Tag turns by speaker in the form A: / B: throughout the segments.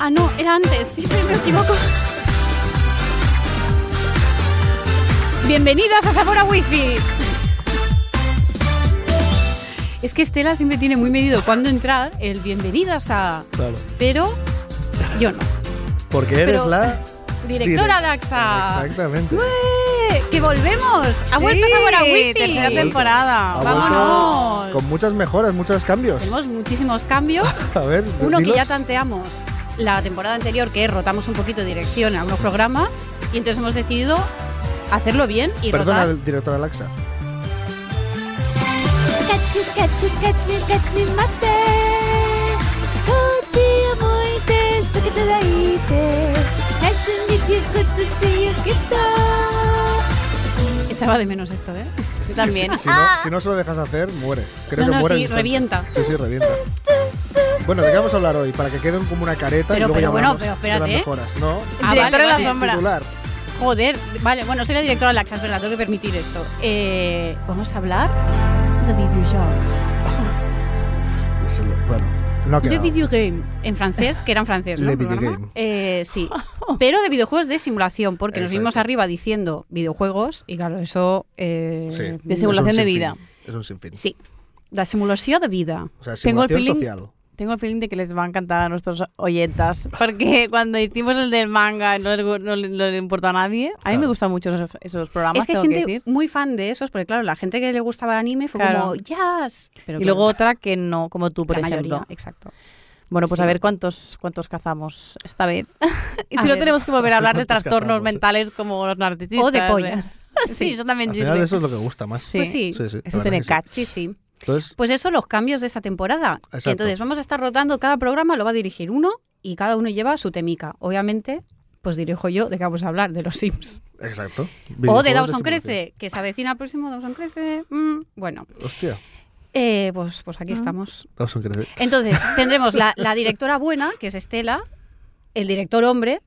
A: Ah, era antes, siempre me equivoco. Bienvenidas a Sabor a Wifi. Es que Estela siempre tiene muy medido cuándo entrar el bienvenidas a.
B: Claro.
A: Pero yo no.
B: Porque eres
A: Pero- ah,
B: la.
A: Directora
B: direc-
A: Daxa.
B: Exactamente.
A: ¡Ué! ¡Que volvemos! ¡Ha vuelto Sabor a Wifi!
C: Tercera
B: Ha
A: Va-
C: temporada.
B: vuelto
A: vámonos.
B: Con muchas mejoras, muchos cambios.
A: Tenemos muchísimos cambios.
B: A ver,
A: Uno que
B: dilos.
A: ya tanteamos la temporada anterior, que es rotamos un poquito de dirección a unos programas, y entonces hemos decidido hacerlo bien y
B: Perdona,
A: rotar.
B: directora Laxa.
D: Catch me, catch me, catch me, catch me, mate. こっちを向いて、避けてないで。Nice to meet you, good to see you, Kito.
A: Echaba de menos esto, ¿eh? Yo también.
B: Si, si no, si no se lo dejas hacer, muere. Creo
A: No,
B: que
A: no, sí,
B: muere. al instante.
A: revienta.
B: Sí, sí, revienta. Bueno, ¿de qué vamos a hablar hoy? Para que queden como una careta y
A: Pero-
B: luego
A: pero
B: ya
A: bueno,
B: hablamos
A: pero
B: de las
A: espérate, ¿eh?
B: mejoras, ¿no?
A: Ah,
C: Directora
A: vale,
C: en la
A: vale.
C: sombra.
B: Titular.
A: Joder, vale, bueno, soy la directora Laxa, es verdad, tengo que permitir esto. Eh, vamos a hablar de videojuegos.
B: Se lo- Bueno, no ha
A: De
B: quedado.
A: videogame. En francés, que era en francés, ¿no?
B: Le
A: El programa.
B: videogame.
A: Eh, sí, pero de videojuegos de simulación, porque nos
B: Exacto.
A: vimos arriba diciendo videojuegos, y claro, eso... eh,
B: Sí.
A: de
B: Es un
C: simulación de
B: sinfín.
C: vida.
B: Es un sinfín.
A: Sí. La simulación de vida.
B: O sea,
C: Tengo el
B: simulación
C: feeling-
B: social.
C: Tengo el feeling de que les va a encantar a nuestros oyentas. Porque cuando hicimos el del manga no le, no le- no le importó a nadie. A mí
B: Claro.
C: me gustan mucho esos, esos programas,
A: es que hay
C: tengo
A: gente
C: que decir.
A: muy fan de esos, porque claro, la gente que le gustaba el anime fue
C: Claro.
A: como, ¡Yes! Pero
C: y luego
A: claro,
C: otra que no, como tú, por
A: la
C: ejemplo.
A: mayoría, exacto.
C: Bueno, pues a
A: Sí.
C: ver cuántos, cuántos cazamos esta vez. y
A: A
C: si
A: ver. eh.
C: no tenemos que volver a hablar de
B: ¿Cuántos
C: trastornos
B: cazamos?
C: mentales como los narcisistas.
A: O de
C: ¿eh?
A: pollas.
C: Sí, yo también
B: Al final
C: sirve.
B: eso es lo que gusta más.
C: Sí.
A: Pues sí.
B: Sí, sí, la
C: Eso
B: verdad
C: tiene
B: que sí.
C: catch.
A: Sí, sí.
B: Entonces,
A: Pues eso, los cambios de esta temporada.
B: Exacto.
A: Entonces vamos a estar rotando, cada programa lo va a dirigir uno y cada uno lleva su temica. Obviamente, pues dirijo yo de qué vamos a hablar, de los Sims.
B: exacto.
A: O
B: Videojuegos
A: de Dawson
B: simulación.
A: Crece, que se avecina el próximo Dawson Crece. Mm, bueno,
B: Hostia,
A: eh, pues, pues
C: Ah.
A: aquí estamos.
B: Dawson Crece.
A: Entonces, tendremos la, la directora buena, que es Estela, el director hombre,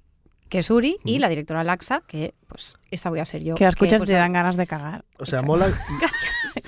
A: que es Uri, y la directora laxa, que pues esta voy a ser yo.
C: Que la escuchas
A: pues,
C: te dan ganas de cagar.
B: O sea, mola,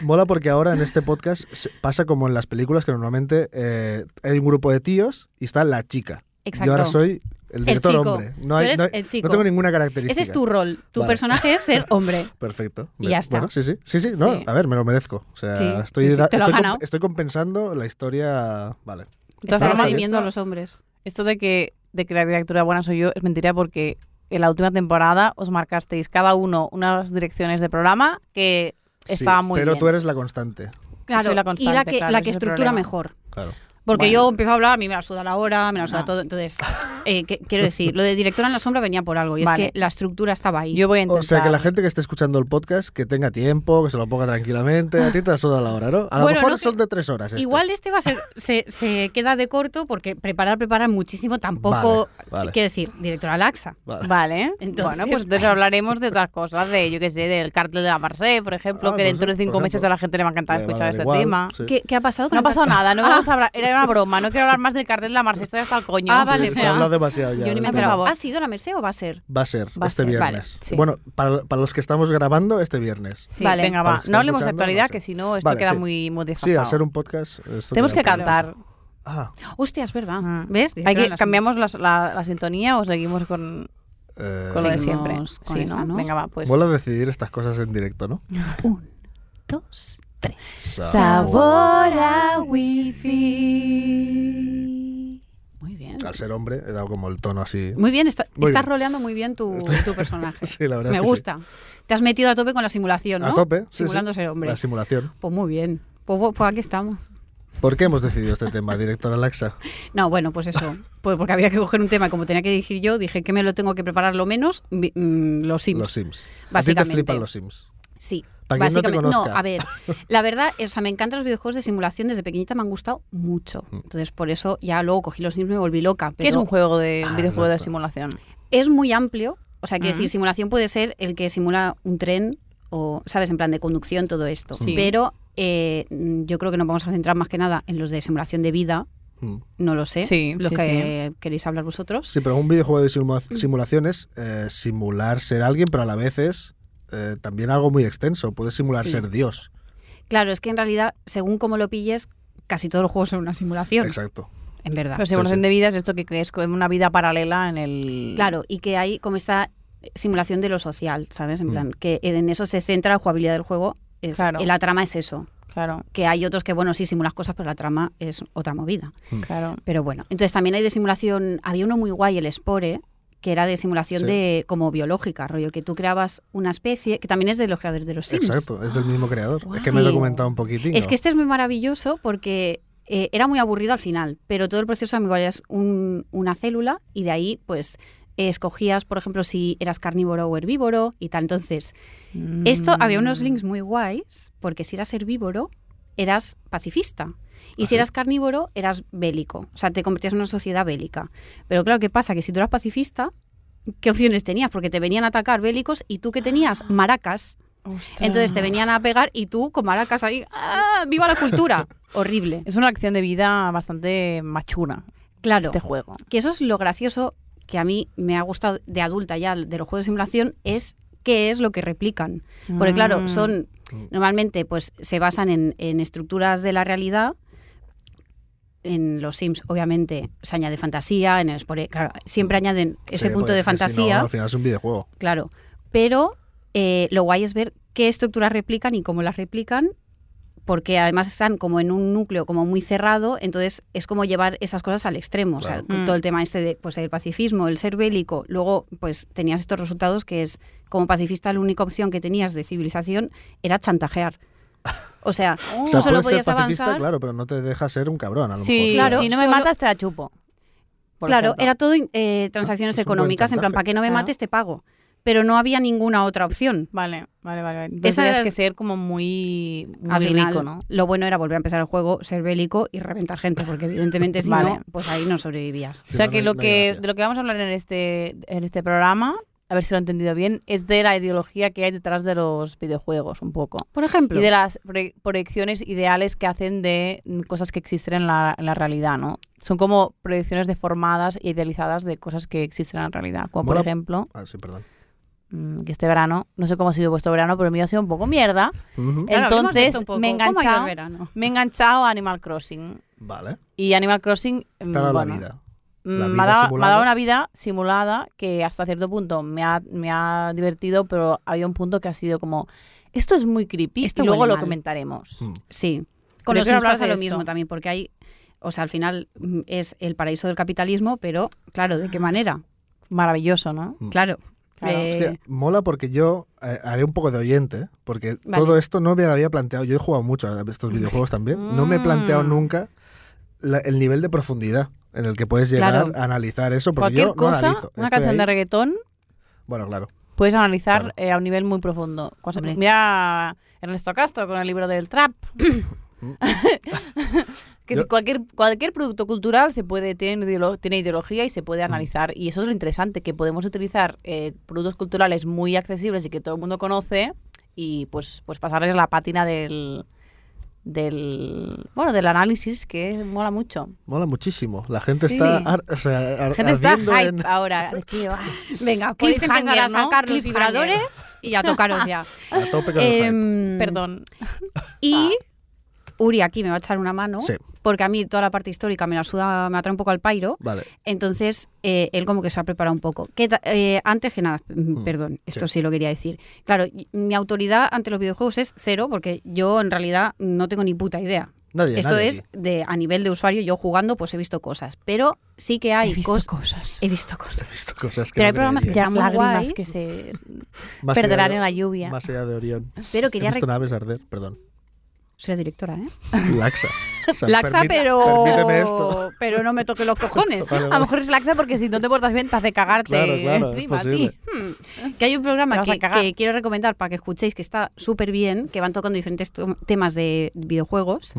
B: mola porque ahora en este podcast se- pasa como en las películas que normalmente eh, hay un grupo de tíos y está la chica.
A: Exacto.
B: Yo ahora soy el director
A: chico.
B: hombre.
A: Tú
B: No, hay-
A: eres
B: no hay-
A: el
B: no
A: chico.
B: tengo ninguna característica.
A: Ese es tu rol. Tu
B: Vale.
A: personaje es ser hombre.
B: Perfecto.
A: Y ya está.
B: Bueno, sí, sí. Sí, sí. No,
A: Sí.
B: a ver, me lo merezco. O sea,
A: Sí,
B: estoy,
A: sí, sí,
B: da-
A: te lo has
B: estoy, comp-
A: ganado.
B: estoy compensando la historia. Vale.
C: todas
A: Estamos
B: formas,
A: viviendo a
C: esto-
A: los hombres.
C: Esto de que, de que la directora buena soy yo es mentira porque en la última temporada os marcasteis cada uno unas direcciones de programa que
B: Sí,
C: estaban muy
B: pero
C: bien.
B: tú eres la constante.
A: Claro,
C: soy la
A: y la
C: constante,
A: que,
C: claro,
A: la
C: ese
A: que
C: es el
A: estructura
C: problema.
A: mejor.
B: Claro.
A: Porque
C: Bueno.
A: yo empiezo a hablar, a mí me la suda la hora, me la suda
B: Ah.
C: No.
A: todo. Entonces, eh, que- quiero decir, lo de directora en la sombra venía por algo, y
C: Vale.
A: es que la estructura estaba ahí.
C: Yo voy a intentar.
B: O sea, que la gente que esté escuchando el podcast, que tenga tiempo, que se lo ponga tranquilamente. A ti te has dado la hora, ¿no? A lo
A: Bueno,
B: mejor
A: no sé.
B: son de tres horas. este.
A: Igual este va a ser, se, se queda de corto porque preparar, preparar muchísimo tampoco.
B: Vale, vale.
A: Quiero decir, directora laxa.
B: Vale.
C: Vale.
A: Entonces-
C: bueno, pues entonces hablaremos de otras cosas, de yo qué sé, del cartel de la Marseille, por
B: Ah,
C: ejemplo, que
B: pues
C: dentro
B: sí,
C: de cinco
B: por
C: meses
B: ejemplo.
C: a la gente le va a encantar
B: Le va a
C: escuchar
B: dar
C: este
B: igual,
C: tema.
B: sí.
A: ¿Qué, qué ha pasado con
C: No
A: el
C: ha pasado nada, no vamos a hablar, era una broma, no quiero hablar más del cartel de la Marseille, estoy hasta el coño.
A: Ah, vale,
B: Sí,
A: o
B: se
A: sea,
B: habla demasiado ya.
A: Yo ni me
B: del
C: he enterado.
B: tema.
A: enteraba. ¿Ha sido la Merced o va a ser?
B: Va a ser
C: Va a
B: este
C: ser,
B: viernes.
C: vale, sí.
B: Bueno, para, para los que estamos grabando, este viernes.
C: Sí,
A: Vale.
C: venga,
B: Para
C: va.
B: los que estén
C: No hablemos de
B: escuchando,
C: actualidad,
B: no sé.
C: que si no, esto
B: Vale,
C: queda
B: sí.
C: muy, muy desfasado.
B: Sí, al ser un podcast. esto
C: Tenemos
B: queda
C: que
B: un poco
C: cantar.
B: desfasado. Ah,
A: Hostias, ¿verdad?
C: Ah.
A: ¿Ves?
C: Hay
A: Directora
C: que,
A: laxa.
C: ¿Cambiamos las- la, la sintonía o seguimos con,
B: eh,
C: con lo de
A: Seguimos
C: siempre?
A: con
C: Sí,
A: esta,
C: ¿no?
A: ¿no?
C: Venga, va, pues.
B: Mola decidir estas cosas en directo, ¿no?
A: Un, dos, tres.
D: Sabor a wifi.
A: Muy bien.
B: Al ser hombre, he dado como el tono así.
A: Muy bien, está-
B: Muy
A: estás
B: bien.
A: roleando muy bien tu, tu personaje.
B: Sí, la verdad
A: Me
B: es que sí.
A: gusta. Te has metido a tope con la simulación, ¿no?
B: A tope. sí, sí.
A: Simulando ser hombre.
B: La simulación.
A: Pues muy bien. Pues, bu- pues aquí estamos.
B: ¿Por qué hemos decidido este tema, directora Laxa?
A: No, bueno, pues eso. Pues porque había que coger un tema, como tenía que dirigir yo, dije que me lo tengo que preparar lo menos, mi- mm, los Sims.
B: Los Sims. A ti
A: Básicamente.
B: te flipan los Sims.
A: Sí.
B: Para quien no te
A: básicamente-
B: conozca.
A: a ver, la verdad, o sea, me encantan los videojuegos de simulación, desde pequeñita me han gustado mucho. Entonces, por eso ya luego cogí los Sims y me volví loca.
C: Mm. ¿Qué es
A: pero
C: un juego de
B: Ah,
C: un videojuego de
B: exacto.
C: simulación?
A: es muy amplio. O sea, quiero
C: Ah.
A: decir, simulación puede ser el que simula un tren o, ¿sabes? En plan de conducción, todo esto.
C: Sí.
A: Pero eh, mm, yo creo que nos vamos a centrar más que nada en los de simulación de vida.
B: Mm.
A: No lo sé.
C: Sí,
A: los
C: sí,
A: que queréis hablar vosotros.
B: Sí, pero un videojuego de
A: Mm.
B: simulaciones simulación es eh, simular ser alguien, pero a la vez es eh, también algo muy extenso. Puedes simular
A: Sí.
B: ser Dios.
A: Claro, es que en realidad, según cómo lo pilles, casi todos los juegos son una simulación.
B: Exacto.
A: en verdad.
C: Pero simulación
B: sí.
C: Pues de vida es esto que, que es como una vida paralela en el.
A: Claro, y que hay como esta simulación de lo social, ¿sabes? En
B: Mm.
A: plan, que en eso se centra la jugabilidad del juego. Es, eh,
C: Claro.
A: La trama es eso.
C: Claro,
A: Que hay otros que, bueno, sí simulas cosas, pero la trama es otra movida.
C: claro.
A: Pero bueno, entonces también hay de simulación, había uno muy guay, el Spore, que era de simulación
B: Sí.
A: de como biológica, rollo, que tú creabas una especie, que también es de los creadores de los Sims. Ah,
B: Exacto, es del mismo creador. Es que
A: Sí.
B: me he documentado un poquitín.
A: Es que este es muy maravilloso porque eh, era muy aburrido al final, pero todo el proceso amigo eras un- una célula y de ahí pues eh, escogías, por ejemplo, si eras carnívoro o herbívoro y tal. Entonces, esto había unos
C: Mm.
A: links muy guays porque si eras herbívoro eras pacifista y si
B: Ajá.
A: eras carnívoro eras bélico, o sea, te convertías en una sociedad bélica. Pero claro, ¿qué pasa? Que si tú eras pacifista, ¿qué opciones tenías? Porque te venían a atacar bélicos y tú que tenías maracas. Entonces te venían a pegar y tú, como a la casa ahí, ¡ah! ¡Viva la cultura! Horrible.
C: Es una acción de vida bastante machuna
A: Claro.
C: este juego.
A: Que eso es lo gracioso que a mí me ha gustado de adulta ya de los juegos de simulación, es qué es lo que replican. Porque claro,
C: Mm.
A: son normalmente pues se basan en, en estructuras de la realidad. En los Sims, obviamente, se añade fantasía, en el Spore, claro, siempre añaden ese
B: Mm. Sí,
A: punto
B: porque
A: de
B: es que si no,
A: fantasía.
B: al final es un videojuego.
A: Claro, pero eh, lo guay es ver qué estructuras replican y cómo las replican, porque además están como en un núcleo como muy cerrado, entonces es como llevar esas cosas al extremo, o sea,
B: Claro.
A: tú-
C: Mm.
A: todo el tema este de pues el pacifismo, el ser bélico, luego pues tenías estos resultados que es como pacifista la única opción que tenías de civilización era chantajear. O sea,
C: O
B: O
A: tú
B: sea,
A: Oh, solo
B: puedes ser
A: podías
B: pacifista,
A: avanzar.
B: claro, pero no te deja ser un cabrón, a lo
C: Sí,
B: mejor.
A: claro,
C: si no me
A: solo-
C: matas te la chupo. por
A: claro,
C: ejemplo.
A: era todo eh, transacciones
B: Es un buen
A: económicas, en plan,
B: chantaje.
A: para que no me
C: Claro.
A: mates te pago, pero no había ninguna otra opción.
C: Vale, vale, vale. vale. Entonces
A: Esa
C: tenías
A: es-
C: que ser como muy, muy
A: al final,
C: rico, ¿no?
A: lo bueno era volver a empezar el juego, ser bélico y reventar gente, porque evidentemente si
C: Vale.
A: no, pues ahí no sobrevivías.
B: Sí,
C: o sea
B: no,
C: que
B: no
C: lo
B: hay- no hay
C: que
B: gracia.
C: de lo que vamos a hablar en este en este programa, a ver si lo he entendido bien, es de la ideología que hay detrás de los videojuegos un poco
A: Por ejemplo,
C: y de las proye- proyecciones ideales que hacen de mm, cosas que existen en la, en la realidad, ¿no? Son como proyecciones deformadas e idealizadas de cosas que existen en la realidad, como
B: Mola-
C: por ejemplo
B: Ah, sí, perdón.
C: mm, que este verano, no sé cómo ha sido vuestro verano, pero el mío ha sido un poco mierda.
B: Ujú,
C: Eh, entonces, me
A: engancha
C: engancha- Me he enganchado a Animal Crossing.
B: Vale,
C: Y Animal Crossing mm,
B: te ha dado
C: bueno,
B: la vida.
C: mm,
B: La
C: me,
B: vida
C: ha dado, me ha
B: simulada.
C: dado una vida simulada que hasta cierto punto me ha, me ha divertido, pero había un punto que ha sido como, esto es muy creepy
A: Esto
C: y luego
A: huele
C: lo
A: mal.
C: comentaremos.
B: Mm.
A: Sí. Con
C: Pero
A: los
C: quiero
A: Sims
C: hablar
A: pasa
C: de
A: lo
C: esto.
A: mismo también, porque hay, o sea, al final mm, es el paraíso del capitalismo, pero claro, ¿de qué manera?
C: Maravilloso, ¿no?
B: Mm.
A: Claro.
C: Claro.
A: Eh,
B: Hostia, mola porque yo eh, haré un poco de oyente, porque
A: Vale.
B: todo esto no me lo había planteado. Yo he jugado mucho a estos videojuegos también. No me he planteado
C: Mm.
B: nunca la- el nivel de profundidad en el que puedes llegar
A: Claro.
B: a analizar eso, porque
C: Cualquier
B: yo no
C: cosa,
B: analizo.
C: una
B: Estoy
C: canción de
B: ahí-
C: reggaetón,
B: Bueno, claro.
C: puedes analizar
B: Claro.
C: eh, a un nivel muy profundo. Cosa-
A: Hombre.
C: Mira Ernesto Castro con el libro del trap. que
B: Mm. Yo-
C: cualquier, cualquier producto cultural se puede tiene, ideolo- tiene ideología y se puede
B: Mm.
C: analizar. Y eso es lo interesante, que podemos utilizar eh, productos culturales muy accesibles y que todo el mundo conoce y pues, pues pasarles la pátina del... Del, bueno, del análisis que mola mucho.
B: Mola muchísimo. La gente
C: Sí.
B: está, ar- o sea, ar-
C: La gente está
B: ardiendo
C: hype
B: en-
C: ahora. de que, ah,
A: Venga, podéis empezar a
C: cliffhanger, ¿no?
A: sacar los
C: Cliffhanger.
A: vibradores y a tocaros ya.
B: a tope con el hype.
A: Em,
C: Perdón.
A: Y Uri aquí me va a echar una mano,
B: Sí.
A: porque a mí toda la parte histórica me la suda, me la trae un poco al pairo.
B: Vale.
A: Entonces, eh, él como que se ha preparado un poco. Que ta- eh, antes que nada, mm,
B: Mm,
A: perdón, esto sí. lo quería decir. Claro, y- mi autoridad ante los videojuegos es cero, porque yo en realidad no tengo ni puta idea.
B: Nadie,
A: esto
B: nadie
A: es
B: aquí.
A: de a nivel de usuario, yo jugando, pues he visto cosas. Pero sí que hay cosas.
C: cosas.
A: He visto cosas.
B: Esto cosas que
A: Pero
B: no
A: hay programas que
B: creería.
A: están
C: Las
A: muy
C: lágrimas
A: guays.
C: que se
B: Más allá
C: perderán
B: de-
C: en la lluvia.
B: Más allá de Orión.
A: Pero
B: He
A: quería.
B: visto
A: rec-
B: naves arder, perdón.
A: Soy la directora, ¿eh?
B: Laxa. O sea,
A: Laxa,
B: permite-
A: pero.
B: Permíteme esto.
A: Pero no me toque los cojones.
B: Vale,
C: A lo
B: vale.
C: mejor es laxa porque si no te portas bien te hace cagarte
B: Claro, claro, es
C: encima a ti.
B: posible.
A: Que hay un
C: Te
A: programa
C: vas a
A: que,
C: cagar.
A: que quiero recomendar para que escuchéis que está súper bien, que van tocando diferentes to- temas de videojuegos.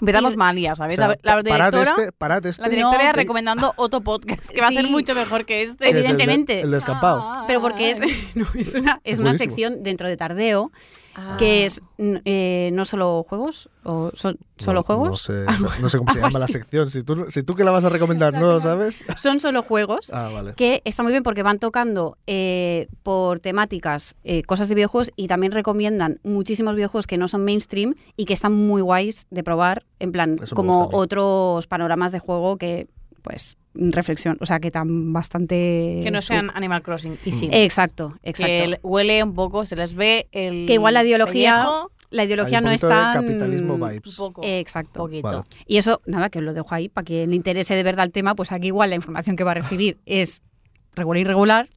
C: Empezamos
A: Y-
C: mal ya, ¿sabes?
B: O sea,
C: La- la,
B: pa- parad
C: directora,
B: este, parad este.
C: la directora
A: No, que-
C: recomendando otro podcast que va a ser
A: Sí.
C: mucho mejor que este.
B: que es el de-
A: evidentemente.
B: El, descampado.
C: Ah,
A: Pero porque es, no, es una, es
B: Es
A: una
B: buenísimo.
A: sección dentro de Tardeo
C: Ah.
A: que es n- eh, no solo juegos, o son solo
B: No-
A: juegos.
B: No sé, no sé cómo se
A: algo
B: llama la
A: así.
B: sección. Si tú, si tú que la vas a recomendar no lo sabes.
A: Son solo juegos
B: Ah, vale.
A: que está muy bien porque van tocando eh, por temáticas eh, cosas de videojuegos y también recomiendan muchísimos videojuegos que no son mainstream y que están muy guays de probar, en plan,
B: Eso me
A: como
B: gusta a mí.
A: otros panoramas de juego que pues reflexión, o sea, que tan bastante...
C: Que no sean Animal Crossing
B: Mm.
C: y Sims.
A: Exacto, exacto.
C: Que el- huele un poco, se les ve el.
A: Que igual la ideología-
C: pellejo,
A: La ideología
B: Hay
A: no
B: un
A: es
B: poquito de
A: tan...
B: capitalismo
C: un
B: vibes.
C: poco.
A: Eh, Exacto.
C: poquito.
B: Vale.
A: Y eso, nada, que lo dejo ahí para quien le interese de verdad el tema, pues aquí igual la información que va a recibir es regular y regular,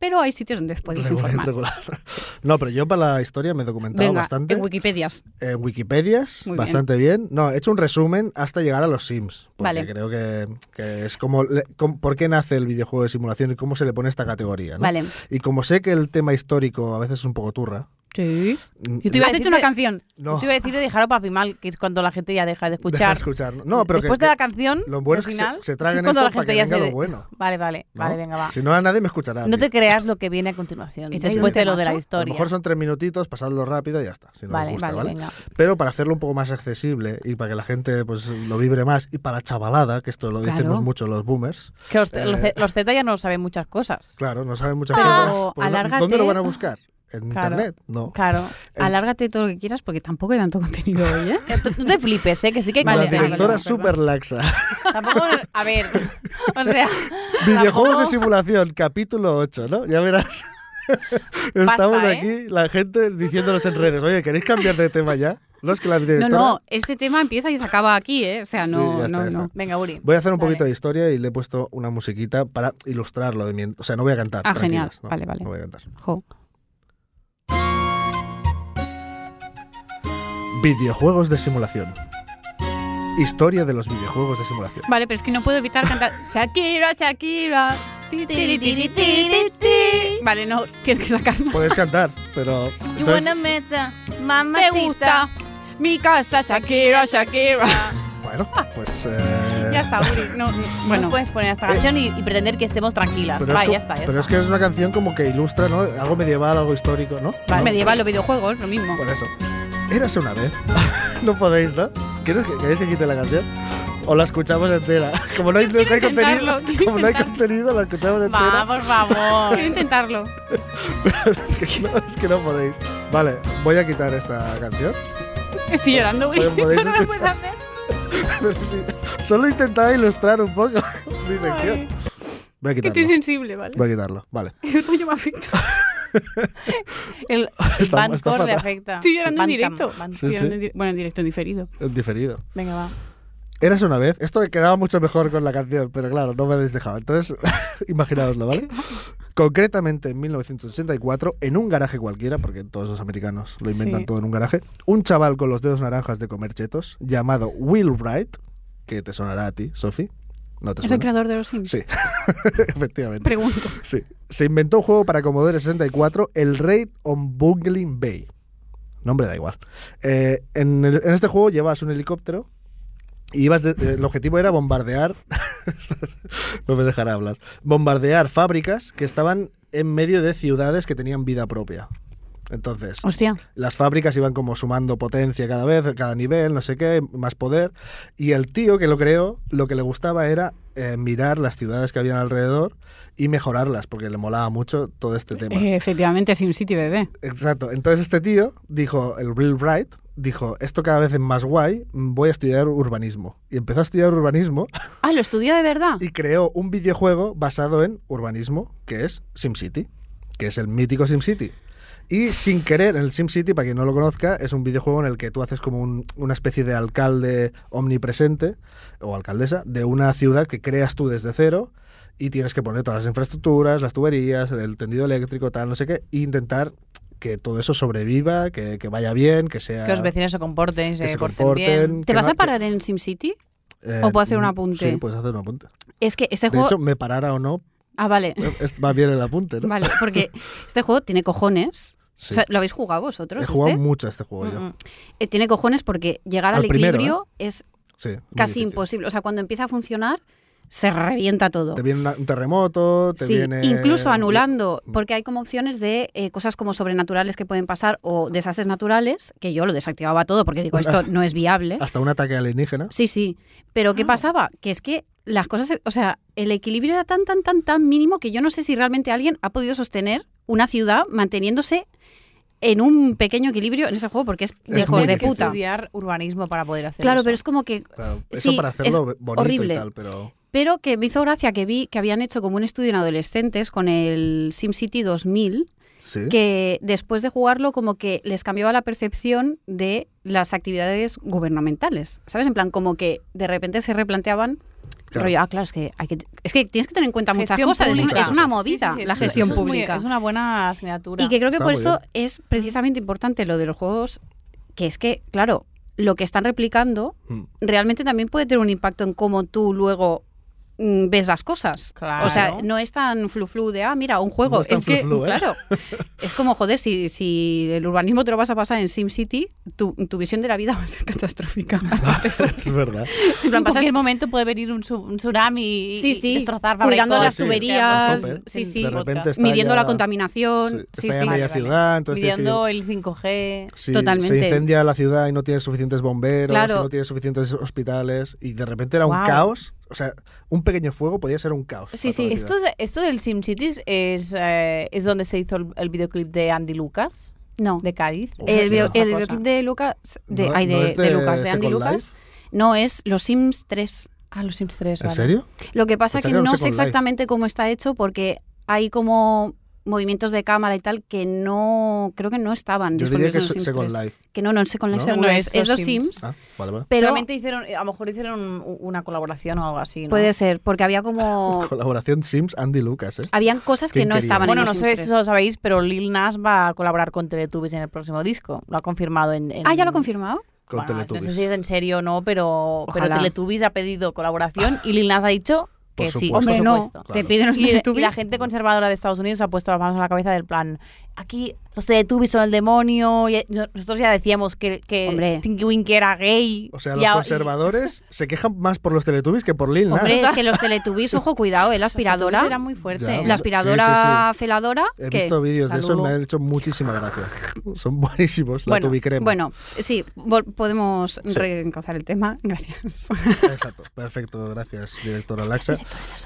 A: pero hay sitios donde os podéis
B: Regular,
A: informar.
B: regular. No, pero yo para la historia me he documentado
A: Venga,
B: bastante.
A: en Wikipedias.
B: en Wikipedias,
A: Muy bien.
B: bastante bien. No, he hecho un resumen hasta llegar a los Sims. Porque
A: Vale.
B: creo que, que es como, le- com- por qué nace el videojuego de simulación y cómo se le pone esta categoría. ¿no?
A: Vale.
B: Y como sé que el tema histórico a veces es un poco turra.
A: Sí.
B: mm,
C: Yo te iba a
A: Has
C: decir
A: hecho una
C: que-
A: canción.
B: no,
C: Te iba a decir de dejarlo para final, que es cuando la gente ya deja
B: deja
C: de
B: de
C: escuchar.
B: escuchar. No, pero que,
C: Después de la canción,
B: lo bueno es
C: al
B: que se-
C: final,
B: se traguen
C: cuando
B: esto
C: la
B: para
C: gente
B: que
C: ya
B: venga
C: se
B: lo
C: de-
B: bueno.
C: Vale, vale,
B: ¿no?
C: vale, venga, va.
B: Si no, a nadie me escuchará.
C: No
B: tío.
C: te creas lo que viene a continuación.
A: Este es
C: después
A: un
C: de lo de
A: temazo.
C: la
B: a lo
C: historia.
B: mejor son tres minutitos, pasadlo rápido y ya está. Si no
C: vale,
B: os gusta,
C: vale,
B: ¿vale?
C: venga.
B: Pero para hacerlo un poco más accesible y para que la gente pues lo vibre más y para la chavalada, que esto lo
A: Claro.
B: decimos mucho los boomers,
C: Que los,
B: Eh,
C: los Z- los Z ya no saben muchas cosas.
B: claro, no saben muchas
C: Pero
B: cosas. Pues,
A: alárgate.
B: ¿Dónde lo van a buscar? ¿En
C: Claro.
B: internet? No.
C: Claro.
B: El-
A: Alárgate todo lo que quieras porque tampoco hay tanto contenido hoy, ¿eh?
C: No te flipes, ¿eh? que sí que hay
B: la
C: contenido.
B: directora
C: Perdón,
B: es súper laxa.
C: perdón. Tampoco, a ver, o sea,
B: Videojuegos de
C: Tampoco-
B: simulación, capítulo 8, ¿no? Ya verás. Estamos
C: Basta, ¿eh?
B: aquí, la gente diciéndonos en redes, oye, ¿queréis cambiar de tema ya? No es que la
A: No,
B: directora...
A: no, este tema empieza y se acaba aquí, ¿eh? O sea, no,
B: Eh, Sí, ya está,
A: no,
B: ya está.
A: no.
C: venga, Uri.
B: Voy a hacer un
C: Vale.
B: poquito de historia y le he puesto una musiquita para ilustrarlo de mi... O sea, no voy a cantar.
A: Ah, genial.
B: tranquilas, no,
A: Vale, vale.
B: No voy a cantar.
A: Jo.
B: Videojuegos de simulación. Historia de los videojuegos de simulación.
A: Vale, pero es que no puedo evitar cantar Shakira, Shakira. Ti, ti, ti, ti, ti, ti, ti. Vale, no, tienes que sacarme.
B: Podéis cantar, pero.
C: You
B: entonces,
C: wanna meta,
A: Me
C: mamacita.
A: gusta mi casa, Shakira, Shakira.
B: bueno, pues. eh,
A: Ya está, Uri. No, no,
C: Bueno,
A: bueno,
C: puedes poner esta canción y, y pretender que estemos tranquilas.
B: Pero,
C: Va,
B: es que,
C: ya está. ya
B: pero es
C: está.
B: que es una canción como que ilustra, ¿no? Algo medieval, algo histórico, ¿no?
C: Vale.
B: ¿No?
A: medieval los videojuegos, lo mismo.
B: Por eso. Érase una vez. no podéis, ¿no? ¿Quieres que, ¿Queréis que quite la canción? O la escuchamos entera. Como no hay, no hay contenido,
A: intentarlo, quiero
B: como no hay
A: intentarlo.
B: contenido, la escuchamos
C: Va,
B: entera.
C: por favor.
A: Quiero intentarlo.
B: es, que no, es que no podéis. Vale, voy a quitar esta canción.
A: Estoy llorando, Uri.
B: Pues podéis
A: Esto no lo puedes
B: escuchar.
A: hacer.
B: Pero sí, solo intentaba ilustrar un poco mi sección.
A: Ay,
B: Voy a
A: que estoy
B: quitarlo.
A: sensible, ¿vale?
B: Voy a quitarlo. Vale.
A: El otoño me
B: Ah,
A: afecta.
C: El
B: Está- está
C: Bandcamp le
B: fatal.
C: afecta.
A: Estoy llorando en
C: Bandcamp,
A: directo.
C: Bandcamp.
A: Estoy
B: Sí,
A: llorando
B: sí.
A: en di- Bueno, en directo, en diferido.
B: En diferido.
C: Venga, va.
B: Eras una vez. Esto quedaba mucho mejor con la canción, pero claro, no me habéis dejado. Entonces, imaginaoslo, ¿vale? Concretamente en 1984, en un garaje cualquiera, porque todos los americanos lo inventan
A: Sí.
B: todo en un garaje, un chaval con los dedos naranjas de comer chetos, llamado Will Wright, que te sonará a ti, Sophie. ¿No te
A: ¿Es el
B: suena?
A: creador de los Sims?
B: Sí, efectivamente.
A: Pregunto.
B: Sí. Se inventó un juego para Commodore 64, el Raid on Bungling Bay. Nombre da igual. Eh, en, el- en este juego llevabas un helicóptero y ibas de- eh, el objetivo era bombardear. no me dejará hablar. Bombardear fábricas que estaban en medio de ciudades que tenían vida propia. Entonces,
A: Hostia.
B: las fábricas iban como sumando potencia cada vez, cada nivel, no sé qué, más poder. Y el tío que lo creó, lo que le gustaba era eh, mirar las ciudades que habían alrededor y mejorarlas, porque le molaba mucho todo este tema.
A: Eh, efectivamente, SimCity, bebé.
B: Exacto. Entonces este tío dijo, el Real Bright, dijo, esto cada vez es más guay, voy a estudiar urbanismo. Y empezó a estudiar urbanismo
A: Ah, lo estudió de verdad.
B: y creó un videojuego basado en urbanismo, que es SimCity, que es el mítico SimCity. Y sin querer, el SimCity, para quien no lo conozca, es un videojuego en el que tú haces como un- una especie de alcalde omnipresente o alcaldesa de una ciudad que creas tú desde cero y tienes que poner todas las infraestructuras, las tuberías, el tendido eléctrico, tal, no sé qué, e intentar que todo eso sobreviva, que, que vaya bien, que sea...
C: Que los vecinos se comporten y se,
B: que se
C: porten, bien.
B: comporten,
A: ¿Te
B: que
A: vas
B: no-
A: a
B: que-
A: parar en SimCity?
B: eh,
A: o puedo hacer un
B: mm,
A: apunte?
B: Sí, puedes hacer un apunte.
A: Es que este
B: De
A: juego.
B: hecho, me parara o no,
A: ah, vale.
B: es- va bien el apunte, ¿no?
A: Vale, porque este juego tiene cojones. O
B: Sí.
A: sea, ¿lo habéis jugado vosotros?
B: He jugado
A: este?
B: mucho a este juego yo.
C: Mm, mm.
A: Eh, tiene cojones porque llegar al,
B: Al primero,
A: equilibrio es
B: Sí, muy
A: casi
B: difícil.
A: imposible. O sea, cuando empieza a funcionar, se revienta todo.
B: Te viene una- un terremoto, te
A: Sí,
B: viene. Mm.
A: incluso anulando, porque hay como opciones de eh, cosas como sobrenaturales que pueden pasar o desastres naturales, que yo lo desactivaba todo porque digo, esto no es viable.
B: Hasta un ataque alienígena.
A: ¿eh? Sí, sí. Pero ¿qué pasaba? Que es que las cosas, o sea, el equilibrio era tan, tan, tan, tan mínimo que yo no sé si realmente alguien ha podido sostener una ciudad manteniéndose en un pequeño equilibrio en ese juego porque es de
B: muy
A: hijos de
C: Tienes que
B: difícil.
A: puta.
C: estudiar urbanismo para poder hacer
A: Claro,
C: eso.
A: pero es como que
B: Claro,
A: Sí,
B: eso para hacerlo
A: es
B: bonito
A: horrible.
B: y tal, pero.
A: Pero que me hizo gracia que vi que habían hecho como un estudio en adolescentes con el SimCity 2000,
B: Sí.
A: que después de jugarlo como que les cambiaba la percepción de las actividades gubernamentales. ¿Sabes? En plan, como que de repente se replanteaban...
B: Claro.
A: rollo, ah, claro, es que, hay que, es que tienes que tener en cuenta muchas
C: Gestión
A: cosas. es-
C: pública.
A: Es una
B: Sí,
A: movida
C: Sí, sí, sí,
A: la
C: eso-
A: gestión
C: eso es muy-
A: pública.
C: es una buena asignatura.
A: Y que creo que
B: Está
A: por
B: muy
A: esto es precisamente importante lo de los juegos, que es que, claro, lo que están replicando
B: Mm.
A: realmente también puede tener un impacto en cómo tú luego mm, ves las cosas.
C: Claro.
A: O sea, no es tan flu-flu de, ah, mira, un juego.
B: No es tan
A: que,
B: flu-flu, ¿eh?
A: claro, es como, joder, si, si el urbanismo te lo vas a pasar en SimCity, tu, tu visión de la vida va a ser catastrófica. Bastante fuerte.
B: Es verdad.
A: Si en plan
C: en
A: pasas
C: cualquier momento puede venir un, tsu- un tsunami y,
A: Sí,
C: y
A: sí,
C: destrozar
A: cuidando
C: barbacoas,
A: las
B: Sí,
A: tuberías,
B: a tope. ¿eh?
A: sí, sí.
B: de repente está
A: midiendo
B: ya-
A: la contaminación.
B: sí,
A: Sí,
B: está ya
A: sí.
B: media
C: Vale, vale.
B: ciudad, entonces tienes que
C: Midiendo el 5G.
B: Si
A: Totalmente.
B: se incendia la ciudad y no tiene suficientes bomberos,
A: Claro.
B: si no tiene suficientes hospitales, y de repente era un
C: Guau.
B: caos. O sea, un pequeño fuego podía ser un caos.
A: Sí,
B: para
A: sí,
B: toda la
C: Esto,
B: ciudad.
C: es- esto del SimCities es, eh, es donde se hizo el, el videoclip de Andy Lucas,
A: No.
C: de Cádiz.
B: Uf,
A: El,
B: es
A: video-
C: otra
A: el
C: cosa.
A: videoclip de Lucas, de,
B: No-
A: ay, de,
B: no es
A: de
B: de
A: Lucas, de Andy
B: Second
A: Lucas, no es Los Sims 3.
C: Ah, los Sims 3,
B: ¿En
C: vale.
B: serio?
A: Lo que pasa
B: Pensé
A: que
B: que era un
A: no sé
B: Second Life.
A: exactamente cómo está hecho porque hay como movimientos de cámara y tal que no creo que no estaban
B: Yo diría
A: disponibles
B: que
A: en los
B: es
A: Sims
B: Second
A: 3.
B: Life.
A: Que no, no, el Second Life
B: ¿No?
A: seguro
C: No,
A: es, es Los Sims,
B: Ah, vale, vale.
A: pero
C: Solamente hicieron, a lo mejor hicieron un- una colaboración o algo así, ¿no?
A: puede ser porque había como Ah,
B: Colaboración Sims Andy Lucas, ¿eh?
A: habían cosas que
B: ¿Quién
A: no
B: quería?
A: estaban
C: Bueno,
A: en
C: no
A: los
C: sé
A: Sims
C: si
A: 3.
C: lo sabéis, pero Lil Nas va a colaborar con Teletubbies en el próximo disco. Lo ha confirmado en... en-
A: Ah, ya lo he confirmado.
B: Con
C: Bueno, no
B: Teletubbies.
C: sé si es en serio o no, pero, pero
A: Ojalá.
C: Teletubbies ha pedido colaboración y Lil Nas ha dicho
B: Por
C: que sí.
B: supuesto. Hombre,
A: Hombre, no,
C: supuesto.
A: te
B: Claro.
A: piden los
C: Y, y
A: Teletubbies.
C: la gente conservadora de Estados Unidos ha puesto las manos a la cabeza del plan. Aquí los Teletubbies son el demonio. y eh, nosotros ya decíamos que, que
A: Hombre.
C: Tinky Winky era gay.
B: O sea,
C: y
B: los
C: a- y-
B: conservadores se quejan más por los Teletubbies que por Lil Nas.
A: Hombre, es que los Teletubbies, ojo, cuidado, ¿eh? la aspiradora,
C: Teletubbies Era muy fuerte.
B: Ya,
A: la
B: Sí,
A: aspiradora feladora
B: He
A: que
B: visto vídeos de
C: la
B: eso y me
C: Lulu.
B: han hecho muchísima gracia. Son buenísimos, la
A: Bueno,
B: tubicrema.
A: Bueno, sí, vol- podemos
B: Sí.
A: reencauzar el tema. Gracias.
B: Exacto, perfecto, gracias, directora Laxa.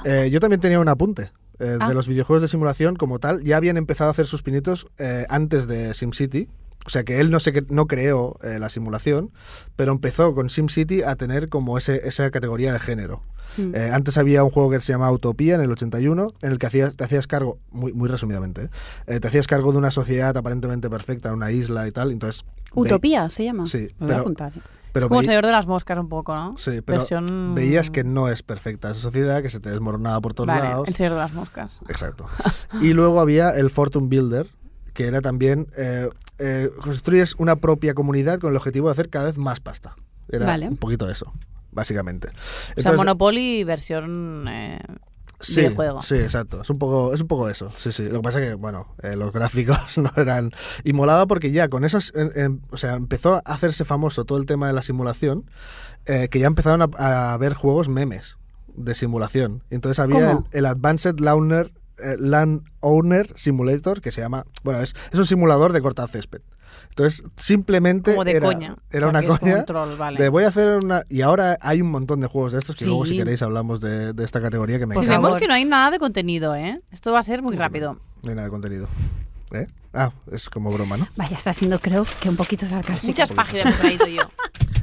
B: Eh, yo también tenía un apunte. eh,
A: Ah.
B: De los videojuegos de simulación, como tal, ya habían empezado a hacer sus pinitos eh, antes de SimCity. O sea que él no, se, cre- no creó eh, la simulación, pero empezó con SimCity a tener como ese, esa categoría de género.
A: Mm.
B: Eh, antes había un juego que se llamaba Utopía en el 81, en el que hacías, te hacías cargo, muy, muy resumidamente, ¿eh? Eh, te hacías cargo de una sociedad aparentemente perfecta, una isla y tal. Entonces, ve-
A: Utopía se llama.
B: Sí,
A: Me lo voy
B: pero-
A: a apuntar. ¿eh?
B: pero
C: es como el
B: veí-
C: señor de las moscas un poco, ¿no?
B: Sí, pero
C: Versión-
B: veías que no es perfecta esa sociedad, que se te desmoronaba por todos
C: Vale,
B: lados.
C: el señor de las moscas.
B: Exacto. Y luego había el Fortune Builder, que era también eh, eh, construyes una propia comunidad con el objetivo de hacer cada vez más pasta. Era
A: Vale.
B: un poquito eso, básicamente.
C: o sea, Monopoly versión... eh,
B: sí,
C: videojuego.
B: sí, exacto. Es un poco, es un poco eso. Sí, sí. Lo que pasa es que, bueno, eh, los gráficos no eran. Y molaba porque ya con esos. en- en- o sea, empezó a hacerse famoso todo el tema de la simulación, eh, que ya empezaron a, a ver juegos memes de simulación. Entonces había el,
A: ¿Cómo?
B: el Advanced Launer. Land Owner Simulator, que se llama. Bueno, es, es un simulador de cortar césped. Entonces, simplemente.
C: como de
B: era,
C: coña.
B: Era
C: O sea,
B: una
C: que es como
B: coña.
C: un troll, vale.
B: De voy a hacer una. Y ahora hay un montón de juegos de estos que luego, si
A: Sí.
B: queréis, hablamos de, de esta categoría que me
A: Por
C: Pues
B: encanta.
C: vemos
A: favor.
C: que no hay nada de contenido, ¿eh? Esto va a ser muy rápido.
B: No hay nada de contenido. ¿Eh? Ah, es como broma, ¿no?
A: Vaya, está siendo, creo, que un poquito sarcástico.
C: Muchas páginas he traído yo.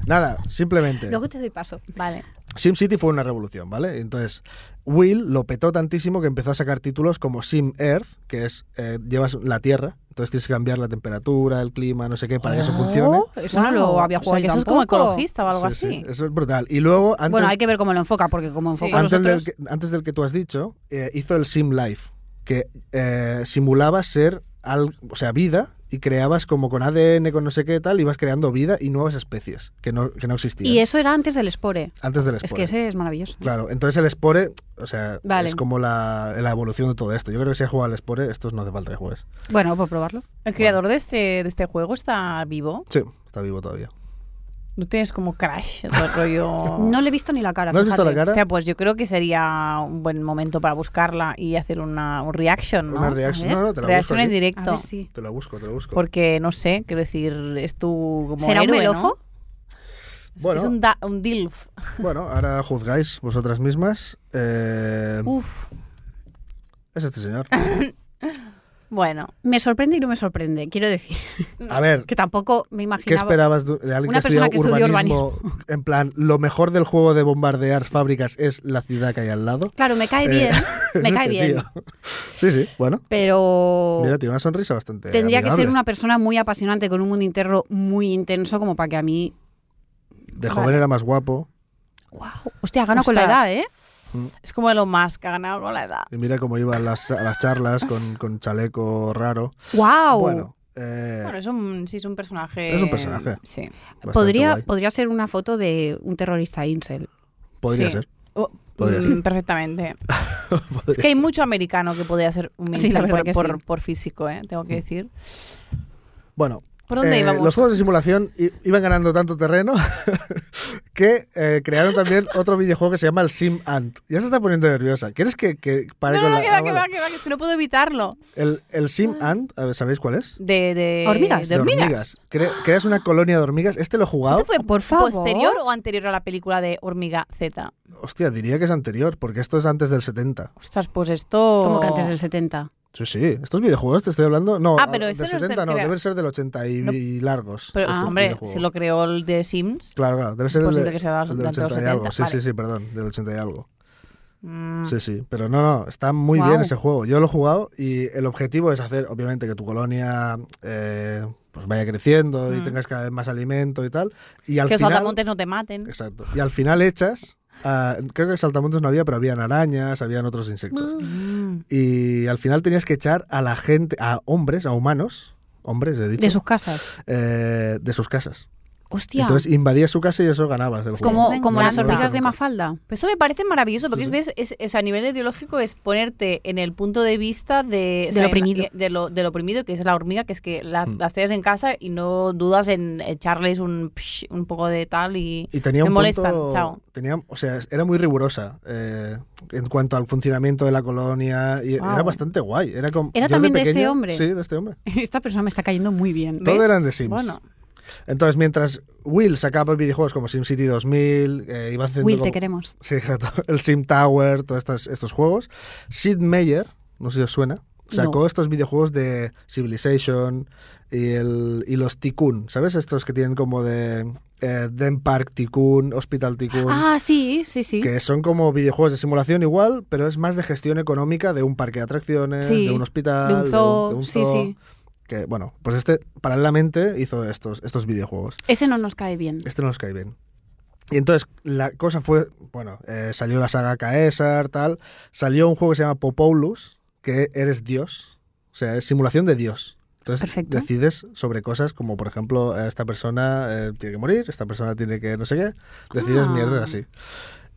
B: Nada, simplemente.
A: Luego te doy paso.
C: Vale.
B: SimCity fue una revolución, ¿vale? Entonces, Will lo petó tantísimo que empezó a sacar títulos como Sim Earth, que es eh, llevas la Tierra, entonces tienes que cambiar la temperatura, el clima, no sé qué, para que eso funcione.
A: Oh, Eso no lo había
C: O sea,
A: jugado
C: que
A: yo
C: eso es como
A: tampoco.
C: ecologista Ah. o algo
B: Sí,
C: así.
B: sí, eso es brutal. Y luego, antes,
A: Bueno, hay que ver cómo lo enfoca, porque como
C: Sí.
A: enfoca
B: antes
A: los
B: del,
A: otros...
B: que, antes del que tú has dicho, eh, hizo el Sim Life, que eh, simulaba ser, al, o sea, vida y creabas como con ADN, con no sé qué tal, ibas creando vida y nuevas especies que no, que no existían.
A: Y eso era antes del Spore.
B: Antes del
A: Es
B: Spore.
A: que ese es maravilloso.
B: Claro, entonces el Spore, o sea,
A: Vale.
B: es como la, la evolución de todo esto. Yo creo que si has jugado al Spore, estos no hace falta que juegues.
A: Bueno, por probarlo.
C: El creador de este, de este juego está vivo.
B: Sí, está vivo todavía.
C: No tienes como Crash, todo el rollo.
A: No le he visto ni la cara,
B: ¿No has visto
A: fíjate.
B: la cara?
C: Hostia, pues yo creo que sería un buen momento para buscarla y hacer una, un reaction, ¿no?
B: Una
A: A
B: reaction.
A: ver.
B: No, no, te la busco.
C: reaction en
B: aquí.
A: A
C: directo.
A: ver si...
B: Te la busco, te la busco.
C: Porque, no sé, quiero decir, es tu como
A: ¿Será un
C: héroe, ¿no?
A: melofo?
C: Es-
B: Bueno.
C: Es un, da- un DILF.
B: Bueno, ahora juzgáis vosotras
A: Uh.
B: mismas. Eh,
C: Uf.
B: es este señor.
C: Bueno,
A: Me sorprende y no me sorprende, quiero decir.
B: A ver,
A: Que tampoco me
B: ¿qué
A: imaginaba.
B: esperabas du- de alguien
A: Una
B: que
A: persona
B: estudió
A: que estudió
B: urbanismo, En plan, lo mejor del juego de bombardear fábricas es la ciudad que hay al lado.
A: Claro, me cae
B: Eh,
A: bien, me
B: es
A: cae
B: este
A: bien,
B: tío. Sí, sí, bueno.
A: pero
B: Mira, tiene una sonrisa bastante.
A: tendría que ser
B: amigable.
A: una persona muy apasionante con un mundo interno muy intenso como para que a mí,
B: De joven
A: Vale.
B: era más guapo.
A: wow, hostia, gano con la
C: Ostras.
A: edad, ¿eh?
C: es como Elon Musk, ha ganado con la edad.
B: Y mira cómo iba a las, a las charlas con, con chaleco raro.
A: Wow.
B: Bueno, eh,
C: Bueno, es un, sí, es un personaje.
B: Es un personaje.
C: Sí.
B: bastante
A: podría
B: guay.
A: podría ser una foto de un terrorista incel.
B: Podría
C: sí.
B: ser.
C: Oh,
B: Podría
C: mm,
B: ser.
C: perfectamente.
B: podría
C: Es que hay
B: ser.
C: mucho americano que podría ser un
A: Sí, la
C: influencer
A: verdad
C: por,
A: que
C: por,
A: sí.
C: por físico, ¿eh? tengo que decir.
B: Bueno,
C: ¿Por dónde
B: Mm. eh,
C: íbamos?
B: los juegos de simulación i- iban ganando tanto terreno que eh, crearon también otro videojuego que se llama el Sim Ant. Ya se está poniendo nerviosa. ¿Quieres que, que pare
C: No,
B: con
C: no,
B: la-
C: que va,
B: ah,
C: que
B: vale.
C: va, que va, que es que no puedo evitarlo.
B: El, el Sim Ant, a ver, ¿sabéis cuál es?
C: Ah. De, de
A: Hormigas.
C: De hormigas.
B: Cre- creas una colonia de hormigas. Este lo he jugado.
C: ¿Ese fue
A: Por favor.
C: posterior o anterior a la película de Hormiga Z?
B: Hostia, diría que es anterior, porque esto es antes del 70.
C: Ostras, pues esto.
A: Como que antes del 70.
B: Sí, sí. Estos videojuegos te estoy hablando. No,
C: Ah, pero
B: del
C: este no es
B: 70
C: del-
B: no,
C: crea-
B: deben ser del 80 y,
C: No.
B: y largos.
C: Pero, ah,
B: estos
C: hombre,
B: videojuegos.
C: se lo creó el de Sims.
B: Claro, claro, debe ser Este el,
C: Imposible
B: de-
C: que sea de-
B: el del
C: durante los
B: 80 y algo.
C: 70,
B: Sí, sí,
C: vale.
B: sí, perdón, del 80 y algo.
C: Mm.
B: Sí, sí, pero no, no, está muy
A: Guau.
B: bien ese juego. Yo lo he jugado y el objetivo es hacer, obviamente, que tu colonia eh, pues vaya creciendo y
C: Mm.
B: tengas cada vez más alimento y tal. Y al
C: que los
B: final,
C: saltamontes no te maten.
B: exacto. Y al final echas, ah, creo que saltamontes no había, pero habían arañas, habían otros insectos.
C: Mm.
B: Y al final tenías que echar a la gente, a hombres, a humanos, hombres, he dicho,
A: De sus casas.
B: eh, de sus casas.
A: Hostia.
B: Entonces invadías su casa y eso ganabas el juego.
A: como
C: me
A: como las
C: encanta.
A: hormigas de Mafalda.
C: Pues eso me parece maravilloso, porque
B: Sí,
C: ves, es, o sea, a nivel ideológico es ponerte en el punto de vista de, o
A: Del
C: sea, en-
A: oprimido.
C: de lo, del oprimido, que es la hormiga, que es que la,
B: Mm.
C: las tienes en casa y no dudas en echarles un, psh, un poco de tal y...
B: Y tenía
C: Me
B: un
C: molestan,
B: punto,
C: chao.
B: tenía- o sea, era muy rigurosa eh, en cuanto al funcionamiento de la colonia y
C: Wow.
B: era bastante guay. Era, como,
A: ¿Era
B: yo
A: también de este
B: pequeño-
A: hombre?
B: Sí, de este hombre.
A: Esta persona me está cayendo muy bien.
B: Todo
C: ¿ves?
B: eran de Sims.
C: Bueno,
B: Entonces, mientras Will sacaba videojuegos como SimCity 2000, eh, iba haciendo
A: Will, te
B: como-
A: queremos.
B: Sí, exacto. el Sim Tower, todos estos, estos juegos, Sid Meier, no sé si os suena, sacó estos videojuegos de Civilization y, el, y los Tycoon, ¿sabes? Estos que tienen como de eh, Den Park Tycoon, Hospital Tycoon.
A: Ah, sí, sí, sí.
B: que son como videojuegos de simulación igual, pero es más de gestión económica de un parque de atracciones,
A: Sí,
B: de un hospital,
A: De un zoo,
B: de un
A: sí,
B: zoo,
A: sí.
B: Que bueno, pues este paralelamente hizo estos, estos videojuegos.
A: Ese no nos cae bien.
B: Este no nos cae bien. Y entonces la cosa fue, bueno, eh, salió la saga Caesar, tal, salió un juego que se llama Popolus, que eres Dios, o sea, es simulación de Dios. Entonces
A: Perfecto.
B: decides sobre cosas como, por ejemplo, esta persona eh, tiene que morir, esta persona tiene que no sé qué, decides
A: Ah.
B: mierdas así.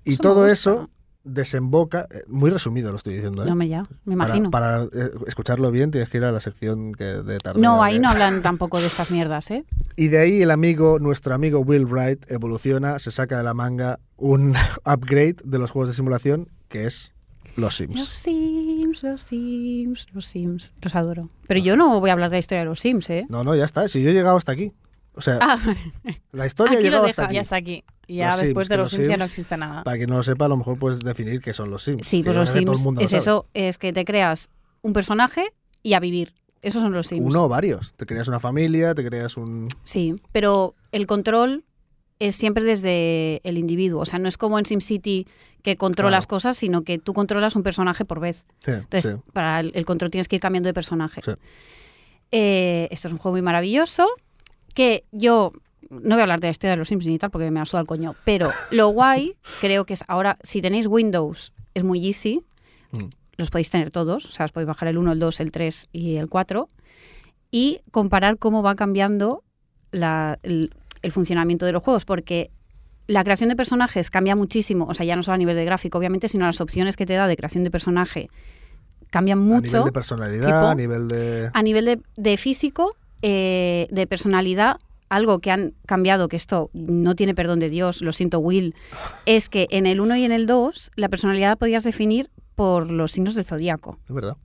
B: Y
A: Eso me
B: todo
A: gusta.
B: eso desemboca, eh, muy resumido lo estoy diciendo, ¿eh?
A: No me ya, me
B: Para-
A: imagino.
B: para, eh, escucharlo bien tienes que ir a la sección que de tarde.
A: no, ahí
B: de-
A: no hablan tampoco de estas mierdas, ¿eh?
B: y de ahí el amigo, nuestro amigo Will Wright, evoluciona, se saca de la manga un upgrade de los juegos de simulación, que es los
A: Los
B: Sims.
A: Sims, los Sims, los Sims. Los adoro. Pero yo no voy a hablar de la historia de los Sims, ¿eh?
B: No, no, ya está. Si yo he llegado hasta aquí. O sea,
A: Ah,
B: la historia ha
C: aquí lo
B: llegado hasta
C: dejas,
B: aquí.
C: ya está aquí. Y ya
B: Los Sims,
C: después
B: que
C: de los
B: los
C: Sims ya no
B: Sims-
C: existe nada.
B: Para quien no lo sepa, a lo mejor puedes definir qué son los Sims.
A: sí,
B: que
A: pues
B: yo
A: los
B: creo que todo el
A: Sims
B: mundo lo
A: es
B: sabe.
A: eso, es que te creas un personaje y a vivir. Esos son los Sims.
B: Uno o varios. Te creas una familia, te creas un...
A: Sí, pero el control es siempre desde el individuo. O sea, no es como en SimCity que controlas cosas, sino que tú controlas un personaje por vez.
B: Sí,
A: Entonces,
B: sí.
A: para el, el control tienes que ir cambiando de personaje.
B: Sí.
A: Eh, esto es un juego muy maravilloso que yo no voy a hablar de la historia de los Sims ni tal porque me la suda el coño, pero lo guay creo que es ahora, si tenéis Windows, es muy easy,
B: Mm.
A: los podéis tener todos, o sea, os podéis bajar el 1, el 2, el 3 y el 4 y comparar cómo va cambiando la- el, el funcionamiento de los juegos, porque la creación de personajes cambia muchísimo, o sea, ya no solo a nivel de gráfico, obviamente, sino las opciones que te da de creación de personaje cambian
B: A nivel
A: mucho.
B: de personalidad,
A: tipo-
B: a nivel de...
A: A nivel de, de físico, eh, de personalidad, algo que han cambiado, que esto no tiene perdón de Dios, lo siento Will, es que en el 1 y en el 2 la personalidad la podías definir por los signos del zodíaco.
B: Es verdad.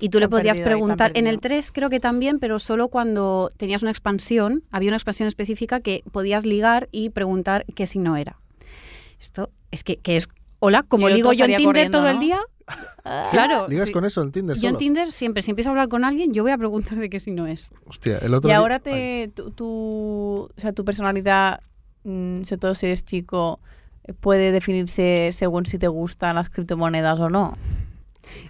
A: Y tú le
C: Tan
A: podías
C: perdido ahí, tan
A: preguntar, en el
C: perdido.
A: 3 creo que también, pero solo cuando tenías una expansión, había una expansión específica que podías ligar y preguntar qué signo era. Esto es que, que es, hola, como
C: Y el
A: digo
C: otro
A: yo en
C: salía
A: Tinder
C: corriendo,
A: todo el
C: ¿no?
A: día,
B: Ah. ¿Sí?
A: Claro,
B: ¿Ligas
A: sí.
B: con eso en Tinder
A: Yo en
B: solo?
A: Tinder siempre, si empiezo a hablar con alguien, yo voy a preguntar de qué si no es.
B: Hostia, el otro
C: Y
B: día-
C: ahora
B: Ay,
C: te, tu, tu- o sea, tu personalidad, mm, sobre todo si eres chico, eh, puede definirse según si te gustan las criptomonedas o no.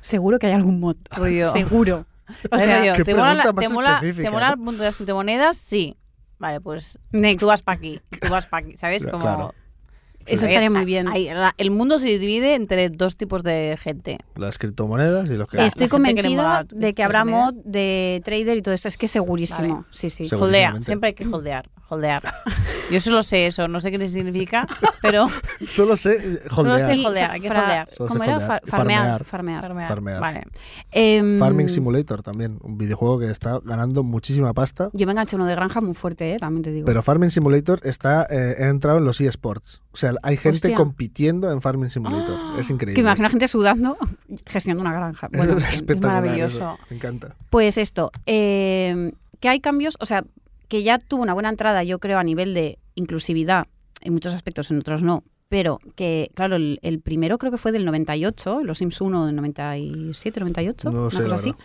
A: Seguro que hay algún mod.
C: Rollo.
A: Seguro. O
C: O sea,
A: sea,
B: Qué
C: ¿te mola, la-
B: pregunta más
C: te mola-
B: específica,
C: te mola
B: ¿no?
C: el mundo de las criptomonedas? Sí. Vale, pues
A: next.
C: tú vas para aquí, tú vas para aquí, ¿sabes?
B: Ya,
C: Como,
B: claro.
A: Eso estaría muy bien.
C: Hay- la- el mundo se divide entre dos tipos de gente.
B: Las criptomonedas y los que...
C: la-
A: Estoy
C: la gente que le
A: convencida
C: mola las
A: de que habrá mod
C: criptomonedas.
A: de trader y todo esto. Es que segurísimo.
C: Vale.
A: Sí, sí.
B: Seguro.
C: Holdea,
B: Segurísimamente.
C: siempre hay que holdear, holdear. Yo solo sé eso, no sé qué significa, pero
B: Solo sé eh, holdear.
C: sé
A: Y
C: holdear,
A: fa-
C: hay que
A: fra-
C: holdear.
B: Solo
A: ¿Cómo
B: sé
A: era?
B: holdear.
A: Fa- farmear.
B: Farmear.
A: Farmear.
B: Farmear.
C: Vale.
A: Em,
B: Farming Simulator también, un videojuego que está ganando muchísima pasta.
A: Yo me enganché a uno de granja muy fuerte, eh, también te digo.
B: Pero Farming Simulator está eh, ha entrado en los eSports. O sea, hay gente
A: Hostia. Ah,
B: compitiendo en Farming Simulator. Es increíble.
A: que imagino gente sudando gestionando una granja. Bueno,
B: es
A: en fin, es
B: espectacular.
A: maravilloso.
B: eso.
C: maravilloso.
B: Me encanta.
A: Pues esto, eh, que hay cambios, o sea, que ya tuvo una buena entrada, yo creo, a nivel de inclusividad, en muchos aspectos, en otros no, pero que, claro, el, el primero creo que fue del 98, los Sims 1 del 97, 98,
B: No
A: una
B: sé, la
A: cosa así.
B: verdad.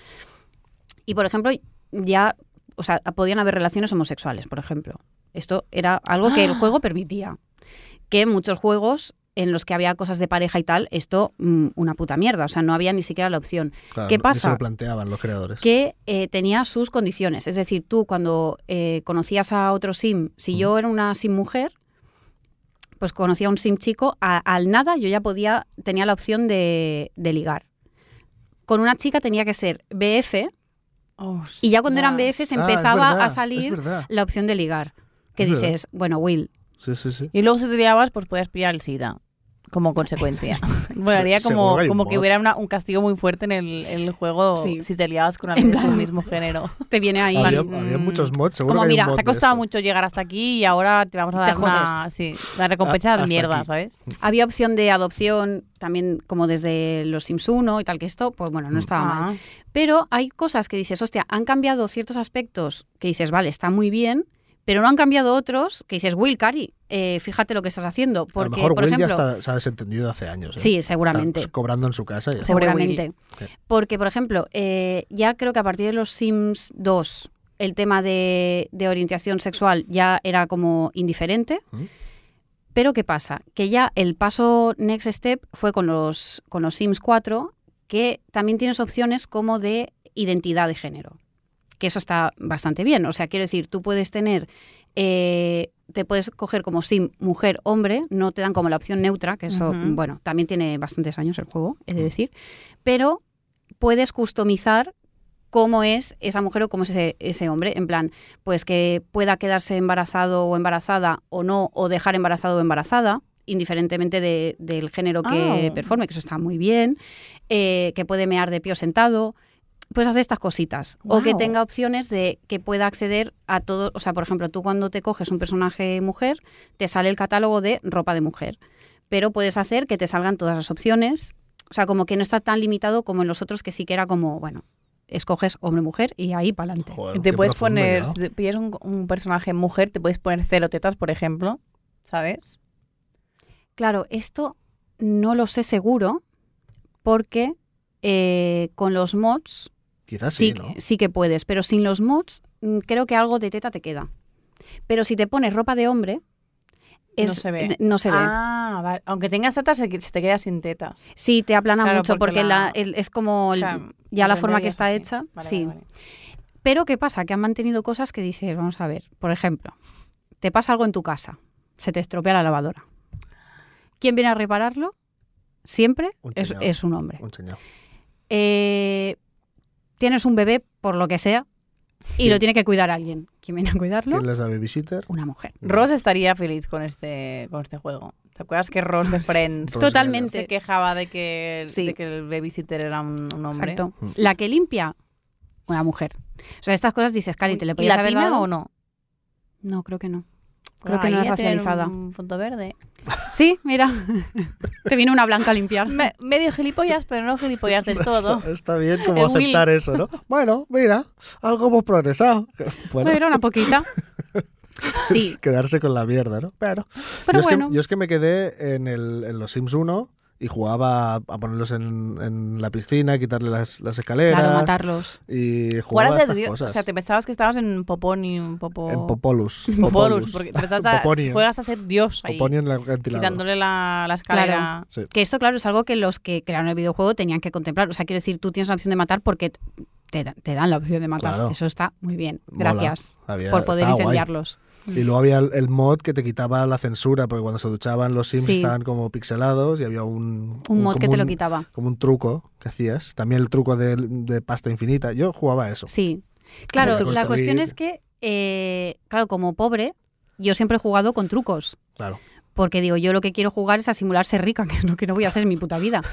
A: Y, por ejemplo, ya, o sea, podían haber relaciones homosexuales, por ejemplo. Esto era algo que el juego permitía. Que muchos juegos en los que había cosas de pareja y tal, esto, mm, una puta mierda, o sea, no había ni siquiera la opción
B: Claro,
A: ¿Qué
B: ni
A: pasa?
B: se lo planteaban los creadores.
A: que eh, tenía sus condiciones. Es decir, tú cuando eh, conocías a otro sim, si yo era una sim mujer, pues conocía a un sim chico, a- al nada yo ya podía, tenía la opción de, de ligar. Con una chica tenía que ser BF y ya cuando eran BF se
B: Ah, es
A: empezaba
B: verdad,
A: a
B: Es
A: salir
B: verdad.
A: la opción de ligar. Que
B: Es verdad.
A: dices, bueno, Will,
B: Sí, sí, sí.
C: Y luego si te liabas, pues podías pillar el SIDA como consecuencia. bueno, haría
B: Se- seguro
C: como,
B: que hay un
C: como que
B: mod.
C: hubiera una- un castigo muy fuerte en el, el juego
A: Sí.
C: si te liabas con
A: En
C: alguien del
A: plan-
C: mismo género.
A: te viene ahí.
B: Había,
A: mm,
B: había muchos mods, seguro
C: Como
B: que hay un
C: mira,
B: mod
C: te
B: de
C: ha costado
B: esto.
C: mucho llegar hasta aquí y ahora te vamos a
A: Te
C: dar una,
A: jodes.
C: sí, una recompensa
B: A-
C: de
B: hasta
C: mierda,
B: aquí.
C: ¿sabes?
A: Había opción de adopción también como desde los Sims 1 y tal que esto, pues bueno, no estaba mal.
C: Ah.
A: Pero hay cosas que dices, hostia, han cambiado ciertos aspectos que dices, vale, está muy bien, pero no han cambiado otros que dices, Will, Cari, eh, fíjate lo que estás haciendo.
B: A lo
A: Porque,
B: mejor
A: por
B: Will
A: ejemplo,
B: ya está, se ha desentendido hace años. ¿eh?
A: sí,
B: Está,
A: seguramente.
B: pues, cobrando en su casa. y ya está.
C: Seguro.
A: seguramente.
B: Will. Sí.
A: Porque, por ejemplo, eh, ya creo que a partir de los Sims 2 el tema de, de orientación sexual ya era como indiferente.
B: ¿Mm?
A: Pero ¿qué pasa? Que ya el paso next step fue con los, con los Sims 4, que también tienes opciones como de identidad de género. Que eso está bastante bien. O sea, quiero decir, tú puedes tener, eh, te puedes coger como Sim mujer, hombre, no te dan como la opción neutra, que eso,
C: Ujú. Mm.
A: bueno, también tiene bastantes años el juego, es de decir, pero puedes customizar cómo es esa mujer o cómo es ese, ese hombre, en plan, pues que pueda quedarse embarazado o embarazada o no, o dejar embarazado o embarazada, indiferentemente de- del género que
C: Ah.
A: performe, que eso está muy bien, eh, que puede mear de pie o sentado, pues hacer estas cositas. O que
C: Guau.
A: tenga opciones de que pueda acceder a todo, o sea, por ejemplo, tú cuando te coges un personaje mujer, te sale el catálogo de ropa de mujer, pero puedes hacer que te salgan todas las opciones, o sea, como que no está tan limitado como en los otros que sí que era como, bueno, escoges hombre-mujer y ahí para adelante.
B: Joder,
C: te
B: qué
C: puedes
B: profundo
C: poner,
B: ya, ¿no?
C: si te pillas un, un personaje mujer, te puedes poner cero tetas, por ejemplo, ¿sabes?
A: Claro, esto no lo sé seguro porque eh, con los mods
B: Quizás sí,
A: sí,
B: ¿no?
A: sí que puedes, pero sin los mods mm, creo que algo de teta te queda. Pero si te pones ropa de hombre,
C: No
A: es-
C: se ve.
A: n- no se ve.
C: Ah, vale. Aunque tengas tetas, se, que- se te queda sin tetas.
A: Sí, te aplana
C: Claro,
A: mucho
C: porque
A: porque, la-
C: la-
A: el- es como el-
C: Claro,
A: ya la
C: lo
A: forma que
C: enrollarías
A: está
C: así.
A: hecha.
C: Vale,
A: sí.
C: vale, vale.
A: Pero ¿qué pasa? Que han mantenido cosas que dices, vamos a ver, por ejemplo, te pasa algo en tu casa, se te estropea la lavadora. ¿Quién viene a repararlo? Siempre
B: Un
A: es,
B: señor.
A: es un hombre.
B: Un señor.
A: Eh, tienes un bebé, por lo que sea, y
B: Sí.
A: lo tiene que cuidar alguien. ¿Quién viene a cuidarlo?
B: ¿Quién les da babysitter?
A: Una mujer.
B: No.
C: Ross estaría feliz con este, con este juego. ¿Te acuerdas que Ross de Friends
B: Ross
A: Totalmente.
C: se quejaba de que,
A: Sí.
C: de que el babysitter era un, un hombre?
A: Exacto.
B: Mm.
A: La que limpia, una mujer. O sea, estas cosas dices, Cari, ¿te le
C: ¿Y
A: podías haber
C: latina
A: dado?
C: o no?
A: No, creo que no. Creo que no
C: Ahí
A: es
C: a tener
A: racializada.
C: Un punto verde.
A: Sí, mira. Te viene una blanca a limpiar.
C: Me- medio gilipollas, pero no gilipollas del todo.
B: Está, está bien como
C: El Eh, Will.
B: aceptar eso, ¿no? Bueno, mira, algo hemos progresado. Bueno,
A: Bueno, una poquita. Sí,
B: quedarse con la mierda, ¿no? Pero,
A: pero
B: yo,
A: bueno.
B: es que, yo es que me quedé en, el, en los Sims 1 y jugaba a, a ponerlos en, en la piscina, quitarle las, las escaleras.
A: Claro, matarlos.
B: Y jugaba
C: Jugaras
B: a
C: de
B: estas
C: Dios.
B: cosas.
C: O sea, te pensabas que estabas en Popón y un popo...
B: En Popolus.
C: Popolus, porque te pensabas a,
B: Poponi.
C: juegas a ser Dios ahí,
B: Poponi en el acantilado.
C: quitándole la, la escalera.
B: Sí.
A: Que esto, claro, es algo que los que crearon el videojuego tenían que contemplar. O sea, quiero decir, tú tienes la opción de matar porque t- te, da- te dan la opción de matar.
B: Claro.
A: Eso está muy bien.
B: Mola.
A: Gracias
B: Había-
A: por poder
B: estaba guay.
A: incendiarlos.
B: Y luego había el, el mod que te quitaba la censura, porque cuando se duchaban los sims
A: Sí.
B: estaban como pixelados y había un...
A: Un mod
B: como
A: que te lo
B: un-
A: quitaba.
B: Como un truco que hacías. También el truco de, de pasta infinita. Yo jugaba a eso.
A: Sí.
B: Como
A: Claro,
B: que
A: la cuestión
B: construir-
A: es que, eh, claro, como pobre, yo siempre he jugado con trucos.
B: Claro.
A: Porque digo, yo lo que quiero jugar es a simularse rica, que es lo que no voy a hacer en mi puta vida.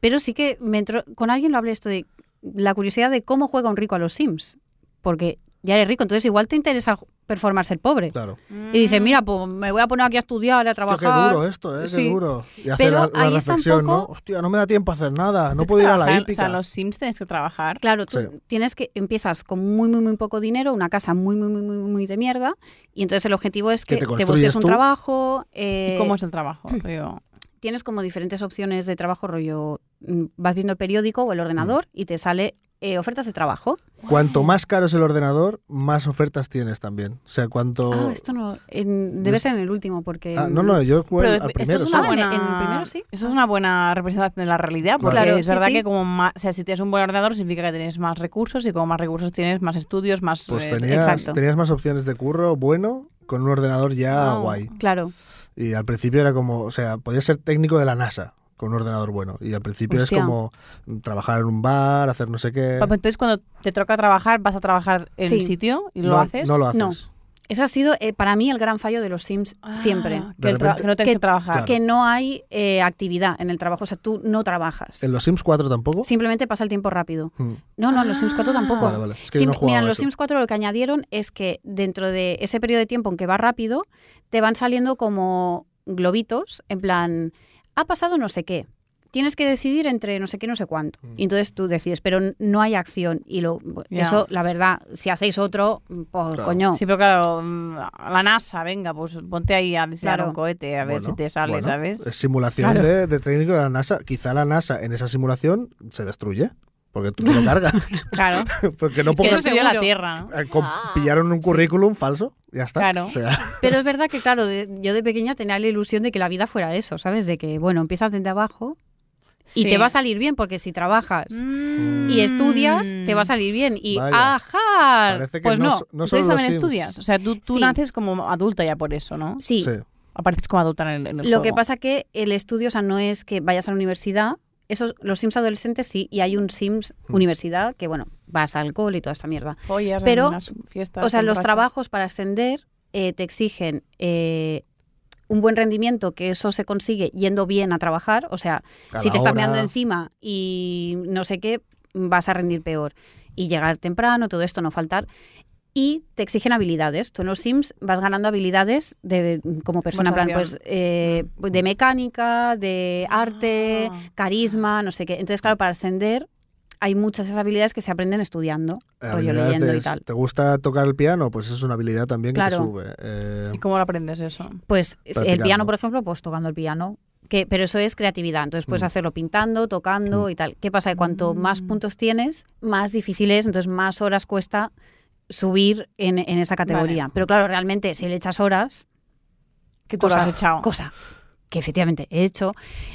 A: Pero sí que me entró, con alguien lo hablé esto de la curiosidad de cómo juega un rico a los Sims. Porque ya eres rico, entonces igual te interesa ju- performar ser pobre.
B: Claro.
C: Mm.
A: Y dices, mira, pues me voy a poner aquí a estudiar, a
B: Tío, qué
A: trabajar.
B: duro esto, ¿eh? Qué
A: Sí.
B: duro. Y hacer
A: Pero
B: la, la
A: ahí es
B: reflexión,
A: tampoco-
B: ¿no? Hostia, no me da tiempo a hacer nada. No
C: Tienes
B: puedo
C: que
B: ir a la
C: trabajar, O
B: hípica.
C: sea, los Sims tenés que trabajar.
A: Claro, tú
B: Sí.
A: tienes que empiezas con muy muy muy poco dinero, una casa muy muy muy muy muy de mierda y entonces el objetivo es que,
B: Que te
A: te, busques
B: construyes
A: un
B: tú.
A: trabajo, eh,
C: ¿Y cómo es el trabajo? Yo-
A: tienes como diferentes opciones de trabajo rollo, mm, vas viendo el periódico
B: Mm.
A: o el ordenador y te sale eh, ofertas de trabajo.
B: Cuanto más caro es el ordenador, más ofertas tienes también. O sea, cuanto...
A: Ah, esto no en- debe
B: Oh. es-
A: ser en el último porque mm,
B: Ah, no, no, yo jugué
C: Pero
B: al
C: esto
B: primero.
C: es una
B: solo.
A: Ah, en-
C: buena,
A: en primero sí.
C: Eso es una buena representación de la realidad, porque
A: Claro,
C: es
A: sí,
C: verdad
A: sí.
C: que como más, o sea, si tienes un buen ordenador significa que tienes más recursos y como más recursos tienes más estudios, más
B: Pues
C: eh,
B: tenías,
A: exacto.
B: tenías más opciones de curro bueno con un ordenador ya
C: Wow.
B: guay.
A: claro,
B: Y al principio era como, o sea, podías ser técnico de la NASA con un ordenador bueno. Y al principio
A: Hostia.
B: es como mm, trabajar en un bar, hacer no sé qué.
C: Papá, entonces cuando te toca trabajar, vas a trabajar en
A: Sí.
C: un sitio y lo
B: no,
C: haces.
B: No lo haces.
A: No. eso ha sido eh, para mí el gran fallo de los Sims
C: Ah,
A: siempre.
C: Que, el tra-
B: repente-
C: que no tienes que
A: que-
C: trabajar.
B: claro.
A: Que no hay eh, actividad en el trabajo, o sea, tú no trabajas.
B: ¿En los Sims 4 tampoco?
A: Simplemente pasa el tiempo rápido.
B: Mm.
A: No, no, los Sims 4 tampoco.
C: Ah.
B: Vale, vale. Es que
A: Sí,
B: yo no
A: mi-
B: jugaba
A: mira,
B: a
A: en los
B: eso.
A: Sims 4 lo que añadieron es que dentro de ese periodo de tiempo en que va rápido, te van saliendo como globitos, en plan, ha pasado no sé qué. Tienes que decidir entre no sé qué, no sé cuánto.
B: Mm.
A: Y entonces tú decides, pero n- no hay acción. Y lo,
C: Ya.
A: eso, la verdad, si hacéis otro, pues
B: Claro.
A: coño.
C: Sí, pero claro, mm, a la NASA, venga, pues ponte ahí a diseñar
A: Claro.
C: un cohete, a ver
B: Bueno,
C: si te sale,
B: bueno,
C: ¿sabes?
B: es Simulación
C: Claro.
B: de, de técnico de la NASA. Quizá la NASA en esa simulación se destruye. Porque tú te lo cargas.
C: Claro.
B: porque no
C: Que
A: Eso
B: puedes.
C: destruyó la
A: seguro.
C: Tierra. ¿no?
B: eh, con- pillaron un currículum falso. Ya está.
C: Claro.
B: O sea,
A: Pero es verdad que, claro, de- yo de pequeña tenía la ilusión de que la vida fuera eso, ¿sabes? De que, bueno, empiezas desde abajo y
C: Sí. Mm.
A: te va a salir bien, porque si trabajas y estudias, te va a salir bien. Y
B: Vaya.
A: ¡ajá!
B: parece que
C: Pues no,
B: so- no solo
C: entonces
B: los
C: también
B: Sims.
C: estudias. O sea, tú, tú
A: Sí.
C: naces como adulta ya por eso, ¿no?
A: Sí,
B: Sí.
C: Apareces como adulta en el, en el
A: lo que
C: juego.
A: pasa que el estudio, o sea, no es que vayas a la universidad. Esos, los Sims adolescentes sí, y hay un Sims
B: Hmm. universidad
A: universidad que, bueno, vas a alcohol y toda esta mierda.
C: Follas en
A: pero,
C: unas fiestas
A: O sea,
C: con
A: los
C: borrachos.
A: trabajos para ascender eh, te exigen eh, un buen rendimiento, que eso se consigue yendo bien a trabajar. O sea,
B: A
A: si
B: la
A: te estás
B: hora,
A: meando encima y no sé qué, vas a rendir peor. Y llegar temprano, todo esto, no faltar. Y te exigen habilidades. Tú en los Sims vas ganando habilidades de, como persona, en plan, pues,
C: Conversación.
A: eh, de mecánica, de arte,
C: Ah.
A: carisma, no sé qué. Entonces, claro, para ascender hay muchas de esas habilidades que se aprenden estudiando, rollo
B: eh, habilidades
A: leyendo
B: de-
A: y tal.
B: ¿Te gusta tocar el piano? Pues eso es una habilidad también que te
A: Claro.
B: sube. Eh,
C: ¿Y cómo lo aprendes eso?
A: Pues el
B: Practicando.
A: piano, por ejemplo, pues tocando el piano. Que, pero eso es creatividad, entonces puedes
B: Mm.
A: hacerlo pintando, tocando y tal. ¿Qué pasa? Que cuanto más
C: Mm.
A: puntos tienes, más difícil es, entonces más horas cuesta subir en, en esa categoría. Pero claro, realmente si le echas horas,
C: Que tú lo
A: Cosa-
C: has echado.
A: cosa que efectivamente he hecho.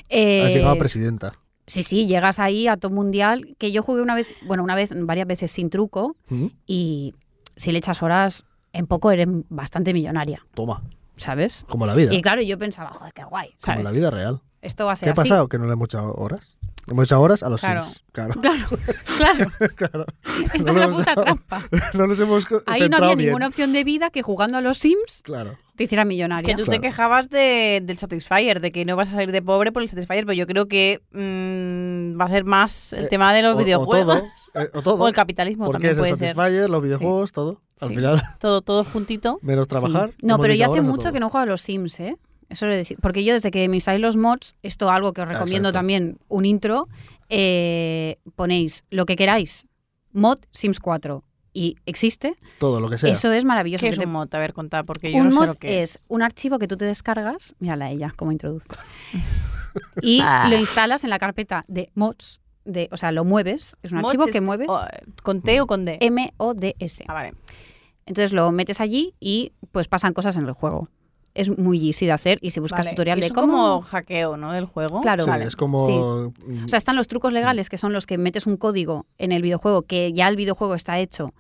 A: eh,
B: has llegado a presidenta.
A: sí, sí, llegas ahí a top mundial, que yo jugué una vez, bueno, una vez, varias veces sin truco,
B: ¿Mm?
A: y si le echas horas, en poco eres bastante millonaria,
B: Toma,
A: ¿sabes?
B: como la vida.
A: Y claro, yo pensaba, joder, qué guay.
B: como
A: ¿sabes?
B: la vida real.
A: Esto va a
B: ¿Qué
A: ser
B: ha
A: así.
B: pasado? Que no le hemos echado horas. Hemos echado horas a los
C: Claro.
B: Sims. Claro.
A: Claro, claro. Esta
B: No
A: es la
B: nos
A: puta
B: hemos-
A: trampa.
B: no nos hemos co-
A: Ahí no
B: centrado
A: había
B: bien.
A: ninguna opción de vida que jugando a los Sims
B: Claro.
A: te hiciera
C: Que
A: millonaria.
C: tú
B: Claro.
C: te quejabas de, del Satisfyer, de que no vas a salir de pobre por el Satisfyer, pero yo creo que mm, va a ser más el
B: Eh,
C: tema de los
B: o, o
C: videojuegos.
B: todo. eh, o todo.
C: O el capitalismo
B: Porque
C: también
B: es el
C: puede ser.
B: Satisfyer, los videojuegos, todo. Al
C: Sí.
B: final,
C: Todo, todo juntito.
B: menos trabajar.
A: Sí. No,
B: hemos
A: pero yo
B: dedicado
A: hace
B: horas a
A: mucho
B: todo.
A: que no juego a los Sims, ¿eh? Eso lo he de decir. Porque yo desde que me instaléis los mods, esto algo que os
B: Ah,
A: recomiendo
B: exacto.
A: también, un intro, eh, ponéis lo que queráis. Mod Sims 4. y existe,
B: todo lo que sea.
A: eso es maravilloso.
C: ¿Qué
A: que
C: es
A: te-
C: un mod? A ver, contá, porque yo
A: un
C: no
A: mod
C: sé lo que
A: es un archivo que tú te descargas, mírala ella como introduce, y
C: Ah.
A: lo instalas en la carpeta de mods, de, o sea, lo mueves, es un
C: Mods
A: archivo
C: es-
A: que mueves,
C: o, eh, ¿Con
B: Mm.
C: T o con D?
A: M-O-D-S.
C: Ah, vale.
A: Entonces lo metes allí y pues pasan cosas en el juego. Es muy easy de hacer y si buscas
C: Vale.
A: tutorial
C: Es
A: de cómo...
C: como hackeo, ¿no? Del juego.
A: Claro,
B: Sí,
A: vale.
B: es como... mm,
A: Sí. O sea, están los trucos legales que son los que metes un código en el videojuego, que ya el videojuego está hecho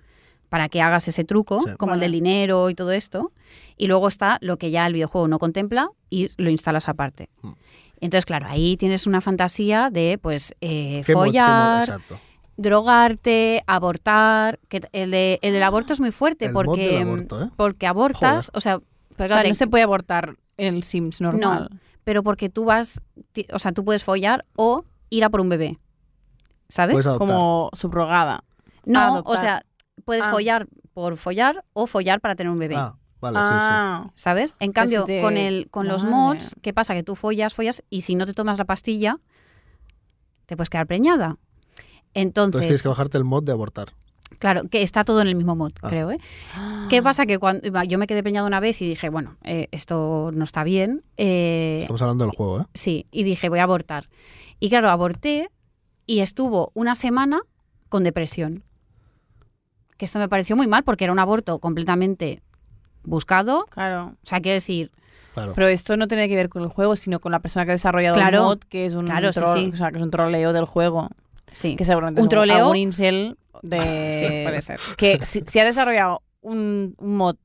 A: para que hagas ese truco,
B: Sí.
A: como
C: Vale.
A: el del dinero y todo esto. Y luego está lo que ya el videojuego no contempla y lo instalas aparte.
B: Mm.
A: Entonces, claro, ahí tienes una fantasía de, pues, eh,
B: ¿qué mods, qué mods?
A: follar,
B: Exacto.
A: drogarte, abortar. Que el, de- el del aborto es muy fuerte
B: El mod
A: porque, mm,
B: del aborto, ¿eh?
A: porque abortas,
B: Joder.
A: o sea,
C: O
A: pero,
C: sea,
A: claro,
C: no
A: te-
C: se puede abortar en el Sims normal.
A: pero porque tú vas, ti- o sea, tú puedes follar o ir a por un bebé. ¿Sabes?
B: Puedes adoptar.
C: Como subrogada.
A: No,
C: Adoptar.
A: o sea, puedes
C: Ah.
A: follar por follar o follar para tener un bebé.
B: Ah, vale, sí,
A: ¿Sabes? En cambio,
C: si te-
A: con, el, con los
C: Madre.
A: mods, ¿qué pasa? Que tú follas, follas y si no te tomas la pastilla, te puedes quedar preñada.
B: sí. Entonces tienes
A: Entonces,
B: que bajarte el mod de abortar.
A: claro, que está todo en el mismo mod,
B: Ah.
A: creo. ¿eh?
C: Ah.
A: ¿Qué pasa? Que cuando iba- yo me quedé preñada una vez y dije, bueno, eh, esto no está bien. eh,
B: Estamos hablando del juego, ¿eh?
A: sí, y dije, voy a abortar. Y claro, aborté y estuvo una semana con depresión. Que esto me pareció muy mal porque era un aborto completamente buscado.
C: Claro.
A: O sea, quiero decir,
B: Claro.
C: Pero esto no tiene que ver con el juego, sino con la persona que ha desarrollado el
A: Claro.
C: mod, que es un
A: Claro, sí,
C: troll,
A: sí.
C: o sea, que es un troleo del juego,
A: sí.
C: que seguramente
A: Un
C: es
A: troleo.
C: algún incel de
A: Sí, puede ser.
C: que si, si ha desarrollado un, un mod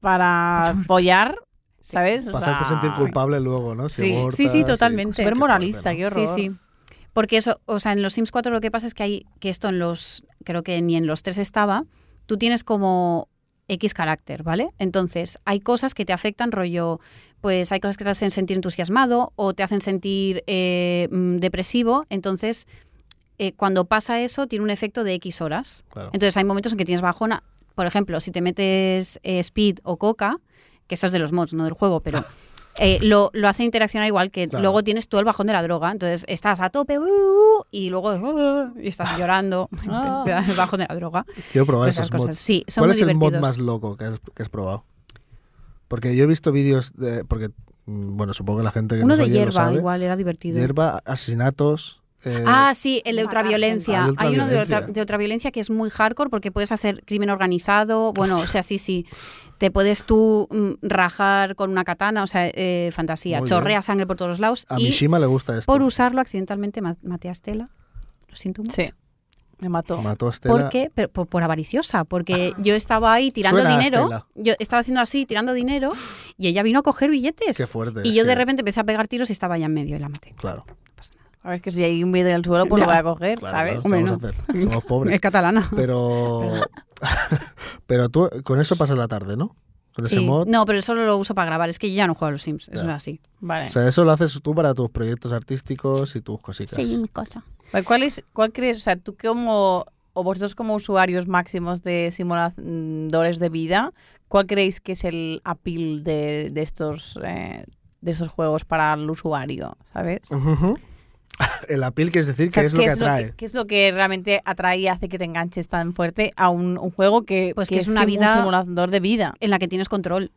C: para follar, ¿sabes? O
B: Para hacerte
C: sea,
B: sentir culpable luego, ¿no? Si
A: Sí.
B: abortas,
A: Sí, sí,
B: si-
A: totalmente.
B: qué
C: Súper moralista,
B: fuerte,
C: qué
B: ¿no?
C: horror.
A: Sí, sí. Porque eso, o sea, en los Sims 4 lo que pasa es que hay, que esto en los, creo que ni en los 3 estaba, tú tienes como X carácter, ¿vale? Entonces, hay cosas que te afectan, rollo, pues hay cosas que te hacen sentir entusiasmado o te hacen sentir eh, mm, depresivo, entonces, eh, cuando pasa eso, tiene un efecto de X horas.
B: Claro.
A: Entonces, hay momentos en que tienes bajona, por ejemplo, si te metes eh, Speed o Coca, que esto es de los mods, no del juego, pero... eh, lo, lo hacen interaccionar igual que
B: Claro.
A: luego tienes tú el bajón de la droga. Entonces estás a tope uh, uh, y luego uh, y estás llorando. te, te da el bajón de la droga.
B: Quiero probar
A: Todas
B: Ah. esos
A: Pues esas cosas.
B: mods.
A: Sí, son
B: ¿Cuál
A: muy
B: es el mod
A: divertidos.
B: más loco que has, que has probado? Porque yo he visto vídeos de... Porque, mm, bueno, supongo que la gente que
A: Uno
B: nos
A: de
B: oye lo
A: hierba,
B: sabe.
A: igual, era divertido.
B: Hierba, asesinatos... eh,
A: Ah, sí, el de
C: Matar
A: ultraviolencia.
B: gente. Ah, de
A: Hay uno de,
B: ultraviolencia.
A: ultra- de ultraviolencia que es muy hardcore porque puedes hacer crimen organizado. Bueno, o sea, sí, sí. Te puedes tú mm, rajar con una katana, o sea, eh, fantasía.
B: Muy
A: Chorrea
B: bien.
A: sangre por todos los lados.
B: a
A: y
B: Mishima le gusta esto.
A: por usarlo accidentalmente, ma- maté a Estela. Lo siento mucho.
C: Sí, me mató.
B: Mató a Estela.
A: ¿Por qué? Pero por, por avariciosa, porque yo estaba ahí tirando
B: Suena a Estela.
A: dinero, yo estaba haciendo así, tirando dinero, y ella vino a coger billetes.
B: Qué fuerte,
A: Y yo
B: sí.
A: de repente empecé a pegar tiros y estaba ya en medio y la maté.
B: Claro,
C: A ver, que si hay un vídeo en el suelo, pues lo
A: Ya.
C: voy a coger,
B: claro,
C: ¿sabes?
B: claro, ¿qué
A: Hombre,
B: vamos a hacer? Somos pobres.
A: Es catalana.
B: Pero. pero tú, con eso pasas la tarde, ¿no? Con ese
A: Sí.
B: mod.
A: No, pero solo lo uso para grabar, es que yo ya no juego a los Sims, eso
B: Ya.
A: es así.
C: Vale.
B: O sea, eso lo haces tú para tus proyectos artísticos y tus cositas.
A: Sí, mi cosa.
C: Vale, ¿Cuál, es, ¿Cuál crees, o sea, tú como, o vosotros como usuarios máximos de simuladores de vida, cuál creéis que es el appeal de, de estos, eh, de estos juegos para el usuario, ¿sabes?
B: Ujú. El apil, que es decir,
C: O sea,
B: que es lo que
C: Lo que,
B: atrae.
C: ¿Qué es lo que realmente atrae y hace que te enganches tan fuerte a un, un juego que,
A: Pues que es una
C: sim-
A: vida-
C: un simulador de vida?
A: En la que tienes control,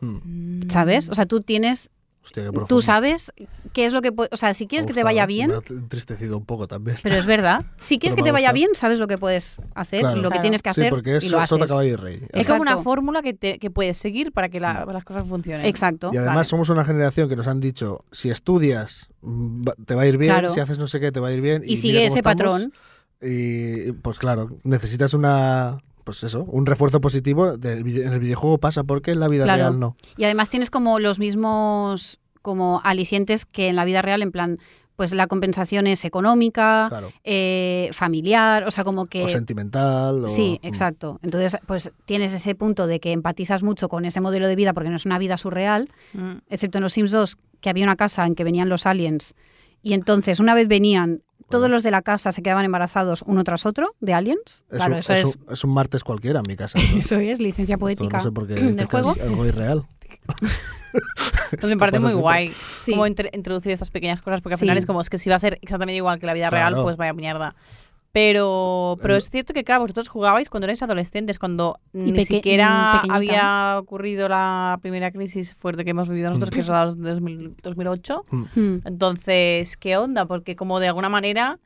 B: Mm.
A: ¿sabes? O sea, tú tienes,
B: Hostia, qué
A: tú
B: profundo.
A: sabes qué es lo que, pue- o sea, si quieres
B: Me
A: que
B: ha
A: te vaya bien,
B: gustado, Me ha entristecido un poco también.
A: pero es verdad, si quieres
B: Pero
A: que
B: me
A: te
B: ha
A: vaya
B: gustado.
A: bien, sabes lo que puedes hacer
B: Claro.
A: y lo que
C: Claro.
A: tienes que hacer
B: Sí, porque es
A: y lo haces.
B: sota, caballo y rey.
C: Es como una
A: Exacto.
C: fórmula que, te- que puedes seguir para que
B: Mm.
C: la- las cosas funcionen.
A: Exacto.
B: Y además
C: Vale.
B: somos una generación que nos han dicho, si estudias mm, va- te va a ir bien,
A: Claro.
B: si haces no sé qué te va a ir bien.
A: Y
B: mira
A: sigue
B: cómo
A: ese
B: estamos.
A: patrón.
B: Y pues claro, necesitas una... Pues eso, un refuerzo positivo del vide- en el videojuego pasa porque en la vida
A: Claro.
B: real no.
A: Y además tienes como los mismos como alicientes que en la vida real, en plan, pues la compensación es económica,
B: Claro.
A: eh, familiar, o sea, como Ah, que...
B: o sentimental. o-
A: Sí,
B: mm,
A: exacto. Entonces, pues tienes ese punto de que empatizas mucho con ese modelo de vida porque no es una vida surreal,
C: Mm.
A: excepto en los Sims 2, que había una casa en que venían los aliens. Y entonces, una vez venían, todos
B: Bueno.
A: los de la casa se quedaban embarazados uno tras otro de aliens.
B: Es,
A: claro,
B: un,
A: eso
B: es
A: es,
B: un- es un martes cualquiera en mi casa. ¿no?
A: eso es licencia
B: Entonces,
A: poética
B: no sé por qué dices
A: del
B: que
A: juego.
B: es algo irreal.
C: Entonces me parece
B: pasa
C: muy
B: siempre.
C: guay
A: Sí.
C: cómo entre- introducir estas pequeñas cosas, porque al final
A: Sí.
C: es como, es que si va a ser exactamente igual que la vida
B: Claro.
C: real, pues vaya mierda. Pero, pero
B: Em-
C: es cierto que, claro, vosotros jugabais cuando erais adolescentes, cuando ni
A: peque- mm,
C: siquiera
A: pequeñita.
C: había ocurrido la primera crisis fuerte que hemos vivido nosotros, que es la de 2000 2008.
A: Mm.
C: Entonces, ¿qué onda? Porque como de alguna manera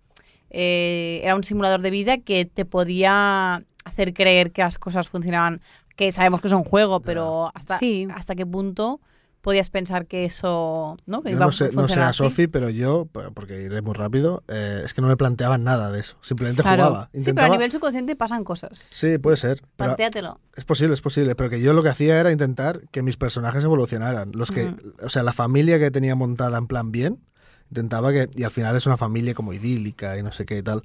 C: eh, era un simulador de vida que te podía hacer creer que las cosas funcionaban, que sabemos que es un juego, pero hasta,
A: Sí.
C: hasta qué punto podías pensar que eso no,
A: Pues
C: que
B: Yo
C: iba
B: no
C: a
B: sé, no sé
C: funcionar
B: a
C: así?
B: Sofi, pero yo, p- porque iré muy rápido, eh, es que no me planteaban nada de eso. Simplemente
A: Claro.
B: jugaba.
C: Sí, pero a
B: Intentaba-
C: nivel subconsciente pasan cosas.
B: Sí, puede ser. pero
C: Plantéatelo.
B: es posible, es posible. Pero que yo lo que hacía era intentar que mis personajes evolucionaran. Los que, O sea, la familia que tenía montada en plan bien, intentaba que... Y al final es una familia como idílica y no sé qué y tal.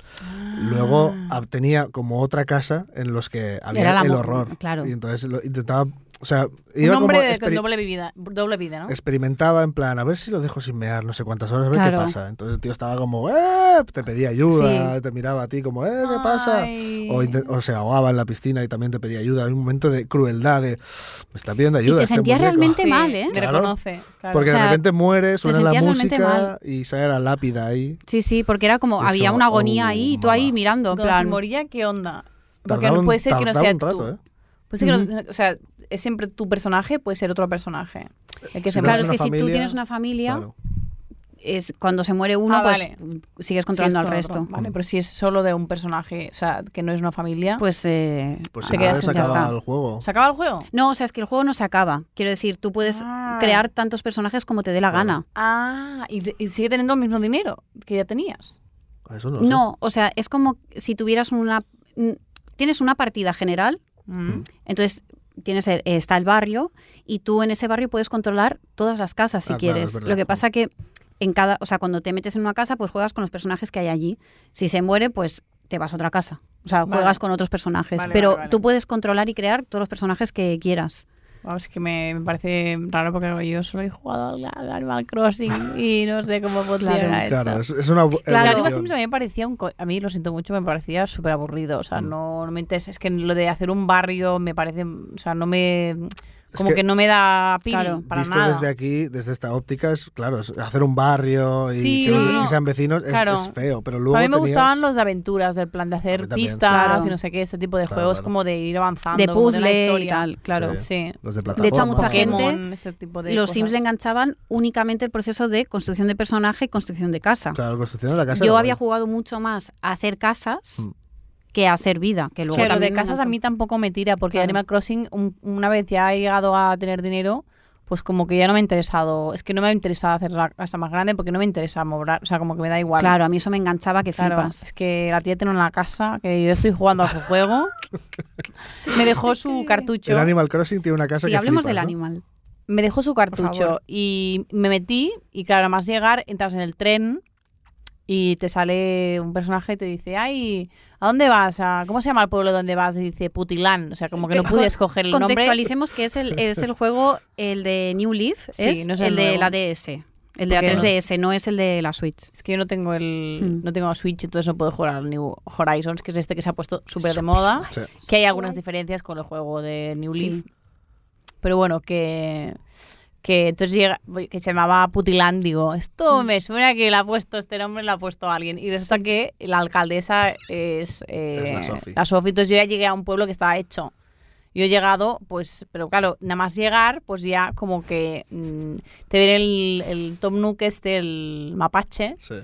B: Luego ab- tenía como otra casa en los que
A: Era
B: había
A: la
B: el
A: mo-
B: horror.
A: claro.
B: Y entonces lo intentaba... O sea,
C: Un
B: iba como
C: hombre de- con
B: experi-
C: doble vida, doble vida, ¿no?
B: experimentaba en plan, a ver si lo dejo sin mear no sé cuántas horas, a ver
A: Claro.
B: qué pasa. Entonces el tío estaba como, ¡eh! Te pedía ayuda, te miraba a ti como, ¡eh! ¿Qué pasa?
C: Ay.
B: O, inte- o se ahogaba en la piscina y también te pedía ayuda. Hay un momento de crueldad, de, me está pidiendo
A: Y
B: ayuda.
A: te
B: este
A: sentías
B: muñeco".
A: realmente mal, ¿eh?
C: Te
B: Claro.
C: reconoce. claro.
B: Porque
A: o sea,
B: de repente muere, suena la
A: sentías realmente
B: música
A: mal.
B: y sale la lápida ahí.
A: Sí, sí, porque era como,
B: Y es
A: había
B: como,
A: una agonía
B: "Oh,
A: ahí y tú
B: mamá".
A: ahí mirando, en
C: Cuando se
A: plan,
C: moría, ¿qué onda? Porque
B: Tardaba
C: no
B: un-
C: puede ser que no
B: tardaba
C: sea
B: un rato,
C: tú.
B: ¿eh?
C: Pues sí que no- o sea, es siempre tu personaje, puede ser otro personaje. El que
B: Si
C: se
B: no
A: claro,
B: es
A: es
B: una
A: que si tú
B: familia,
A: tienes una familia,
B: Claro.
A: es cuando se muere uno,
C: Ah,
A: pues
C: vale.
A: mm, sigues controlando
C: Sí, es
A: al
C: con
A: resto.
C: otro. Vale, pero si es solo de un personaje, o sea, que no es una familia,
A: Pues, eh,
B: Pues
C: Te
B: si
C: quedas
B: mueres,
C: en- ya
B: acaba
A: está.
B: el juego.
C: ¿se acaba el juego?
A: no, o sea, es que el juego no se acaba. Quiero decir, tú puedes
C: Ah.
A: crear tantos personajes como te dé la gana.
C: Ah, y, te- y sigue teniendo el mismo dinero que ya tenías.
B: Eso no, lo sé.
A: No, o sea, es como si tuvieras una... mm, Tienes una partida general,
C: Mm.
A: entonces tienes el- está el barrio y tú en ese barrio puedes controlar todas las casas si
B: Ah, claro,
A: quieres.
B: es verdad.
A: Lo que pasa que en cada, o sea, cuando te metes en una casa, pues juegas con los personajes que hay allí. Si se muere, pues te vas a otra casa. O sea,
C: Vale.
A: juegas con otros personajes,
C: Vale,
A: pero
C: vale, vale.
A: tú puedes controlar y crear todos los personajes que quieras.
C: Vamos, que me, me parece raro porque yo solo he jugado al al Animal Crossing y no sé cómo funciona esto.
B: Claro, es, es una bu-
A: Claro.
C: El Animal
B: evolución.
C: Crossing a mí me parecía un co- a mí lo siento mucho, me parecía súper aburrido, o
B: Mm.
C: sea, no, no me interesa, es que lo de hacer un barrio me parece, o sea, no me como que,
B: que-
C: no me da pil
A: Claro.
C: para
B: Visto
C: nada.
B: desde aquí, desde esta óptica, es claro, es hacer un barrio y
C: Sí,
B: chicos
C: no, no.
B: que sean vecinos es,
C: Claro.
B: es feo, pero luego
C: a mí me
B: tenías-
C: gustaban los de aventuras, del plan de
B: A
C: hacer
B: mí también, sí.
C: pistas
A: Claro.
C: y no sé qué, este tipo de
B: Claro,
C: juegos
B: claro.
C: como de ir avanzando,
A: de
C: como una
A: puzzle y
C: historia.
A: tal, claro.
B: Sí.
C: Sí.
B: los de
A: De hecho, a mucha
B: plataforma.
A: gente-
C: Pokémon, ese tipo de
A: Los
C: cosas.
A: Sims le enganchaban únicamente el proceso de construcción de personaje y construcción de casa.
B: Claro, la construcción de la casa.
A: Yo
B: era
A: había
B: guay.
A: jugado mucho más a hacer casas
B: Mm.
A: que a hacer vida, que
C: Es
A: luego
C: que lo de
A: también me
C: casas a
A: enganchó.
C: mí tampoco me tira, porque
A: Claro.
C: Animal Crossing, un- una vez ya he llegado a tener dinero, pues como que ya no me ha interesado. Es que no me ha interesado hacer la casa más grande porque no me interesa mobrar. O sea, como que me da igual.
A: Claro, a mí eso me enganchaba que
C: Claro,
A: flipas.
C: es que la tía tiene una casa, que yo estoy jugando a su juego. Me dejó su cartucho.
B: El Animal Crossing tiene una casa
A: Sí,
B: que
A: hablemos
B: flipas,
A: del
B: ¿no?
A: animal.
C: Me dejó su cartucho
A: favor.
C: y me metí y claro, más llegar, entras en el tren y te sale un personaje y te dice, ay, ¿a dónde vas? ¿A- ¿Cómo se llama el pueblo donde vas? Y dice Putilán, o sea, como que no
A: Eh, Con-
C: pude escoger el nombre.
A: Contextualicemos que es el, es el juego, el de New Leaf,
C: Sí,
A: es
C: no es el
A: el, de
C: nuevo.
A: la DS, el de la
C: Porque-
A: 3DS, no es el de la Switch.
C: Es que yo no tengo el
A: Hmm.
C: no tengo Switch, entonces no puedo jugar al New Horizons, que es este que se ha puesto súper de moda,
B: Sí.
C: que hay algunas diferencias con el juego de New
A: Sí.
C: Leaf, Pero bueno, que, que entonces llega, que se llamaba Putilán, digo,
A: Mm.
C: esto me suena que le ha puesto este nombre, le ha puesto alguien. Y resulta que la alcaldesa es, eh,
B: Es la Sofi.
C: la Sofi. Entonces yo ya llegué a un pueblo que estaba hecho. Yo he llegado, pues, pero claro, nada más llegar, pues ya como que mm, te viene el, el Tom Nook este, el mapache,
B: Sí.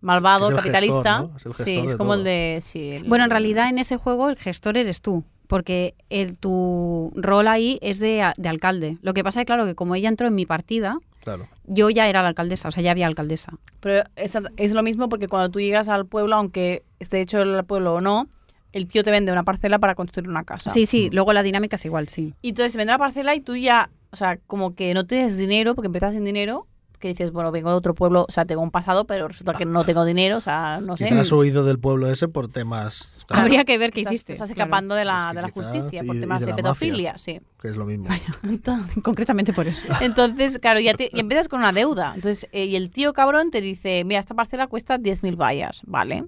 C: malvado,
B: Es el
C: capitalista.
B: gestor, ¿no? Es el
C: sí,
B: gestor
C: es
B: de
C: como el
B: todo.
C: de... sí, el-
A: Bueno, en realidad en ese juego el gestor eres tú, porque el, tu rol ahí es de, a- de alcalde. Lo que pasa es, claro, que como ella entró en mi partida,
B: Claro.
A: yo ya era la alcaldesa, o sea, ya había alcaldesa.
C: Pero es, es lo mismo porque cuando tú llegas al pueblo, aunque esté hecho el pueblo o no, el tío te vende una parcela para construir una casa.
A: Sí, sí, luego la dinámica es igual, sí.
C: Y entonces se vende la parcela y tú ya, o sea, como que no tienes dinero porque empiezas sin dinero, que dices, bueno, vengo de otro pueblo, o sea, tengo un pasado, pero resulta que no tengo dinero, o sea, no sé.
B: Quizás has huido del pueblo ese por temas. claro,
A: Habría que ver qué
C: Estás-
A: hiciste.
C: Estás
A: claro.
C: escapando de la,
B: Es que
C: de la
B: quizás,
C: justicia por
B: y- y
C: temas
B: de
C: de,
B: la
C: pedofilia, sí.
B: que es lo mismo.
A: Concretamente por eso.
C: Entonces, claro, ya te, y empiezas con una deuda. Entonces, eh, y el tío cabrón te dice, mira, esta parcela cuesta 10.000 vallas, ¿vale?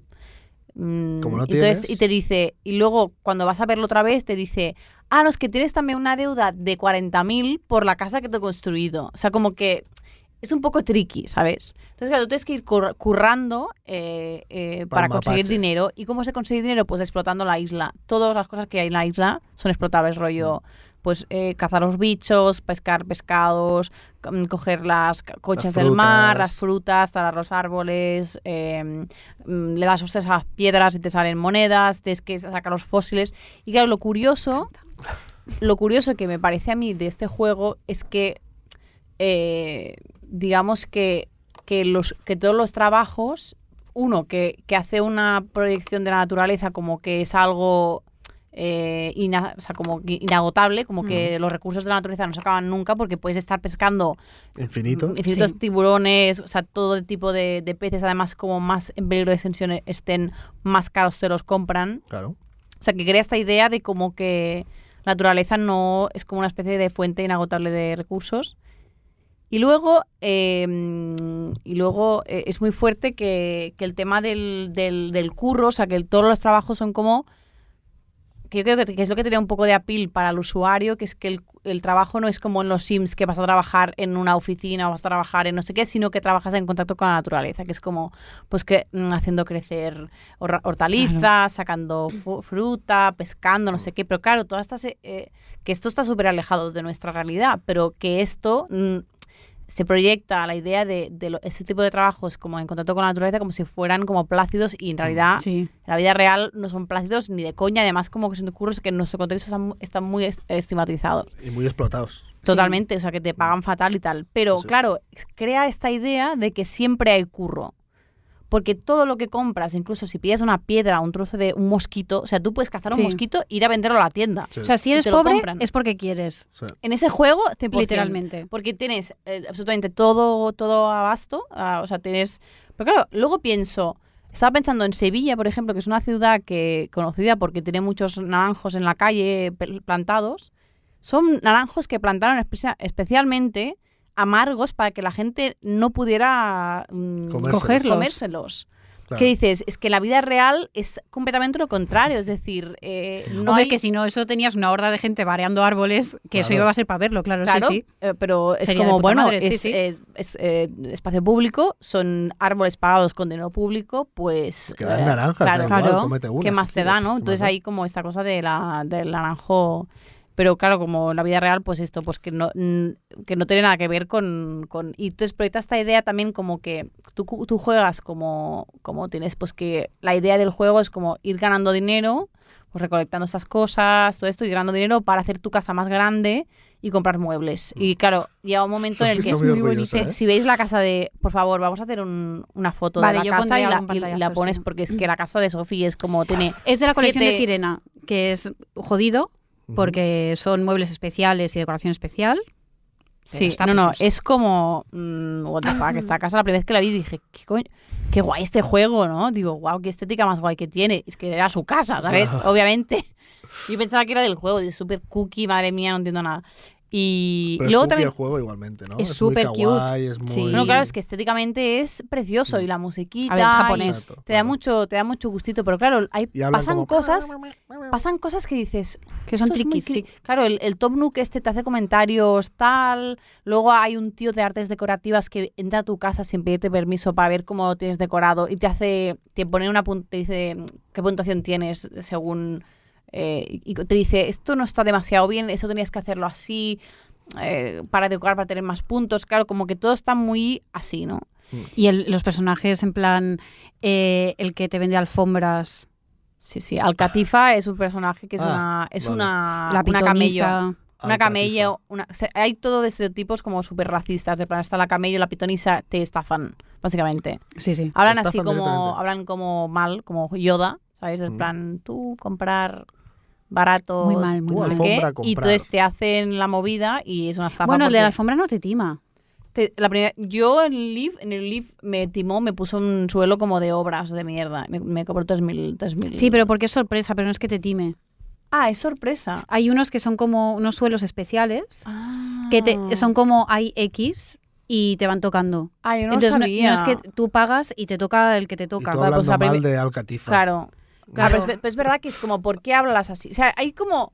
C: Mm,
B: Como no
C: entonces,
B: tienes-
C: y te dice, y luego cuando vas a verlo otra vez, te dice, ah, no, es que tienes también una deuda de 40.000 por la casa que te he construido. O sea, como que es un poco tricky, ¿sabes? Entonces, claro, tú tienes que ir cur- currando eh, eh,
B: Para
C: para
B: el
C: conseguir
B: mapache.
C: dinero. ¿Y cómo se consigue dinero? Pues explotando la isla. Todas las cosas que hay en la isla son explotables,
B: Mm.
C: rollo, pues eh, cazar los bichos, pescar pescados, co- mm, coger las c- conchas del mar,
B: frutas.
C: las frutas, talar los árboles, eh, mm, le das hostias a las piedras y te salen monedas, tienes que sacar los fósiles. Y claro, lo curioso, lo curioso que me parece a mí de este juego es que eh, digamos que, que, los, que todos los trabajos, uno, que, que hace una proyección de la naturaleza como que es algo eh, ina- o sea, como que inagotable, como que los recursos de la naturaleza no se acaban nunca porque puedes estar pescando
B: Infinito.
C: infinitos
A: Sí.
C: tiburones, o sea, todo tipo de, de peces, además como más en peligro de extinción estén, más caros se los compran.
B: Claro.
C: O sea, que crea esta idea de como que la naturaleza no es como una especie de fuente inagotable de recursos. Y luego, eh, mm, y luego eh, es muy fuerte que, que el tema del, del, del curro, o sea, que el- todos los trabajos son como... Que yo creo que, que es lo que tenía un poco de apil para el usuario, que es que el, el trabajo no es como en los Sims, que vas a trabajar en una oficina o vas a trabajar en no sé qué, sino que trabajas en contacto con la naturaleza, que es como pues cre- mm, haciendo crecer horra- hortalizas, sacando fu- fruta, pescando, no sé qué. Pero claro, todas estas eh, eh, que esto está súper alejado de nuestra realidad, pero que esto mm, se proyecta a la idea de, de lo- ese tipo de trabajos como en contacto con la naturaleza como si fueran como plácidos y en realidad
A: Mm, Sí.
C: en la vida real no son plácidos ni de coña, además como que son curros que en nuestro contexto están, mu- están muy est- estigmatizados.
B: Y muy explotados.
C: Totalmente, o sea, que te pagan fatal y tal. Pero
B: Sí.
C: claro, crea esta idea de que siempre hay curro. Porque todo lo que compras, incluso si pillas una piedra, un trozo de un mosquito, o sea, tú puedes cazar
A: Sí.
C: un mosquito e ir a venderlo a la tienda.
B: Sí.
A: O sea, si
C: Y
A: eres
C: te lo
A: pobre
C: compran.
A: es porque quieres,
B: Sí.
C: En ese juego, 100%.
A: literalmente.
C: Porque tienes eh, absolutamente todo, todo abasto. ah, o sea, tienes. Pero claro, luego pienso. Estaba pensando en Sevilla, por ejemplo, que es una ciudad que conocida porque tiene muchos naranjos en la calle pe- plantados. Son naranjos que plantaron espe- especialmente amargos para que la gente no pudiera mm,
B: Comérselos.
A: Cogerlos.
C: comérselos.
B: Claro.
C: ¿Qué dices? Es que la vida real es completamente lo contrario. Es decir, eh, no
A: Hombre,
C: hay...
A: que si no, eso tenías una horda de gente bareando árboles, que eso
B: Claro.
A: iba a ser para verlo, claro,
C: Claro,
A: sí, sí.
C: eh, pero es
A: Sería de
C: como,
A: puta
C: bueno,
A: madre, sí,
C: es,
A: sí.
C: eh, es, eh, espacio público, son árboles pagados con dinero público, pues...
B: Que dan
C: eh,
B: naranjas,
C: claro,
B: da igual,
A: claro.
B: cómete una.
C: ¿Qué
B: si
C: más te
B: quieres.
C: da, no? Entonces
B: Claro.
C: hay como esta cosa de la, del naranjo... Pero claro, como en la vida real, pues esto, pues que no, mm, que no tiene nada que ver con... con- y entonces proyecta esta idea también como que tú, cu- tú juegas como, como tienes, pues que la idea del juego es como ir ganando dinero, pues recolectando estas cosas, todo esto, y ganando dinero para hacer tu casa más grande y comprar muebles. Y claro, llega un momento en el que
B: Está Mm. muy orgullosa,
C: si,
B: ¿eh?
C: si veis la casa de, por favor, vamos a hacer un- una foto
A: Vale,
C: de
A: yo
C: la casa
A: pondré
C: y la,
A: algún
C: y- y la
A: pantallazo,
C: pones
A: sí.
C: porque es que la casa de Sofía es como tiene
A: Es de la colección de
C: siete-
A: Sirena, que es jodido
B: Ujú.
A: porque son muebles especiales y decoración especial.
C: Sí,
A: está
C: no, no,
A: preciosa.
C: es como. mm, what the fuck, esta casa, la primera vez que la vi dije, qué coño, qué guay este juego, ¿no? Digo, wow, qué estética más guay que tiene. Es que era su casa, ¿sabes?
B: Ah.
C: Obviamente. Yo pensaba que era del juego, de super cookie, madre mía, no entiendo nada. Y
B: Pero es
C: luego
B: cookie
C: también.
B: el juego igualmente, ¿no?
A: es
B: muy
A: súper
B: kawaii, Es
A: Sí.
B: muy... Mm.
C: No, claro, es que estéticamente es precioso y la musiquita.
A: A ver, es
C: y
A: japonés.
B: Exacto,
C: Te da,
B: claro.
C: mucho, te da mucho gustito, pero claro, hay,
B: Y hablan
C: pasan
B: como-
C: cosas pasan cosas que dices
A: Que son
C: "Esto es muy
A: triquis,
C: cri-". Claro, el, el Top Nook este te hace comentarios tal. Luego hay un tío de artes decorativas que entra a tu casa sin pedirte permiso para ver cómo lo tienes decorado y te hace, te pone una pun- te dice mm, qué puntuación tienes según eh, y te dice esto no está demasiado bien, eso tenías que hacerlo así eh, para decorar para tener más puntos. Claro, como que todo está muy así, ¿no?
A: Y el- los personajes, en plan, eh, el que te vende alfombras,
C: Sí, sí. Alcatifa es un personaje que es
B: Ah,
C: una es
B: vale.
C: una
A: la
C: Ah, una camello.
A: pitonisa.
C: Una
B: Al
C: camella,
B: catifa.
C: una, o sea, hay todo de estereotipos como súper racistas, de plan, está la camello, la pitonisa, te estafan, básicamente.
A: Sí, sí.
C: Hablan
B: Estafan
C: así como,
B: directamente.
C: hablan como mal, como Yoda, ¿sabes? En
B: Mm.
C: plan, tú comprar barato,
A: Muy mal, muy
B: Tú,
A: mal.
C: no sé qué,
B: Alfombra a
C: y
B: comprar.
C: entonces te hacen la movida y es una estafa.
A: Bueno, el de
C: porque
A: la alfombra no te tima.
C: te- la primera, yo en el Leaf, en el Leaf me timó, me puso un suelo como de obras de mierda, me, me cobró 3.000, 3.000.
A: Sí, pero porque es sorpresa, pero no es que te time.
C: Ah, es sorpresa.
A: Hay unos que son como unos suelos especiales, que
C: Ah.
A: te, son como hay X y te van tocando.
C: Ah, yo no lo
A: Entonces, no, no
C: sabía.
A: es que tú pagas y te toca el que te
B: Y
A: toca.
B: tú
C: Vale, pues
B: hablando
C: la
B: mal
C: primer-
B: de Alcatifa.
C: Claro.
A: Claro.
C: Claro, pero es, ve- pero es verdad que es como, ¿por qué hablas así? O sea, hay como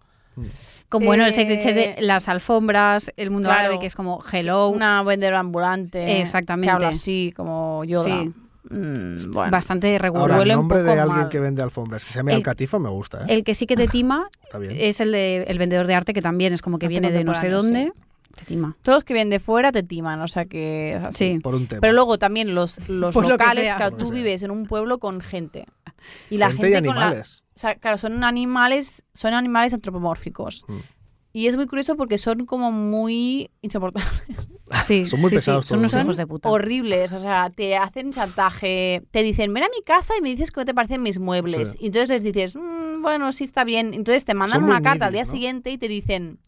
A: Como bueno, el
C: Eh,
A: Secret Set de las alfombras, el mundo
C: claro.
A: árabe, que es como hello,
C: Una vendedora ambulante.
A: Exactamente.
C: Que habla así, como yo.
A: Sí.
C: bueno.
A: bastante regular.
B: Ahora, ¿eh? el
C: huele un
B: nombre de
C: poco
B: alguien
C: mal.
B: que vende alfombras, que se llame
A: El-
B: Alcatifa, me gusta, ¿eh?
A: El que sí que te tima
B: Está bien.
C: eh,
A: es el de el vendedor de arte, que también es como que
C: Arte
A: viene de no sé
C: contemporáneo,
A: dónde. Te tima.
C: Todos que vienen de fuera te timan, o sea que.
B: Ah,
C: es así.
A: Sí.
B: Por un tema.
C: Pero luego también los, los
A: Por lo que
C: locales,
A: sea.
C: claro,
B: Por lo
C: tú
B: que sea.
C: vives en un pueblo con gente. Y la
B: Gente
C: gente,
B: y
C: con la-
B: animales.
C: o sea, claro, son animales, son animales antropomórficos.
B: Mm.
C: Y es muy curioso porque son como muy insoportables,
A: Sí,
B: Son muy
A: sí, sí,
B: pesados
A: Son
B: todos,
A: unos
B: ¿eh?
A: hijos de puta.
C: horribles. O sea, te hacen chantaje, te dicen, ven a mi casa y me dices qué te parecen mis muebles.
B: Sí.
C: Y entonces les dices, "Mm, bueno, sí está bien. Entonces te mandan
B: Son muy
C: una carta al día
B: needies, ¿no?
C: siguiente y te dicen,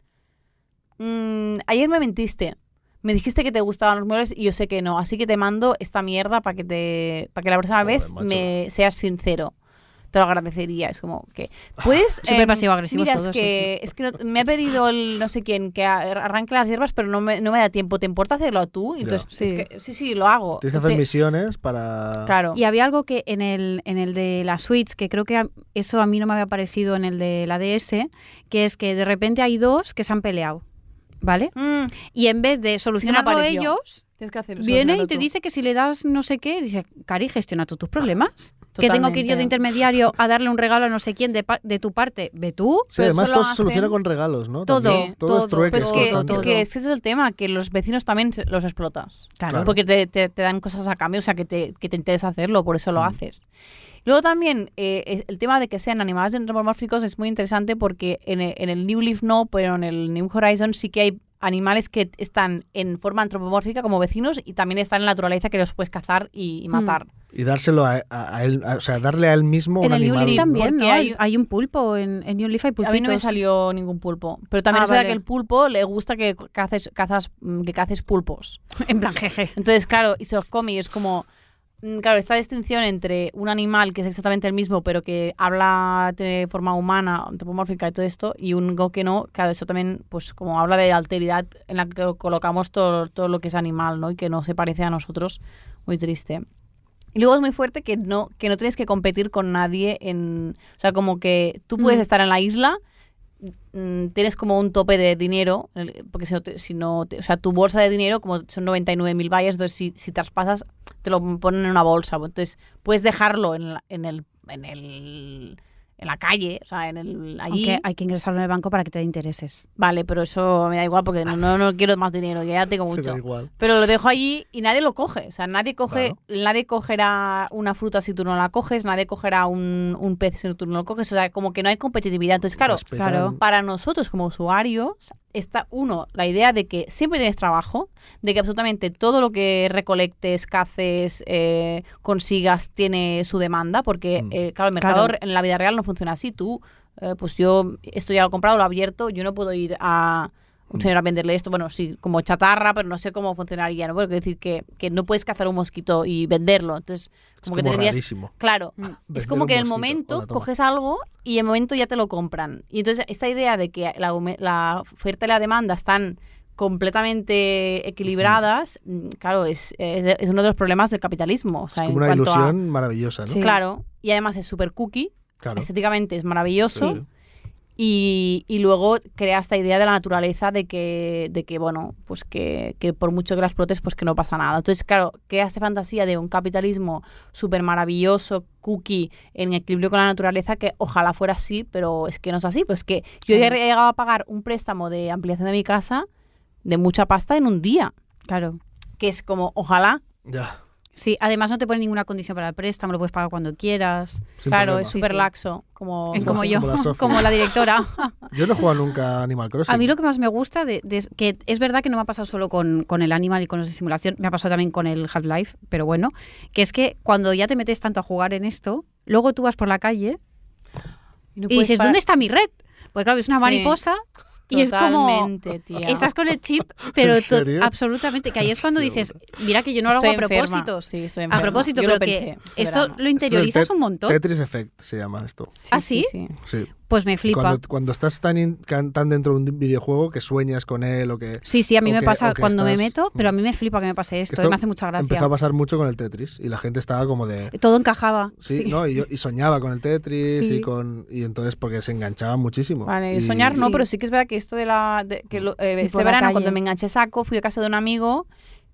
C: "Mm, ayer me mentiste. Me dijiste que te gustaban los muebles y yo sé que no, así que te mando esta mierda para que te para que la próxima
B: Joder,
C: vez
B: macho.
C: me seas sincero. Te lo agradecería, es como que puedes
A: Súper
C: em,
A: pasivo-agresivos
C: Mira,
A: todos,
C: es
A: sí,
C: que, es que no- me ha pedido el no sé quién que a- arranque las hierbas, pero no me, no me da tiempo. ¿Te importa hacerlo tú? Y Entonces,
A: Sí.
C: es que- sí, sí, lo hago.
B: Tienes que hacer
C: Te-
B: misiones para...
C: Claro.
A: Y había algo que en el, en el de la Switch, que creo que a- eso a mí no me había parecido en el de la DS, que es que de repente hay dos que se han peleado, ¿vale?
C: Mm,
A: Y en vez de solucionarlo
C: apareció.
A: ellos,
C: tienes que hacer
A: viene y
C: solucionarlo
A: te
C: tú.
A: dice que si le das no sé qué, dice, Cari, gestiona tú tus problemas. Que tengo que ir yo
C: Totalmente.
A: de intermediario a darle un regalo a no sé quién de, pa- de tu parte, ve tú.
B: Sí,
C: Pero
B: además
C: eso lo
B: todo se soluciona
C: hacen-
B: con regalos, ¿no?
A: Todo,
B: También. todo, es
A: todo,
B: trueque.
C: Pero es pues que,
A: todo,
C: es
B: constante.
C: que ese es el tema, que los vecinos también se- los explotas.
B: Claro.
C: Porque te, te- te dan cosas a cambio, o sea, que te, que te interesa hacerlo, por eso lo
B: Mm.
C: haces. Luego también eh, es- el tema de que sean animales antropomórficos es muy interesante porque en e- en el, New Leaf no, pero en el New Horizon sí que hay animales que están en forma antropomórfica como vecinos y también están en la naturaleza que los puedes cazar y,
A: Hmm,
C: y matar.
B: Y dárselo a, a- a él, a- o sea, darle a él mismo
A: En
B: un
A: el New
B: animal.
A: Leaf
C: Sí,
A: también,
C: porque
A: ¿no?
C: hay-
A: Hay, hay un pulpo, en, en New Leaf hay
C: A
A: pulpitos.
C: mí no me salió ningún pulpo, pero también
A: Ah,
C: es verdad
A: vale.
C: que el pulpo le gusta que caces, cazas, mm, que caces pulpos.
A: En plan, jeje.
C: Entonces, claro, y se los come y es como... mm, Claro, esta distinción entre un animal que es exactamente el mismo, pero que habla de forma humana, antropomórfica y todo esto, y un go que no, claro, eso también, pues como habla de alteridad en la que colocamos todo, todo lo que es animal, ¿no? Y que no se parece a nosotros, muy triste. Y luego es muy fuerte que no, que no tienes que competir con nadie en... O sea, como que tú puedes
A: Mm.
C: estar en la isla, mm, tienes como un tope de dinero, el- porque si no, te- si no te- o sea, tu bolsa de dinero, como son 99.000 vallas, entonces si, si traspasas, te lo ponen en una bolsa. Entonces puedes dejarlo en, la- en el... En el en la calle, o sea, en el allí.
A: Aunque hay que ingresarlo en el banco para que te dé intereses.
C: Vale, pero eso me da igual porque no, no, no quiero más dinero, que ya tengo
B: Me da
C: mucho.
B: igual.
C: Pero lo dejo allí y nadie lo coge. O sea, nadie coge,
B: Claro.
C: nadie cogerá una fruta si tú no la coges, nadie cogerá un, un pez si tú no lo coges. O sea, como que no hay competitividad. Entonces, claro,
B: Respetan-
A: claro.
C: para nosotros como usuarios está, uno, la idea de que siempre tienes trabajo, de que absolutamente todo lo que recolectes, caces, eh, consigas, tiene su demanda, porque,
B: Mm.
C: eh, claro, el mercado
A: Claro.
C: en la vida real no funciona así. Tú, eh, pues yo, esto ya lo he comprado, lo he abierto, yo no puedo ir a un señor a venderle esto, bueno, sí, como chatarra, pero no sé cómo funcionaría, ¿no? Porque quiero decir que, que no puedes cazar un mosquito y venderlo, entonces,
B: Es
C: como,
B: como
C: que tendrías...
B: rarísimo.
C: Claro, es
B: Vender
C: como
B: un
C: que en el
B: mosquito.
C: momento
B: Hola, toma.
C: coges algo y en el momento ya te lo compran. Y entonces esta idea de que la, hume- la oferta y la demanda están completamente equilibradas, mm, claro, es, es- es uno de los problemas del capitalismo. O sea,
B: Es
C: en
B: como una
C: cuanto a-
B: ilusión maravillosa, ¿no?
A: Sí.
C: Claro, y además es súper cookie,
B: Claro.
C: estéticamente es
B: Sí,
C: maravilloso.
B: sí.
C: Y, y luego crea esta idea de la naturaleza de que, de que bueno, pues que, que por mucho que las explotes, pues que no pasa nada. Entonces, claro, crea esta fantasía de un capitalismo súper maravilloso, cookie, en equilibrio con la naturaleza, que ojalá fuera así, pero es que no es así. Pues que yo ya he
A: Claro.
C: llegado a pagar un préstamo de ampliación de mi casa de mucha pasta en un día,
A: Claro.
C: que es como, ojalá.
B: Ya.
A: Sí, además no te pone ninguna condición para el préstamo, lo puedes pagar cuando quieras.
B: sin
C: claro,
B: problema.
C: es súper
A: Sí, sí.
C: laxo. Como,
A: Eh, como
B: Como
A: yo,
B: la Sophie.
A: como la directora.
B: Yo no he jugado nunca a Animal Crossing.
A: A mí lo que más me gusta, de, de- es que es verdad que no me ha pasado solo con, con el Animal y con los de simulación, me ha pasado también con el Half-Life, pero bueno, que es que cuando ya te metes tanto a jugar en esto, luego tú vas por la calle
C: Y, no
A: y
C: puedes
A: dices,
C: parar-
A: ¿dónde está mi red? Pues claro, es una
C: Sí.
A: mariposa y es como...
C: Totalmente, tía.
A: Estás con el chip, pero
B: ¿En
A: to-
B: serio?
A: absolutamente, que ahí es cuando
B: Hostia
A: dices, mira que yo no lo hago
C: Estoy
A: a
C: enferma.
A: propósito.
C: Sí, estoy
A: A
C: enferma.
A: propósito,
C: Yo
A: pero
C: lo pensé
A: que
C: este
A: esto
C: verano.
A: lo
B: Esto es el
A: interiorizas
B: Tet-
A: un montón.
B: Tetris Effect se llama esto.
A: ¿Ah, sí?
B: Sí.
A: Pues me flipa.
B: Cuando, cuando estás tan, in- can- tan dentro de un videojuego que sueñas con él o que...
A: Sí, sí, a mí
B: o
A: me
B: que-
A: pasa
B: o que
A: cuando me
B: estás- Mm.
A: meto, pero a mí me flipa que me pase esto,
B: Esto
A: me hace mucha gracia.
B: Empezó a pasar mucho con el Tetris y la gente estaba como de...
A: Todo encajaba.
B: Sí,
A: sí.
B: ¿no? Y, yo- y soñaba con el Tetris
A: Sí.
B: y con y entonces porque se enganchaba muchísimo.
C: Vale,
B: Y-
C: soñar no,
A: Sí.
C: pero sí que es verdad que esto de la de- que lo- eh, este
A: Mm. por la
C: verano
A: calle.
C: cuando me enganché saco fui a casa de un amigo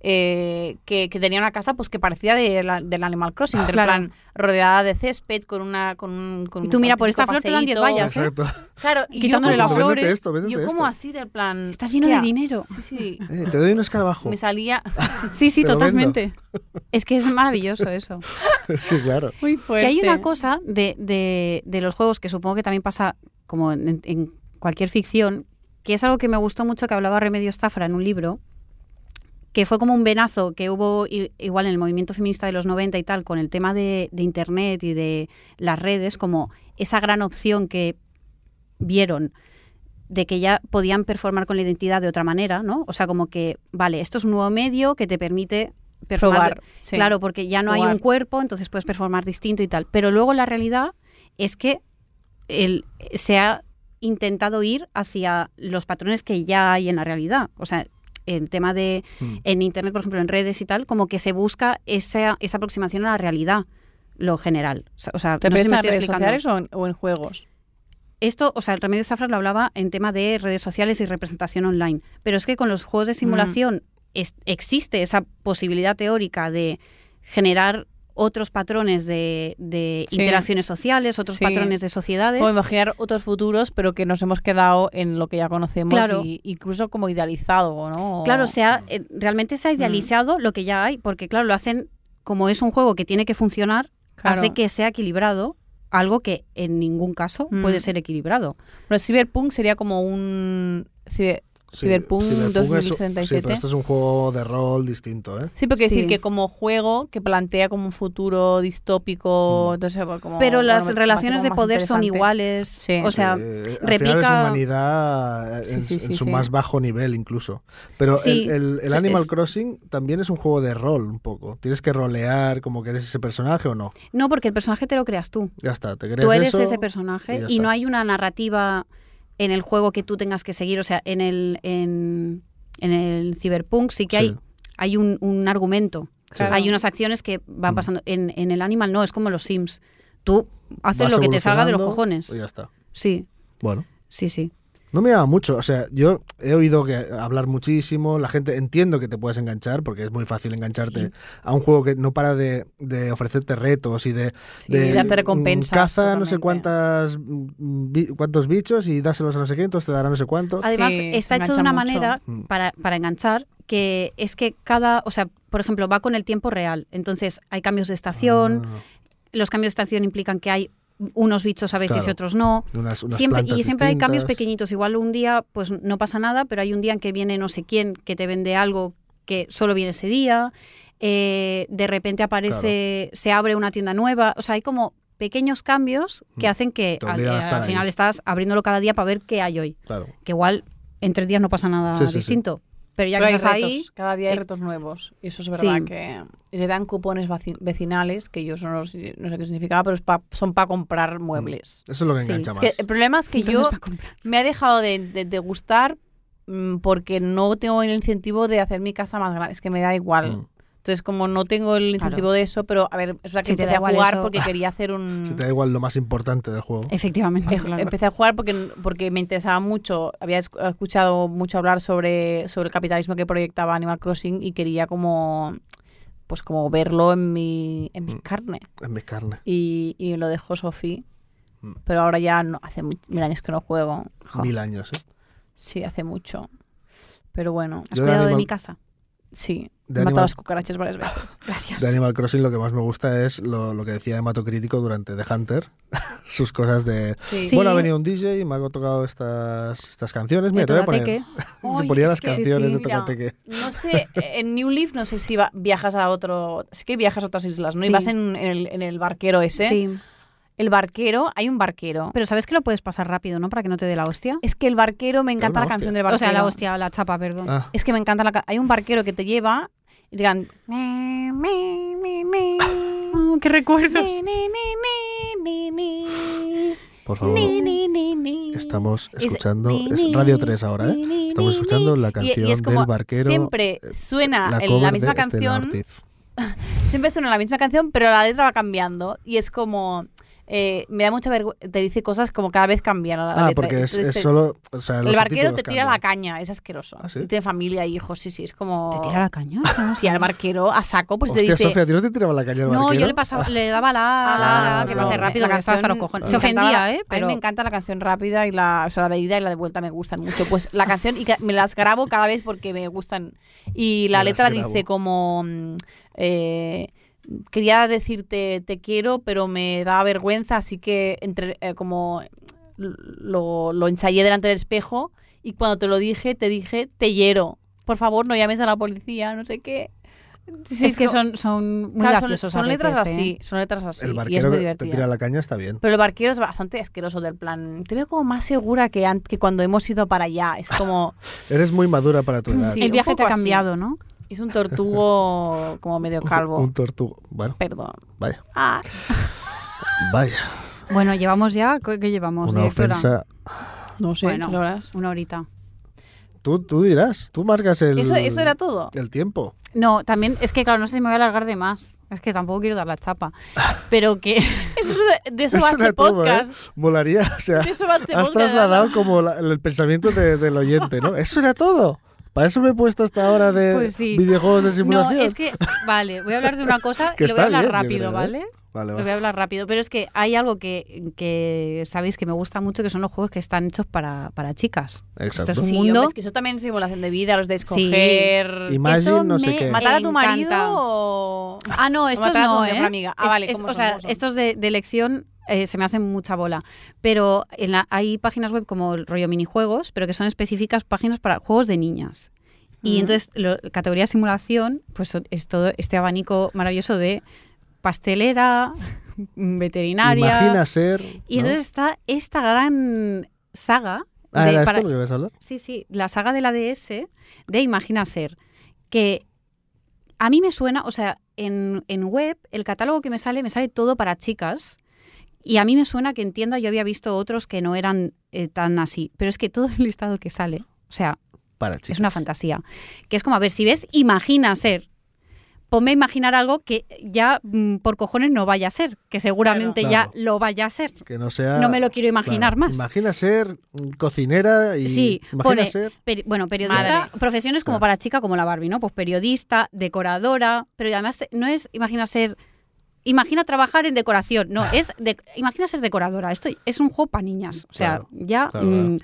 C: eh, que, que tenía una casa pues que parecía de la- del Animal Crossing, del
A: Claro.
C: plan, rodeada de césped con una con un con
A: Y tú, mira,
C: un
A: por esta flor
C: auténtico
A: te dan 10
C: paseíto.
A: vallas, ¿eh?
B: Exacto.
C: Claro, y yo
A: Quitándole
C: como,
A: las
B: Véndete
C: flores,
B: esto, véndete
C: yo como
B: esto.
C: así del plan
A: Estás lleno de
C: hostia,
A: dinero.
C: Sí, sí.
B: Eh, te doy un escarabajo.
C: Me salía
A: Sí, sí,
B: Te lo vendo.
A: totalmente. Es que es maravilloso eso.
B: sí, claro.
C: muy fuerte.
A: Que hay una cosa de, de- de los juegos que supongo que también pasa como en, en cualquier ficción, que es algo que me gustó mucho que hablaba Remedio Zafra en un libro, que fue como un venazo que hubo i- igual en el movimiento feminista de los 90 y tal, con el tema de, de Internet y de las redes, como esa gran opción que vieron de que ya podían performar con la identidad de otra manera, ¿no? O sea, como que, vale, esto es un nuevo medio que te permite performar de-
C: probar. sí.
A: Claro, porque ya no hay
C: Jugar.
A: un cuerpo, entonces puedes performar distinto y tal. Pero luego la realidad es que el, se ha intentado ir hacia los patrones que ya hay en la realidad. O sea, el tema de
B: Mm.
A: en internet, por ejemplo, en redes y tal, como que se busca esa, esa aproximación a la realidad, lo general. O sea, O sea,
C: ¿Te
A: no sé si me
C: refieres a
A: estoy
C: redes
A: explicando.
C: sociales o en, o en juegos?
A: Esto, o sea, el Remedio Zafra lo hablaba en tema de redes sociales y representación online. Pero es que con los
C: Mm.
A: juegos de simulación es- existe esa posibilidad teórica de generar otros patrones de, de
C: Sí.
A: interacciones sociales, otros
C: Sí.
A: patrones de sociedades.
C: Como imaginar otros futuros, pero que nos hemos quedado en lo que ya conocemos,
A: Claro.
C: y, incluso como idealizado, ¿no?
A: Claro, o sea, eh, realmente
C: Mm.
A: se ha idealizado lo que ya hay, porque claro, lo hacen como es un juego que tiene que funcionar,
C: Claro.
A: hace que sea equilibrado, algo que en ningún caso
C: Mm.
A: puede ser equilibrado.
C: Pero Cyberpunk sería como un. ciber-
B: Sí,
C: Cyberpunk
B: es-
C: 2077.
B: sí, pero esto es un juego de rol distinto, ¿eh?
C: Sí, porque
A: Sí.
C: decir que como juego que plantea como un futuro distópico,
B: Mm.
C: entonces, bueno, como-
A: Pero las
C: Oh, bueno, me- me
A: relaciones
C: hace
A: de
C: como más
A: poder son
C: interesante.
A: iguales.
C: Sí.
A: O sea,
B: Sí, eh, al final es
A: replica-
B: humanidad en,
C: Sí, sí, sí,
B: en su
C: sí.
B: más bajo nivel incluso. Pero
A: Sí.
B: el, el- el
A: sea,
B: Animal
A: es-
B: Crossing también es un juego de rol un poco. Tienes que rolear como que eres ese personaje o no.
A: no, porque el personaje te lo creas tú.
B: Ya está, te crees
A: tú eres
B: eso
A: ese
B: y
A: personaje
B: ya
A: y, no
B: está.
A: hay una narrativa en el juego que tú tengas que seguir. O sea, en el, en, en el Cyberpunk sí que
B: Sí.
A: hay, hay un, un argumento.
B: Sí.
A: Hay unas acciones que van
B: Mm.
A: pasando. En, en el Animal no, es como los Sims. Tú haces
B: Vas
A: lo que te salga de los
B: evolucionando
A: cojones.
B: Y ya está.
A: Sí,
B: Bueno.
A: sí, sí.
B: No me llama mucho, o sea, yo he oído que hablar muchísimo, la gente entiendo que te puedes enganchar, porque es muy fácil engancharte
A: Sí.
B: a un juego que no para de, de ofrecerte retos y de,
C: Sí,
B: de,
C: darte
B: mm,
C: recompensas.
B: Caza no sé
C: totalmente.
B: cuántas mm, bi- cuántos bichos y dáselos a no sé qué, entonces te dará no sé cuántos.
A: Además,
C: se
A: está hecho de
C: engancha
A: una
C: mucho.
A: manera
B: Mm.
A: para, para enganchar que es que cada, o sea, por ejemplo, va con el tiempo real. Entonces, hay cambios de estación.
B: Ah,
A: Los cambios de estación implican que hay unos bichos a veces y
B: Claro.
A: otros no.
B: de unas- unas
A: siempre,
B: plantas
A: y siempre hay cambios
B: distintas.
A: pequeñitos. Igual un día pues no pasa nada, pero hay un día en que viene no sé quién que te vende algo que solo viene ese día. Eh, de repente aparece, se abre una tienda nueva. O sea, hay como pequeños cambios que
B: Mm.
A: hacen que
B: Te
A: al,
B: obligan a
A: eh,
B: estar
A: al
B: ahí.
A: final estás abriéndolo cada día para ver qué hay hoy.
B: Claro.
A: Que igual en tres días no pasa nada
B: Sí, sí, sí.
A: distinto. Pero ya
C: Pero
A: que
C: hay
A: estás
C: retos,
A: ahí,
C: cada día hay
A: eh,
C: retos nuevos. Y eso es verdad
A: sí.
C: que y te dan cupones vaci- vecinales, que yo no, los- no sé qué significaba, pero es pa- son para comprar muebles.
B: Eso es lo que
A: Sí,
B: engancha
A: es
C: Es
B: Mm. más.
C: que el problema es que
A: entonces
C: yo
A: para comprar.
C: me ha dejado de, de- de gustar mm, porque no tengo el incentivo de hacer mi casa más grande. Es que me da igual.
B: Mm.
C: Entonces, como no tengo el incentivo
A: Claro.
C: de eso, pero a ver, es verdad que
A: Si te da
C: empecé a
A: igual
C: jugar
A: eso- ah.
C: porque quería hacer un.
B: Si te da igual lo más importante del
A: Eh.
B: juego.
A: Efectivamente.
C: Ej- Empecé a jugar porque, porque me interesaba mucho, había esc- escuchado mucho hablar sobre, sobre el capitalismo que proyectaba Animal Crossing y quería como pues como verlo en mi, en mi
B: Mm.
C: carne.
B: En mis carnes.
C: Y, y lo dejó Sofi.
B: Mm.
C: Pero ahora ya no, hace mu- mil años que no juego. Jo,
B: Mil años, ¿eh?
C: Sí, hace mucho. Pero bueno,
A: Has
B: Yo de
A: cuidado de
B: Animal-
A: mi casa.
C: sí.
B: De
C: He matado
B: Animal-
C: las cucarachas varias veces.
A: Gracias.
B: De Animal Crossing lo que más me gusta es lo, lo que decía Hematocrítico durante The Hunter. Sus cosas de...
C: Sí.
A: Sí.
B: Bueno, ha venido un DJ y me ha tocado estas, estas canciones. Mira,
A: De
B: te voy a
A: Tocateque.
B: poner...
C: Ay,
B: te ponía
C: es
B: las
C: que sí,
B: canciones
C: sí,
B: de
C: mira.
B: Tocateque.
C: No sé, en New Leaf no sé si va- viajas a otro... Sí que viajas a otras islas, ¿no? Y
A: Sí.
C: vas en, en el, en el barquero ese.
A: Sí.
C: El barquero, hay un barquero.
A: Pero sabes que lo puedes pasar rápido, ¿no? Para que no te dé la hostia.
C: Es que el barquero, me encanta
B: una
C: la canción
B: hostia.
C: del barquero.
A: O sea, la hostia, la chapa, perdón.
B: Ah,
C: Es que me encanta la ca- Hay un barquero que te lleva y te dan... "Me, me, me, me, Ah,
A: Oh, ¡Qué recuerdos!
C: me, me, me, me, me, me,
B: por favor.
C: ni, ni, ni,
B: Estamos escuchando, es Radio 3 ahora, ¿eh? Estamos escuchando la
C: Y-
B: canción
C: y es como
B: del barquero. eh,
C: Siempre suena Ah,
B: cover
C: el- la,
B: de este
C: misma
B: Estela
C: canción,
B: Ortiz.
C: siempre suena la misma canción, pero la letra va cambiando y es como eh, me da mucha vergüenza, te dice cosas como cada vez cambian la, la
B: Ah,
C: letra.
B: porque es,
C: Entonces,
B: es
C: eh,
B: solo. o sea,
C: el
B: los
C: barquero
B: subtítulos
C: te tira
B: cambian.
C: la caña, es asqueroso.
B: ¿Ah, sí?
C: Y tiene familia y hijos, sí, sí, es como
A: ¿Te tira la caña?
C: Sí, al barquero a saco, pues te
B: Hostia,
C: dice
B: Sofía, ¿a ti no te tiraba la caña el
A: No,
B: barquero?
A: yo le, pasaba, le daba la, la,
B: Ah,
A: que
B: vale.
A: pase rápido,
C: La
A: que estaba hasta los
C: canción-
A: cojones.
C: me
A: Se
C: encantaba la-
A: ofendía, ¿eh?
C: A
A: Pero
C: mí me encanta la canción rápida y la, o sea, la de ida y la de vuelta me gustan mucho. Pues la canción y ca- me las grabo cada vez porque me gustan. Y
B: Me las
C: la letra
B: grabo.
C: dice como mm, eh, quería decirte te quiero, pero me da vergüenza, así que entre eh, como lo, lo ensayé delante del espejo y cuando te lo dije, te dije te hiero. Por favor, no llames a la policía, no sé qué. Sí,
A: es que
C: como-
A: son, son muy
C: claro, son-
A: graciosos
C: son,
A: a
C: letras
A: veces, ¿eh?
C: así, son letras así.
B: El
C: y es
B: barquero
C: muy
B: que te
C: divertida.
B: tira la caña está bien.
C: Pero el barquero es bastante asqueroso del plan. Te veo como más segura que, an- que cuando hemos ido para allá. Es como.
B: Eres muy madura para tu edad.
C: Sí,
A: El
C: un
A: viaje te
C: poco
A: ha
C: así.
A: cambiado, ¿no?
C: Es un tortugo como medio calvo.
B: Un tortugo. Bueno,
C: Perdón.
B: vaya,
C: Ah,
B: vaya.
A: Bueno, llevamos ya, ¿qué qué llevamos?
B: Una
A: directora?
B: ofensa.
C: no sé.
A: Bueno.
C: ¿tres horas?
A: Una horita.
B: Tú, tú dirás, tú marcas el,
C: Eso, eso era todo.
B: el tiempo.
A: No, también, es que claro, no sé si me voy a alargar de más. Es que tampoco quiero dar la chapa. Pero que...
C: Eso es de, de eso va
B: era
C: este
B: todo, ¿eh?
C: podcast.
B: Molaría, o sea,
C: De eso va este
B: has
C: podcast.
B: trasladado como la- el pensamiento de- del oyente, ¿no? Eso era todo. Para eso me he puesto hasta ahora de
A: Pues sí.
B: videojuegos de
A: No,
B: simulación.
A: es que... Vale, voy a hablar de una cosa
B: Que
A: y lo voy a
B: está
A: hablar
B: bien, yo
A: rápido,
B: creo, ¿eh?
A: ¿vale? Lo
B: Vale,
A: voy
B: vale.
A: a hablar rápido, pero es que hay algo que, que sabéis que me gusta mucho, que son los juegos que están hechos para, para chicas.
B: Exacto.
A: Esto es
C: Sí,
A: un
C: hombre,
A: mundo.
C: es que eso también es simulación de vida, los de
A: Sí.
C: escoger.
B: Imagine
A: Esto
B: no sé
A: me
B: qué.
A: mata-
C: ¿Matar a tu
A: Encanta.
C: marido o.?
A: Ah, no, estos
C: matar a tu
A: no, ¿eh?
C: mejor amiga. Ah,
A: Es-
C: vale,
A: es-
C: ¿cómo
A: o
C: son?
A: sea,
C: ¿Cómo son?
A: estos de, de elección eh, se me hacen mucha bola. Pero en la- hay páginas web como el rollo minijuegos, pero que son específicas páginas para juegos de niñas. Y
C: Mm.
A: entonces, lo- categoría simulación, pues son- es todo este abanico maravilloso de pastelera, veterinaria.
B: Imagina ser.
A: Y
B: ¿no?
A: entonces está esta gran saga.
B: Ah,
A: de-
B: ¿era
A: para-
B: esto lo que ibas a hablar?
A: Sí, sí, la saga de la DS de Imagina Ser, que a mí me suena, o sea, en, en web el catálogo que me sale, me sale todo para chicas. Y a mí me suena que en tienda yo había visto otros que no eran eh, tan así. Pero es que todo el listado que sale, o sea,
B: Para chicas.
A: es una fantasía. Que es como, a ver, si ves, imagina ser. Ponme a imaginar algo que ya mm, por cojones no vaya a ser, que seguramente
B: Claro.
A: ya lo vaya a ser.
B: Que no sea.
A: no me lo quiero imaginar
B: Claro.
A: más.
B: Imagina ser mm, cocinera y.
A: Sí,
B: imagina
A: pone-
B: ser.
A: Peri- bueno, periodista,
C: Madre.
A: profesiones como
B: Claro.
A: para chica como la Barbie, ¿no? Pues periodista, decoradora, pero además te- no es imagina ser imagina trabajar en decoración, no,
B: Ah.
A: es de- imagina ser decoradora. Esto es un juego para niñas, o sea,
B: Claro,
A: ya
B: claro,
A: mm,
B: Ima-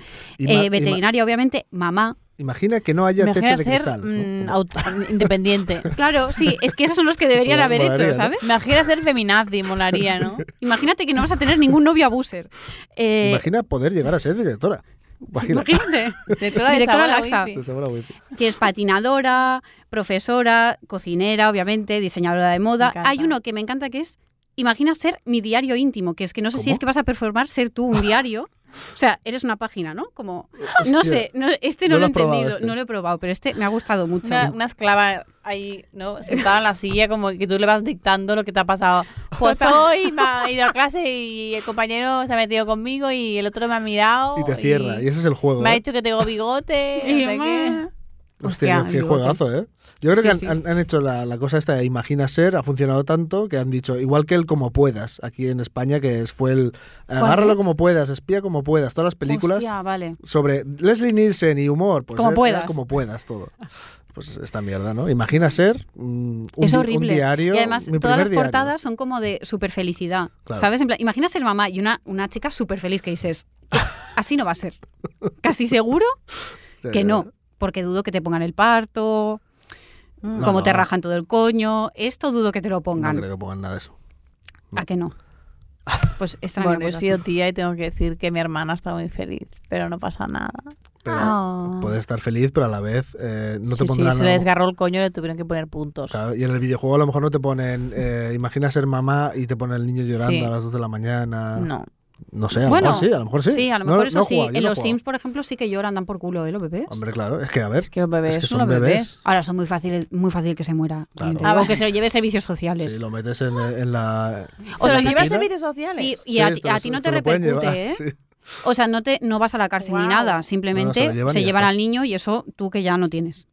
A: eh,
B: ima-
A: veterinaria obviamente, mamá.
B: imagina que no haya
C: Imagina
B: techo de
C: ser
B: cristal. ¿no?
C: mm,
B: Como-
C: auto- independiente.
A: Claro, sí, es que esos son los que deberían
B: Mola-
A: haber
B: molaría,
A: hecho,
B: ¿no?
A: ¿sabes?
C: Imagina ser feminazi, molaría, ¿no?
A: Imagínate que no vas a tener ningún novio abuser. Eh,
B: Imagina poder llegar a ser directora. Imagina.
A: imagínate.
C: Directora de
A: Directora
C: Zabala
A: Laxa.
C: Wifi.
B: Te sobra wifi.
A: que es patinadora, profesora, cocinera, obviamente, diseñadora de
C: Me
A: moda.
C: encanta.
A: Hay uno que me encanta que es, imagina ser mi diario íntimo, que es que no sé si
B: ¿Cómo?
A: es que vas a performar ser tú un diario. O sea, eres una página, ¿no? Como, no sé, no- este no, lo
B: No lo
A: he
B: has probado
A: entendido,
B: este.
A: no lo he probado, pero este me ha gustado mucho.
C: Una, una esclava ahí, ¿no? Sentada en la silla, como que tú le vas dictando lo que te ha pasado. Pues
A: Total.
C: hoy me ha ido a clase y el compañero se ha metido conmigo y el otro me ha mirado.
B: Y te cierra. Y ese es el juego.
C: me ha
B: ¿eh?
C: dicho que tengo bigote.
A: Y
C: no sé
A: más.
B: Hostia,
A: Hostia,
B: qué
A: el bigote.
B: juegazo, ¿eh? Yo creo
A: Sí,
B: que han,
A: sí.
B: han- han hecho la, la cosa esta de Imagina Ser, ha funcionado tanto que han dicho, igual que el Como Puedas, aquí en España, que es- fue el agárralo
A: es?
B: como puedas, espía como puedas, todas las películas
A: Hostia, vale.
B: sobre Leslie Nielsen y humor. Pues
A: Como
B: era- era
A: puedas.
B: Como puedas, todo. Pues esta mierda, ¿no? Imagina Ser, mm, un,
A: es
B: di- un
A: horrible.
B: diario,
A: y además,
B: mi
A: todas
B: primer
A: las
B: diario.
A: portadas son como de super felicidad.
B: Claro.
A: ¿Sabes? En plan, imagina ser mamá y una, una chica súper feliz que dices, así no va a ser. Casi seguro
B: Sí,
A: que
B: sí,
A: no, porque dudo que te pongan el parto,
B: No,
A: como te
B: no,
A: rajan todo el coño, esto dudo que te lo
B: No
A: pongan.
B: creo que pongan nada de eso.
A: ¿A que no? Pues esta
C: qué.
A: era mi
C: Bueno, yo he
A: aportación.
C: sido tía y tengo que decir que mi hermana está muy feliz, pero no pasa nada.
B: Pero
A: Ah.
B: puedes estar feliz, pero a la vez eh, no te
C: Sí, sí,
B: pondrán
C: se le
B: algo-
C: desgarró el coño y le tuvieron que poner puntos.
B: Claro, y en el videojuego a lo mejor no te ponen, eh, imagina ser mamá y te ponen el niño llorando
C: Sí.
B: a las 2 de la mañana.
C: No.
B: No sé, a lo
A: Bueno,
B: mejor sí, a lo mejor sí.
A: Sí, a lo
B: No-
A: mejor
B: no
A: eso
B: he
A: sí.
B: jugado, yo
A: en
B: no he
A: los
B: jugado.
A: Sims, por ejemplo, sí que lloran, dan por culo, ¿eh? Los bebés.
B: Hombre, claro, es que a ver,
C: Que los bebés
B: es que son
C: son los bebés.
B: bebés.
A: Ahora son muy fácil, muy fácil que se muera.
B: Claro.
A: Te digo que se lo lleve a servicios sociales.
B: si lo metes en, en la.
A: O
B: en
A: sea,
B: la
A: llevas
B: piscina,
C: sociales?
A: Sí, y
B: sí,
A: a, ti-
B: esto
A: a
B: lo-
A: ti no
B: esto
A: te
B: lo pueden
A: repercute,
B: llevar,
A: ¿eh?
B: sí.
A: O sea, no, te, no vas a la cárcel ni
C: Guau.
A: nada, simplemente
B: No,
A: se
B: no, se lo
A: llevan,
B: llevan y ya está.
A: al niño y eso tú que ya no tienes.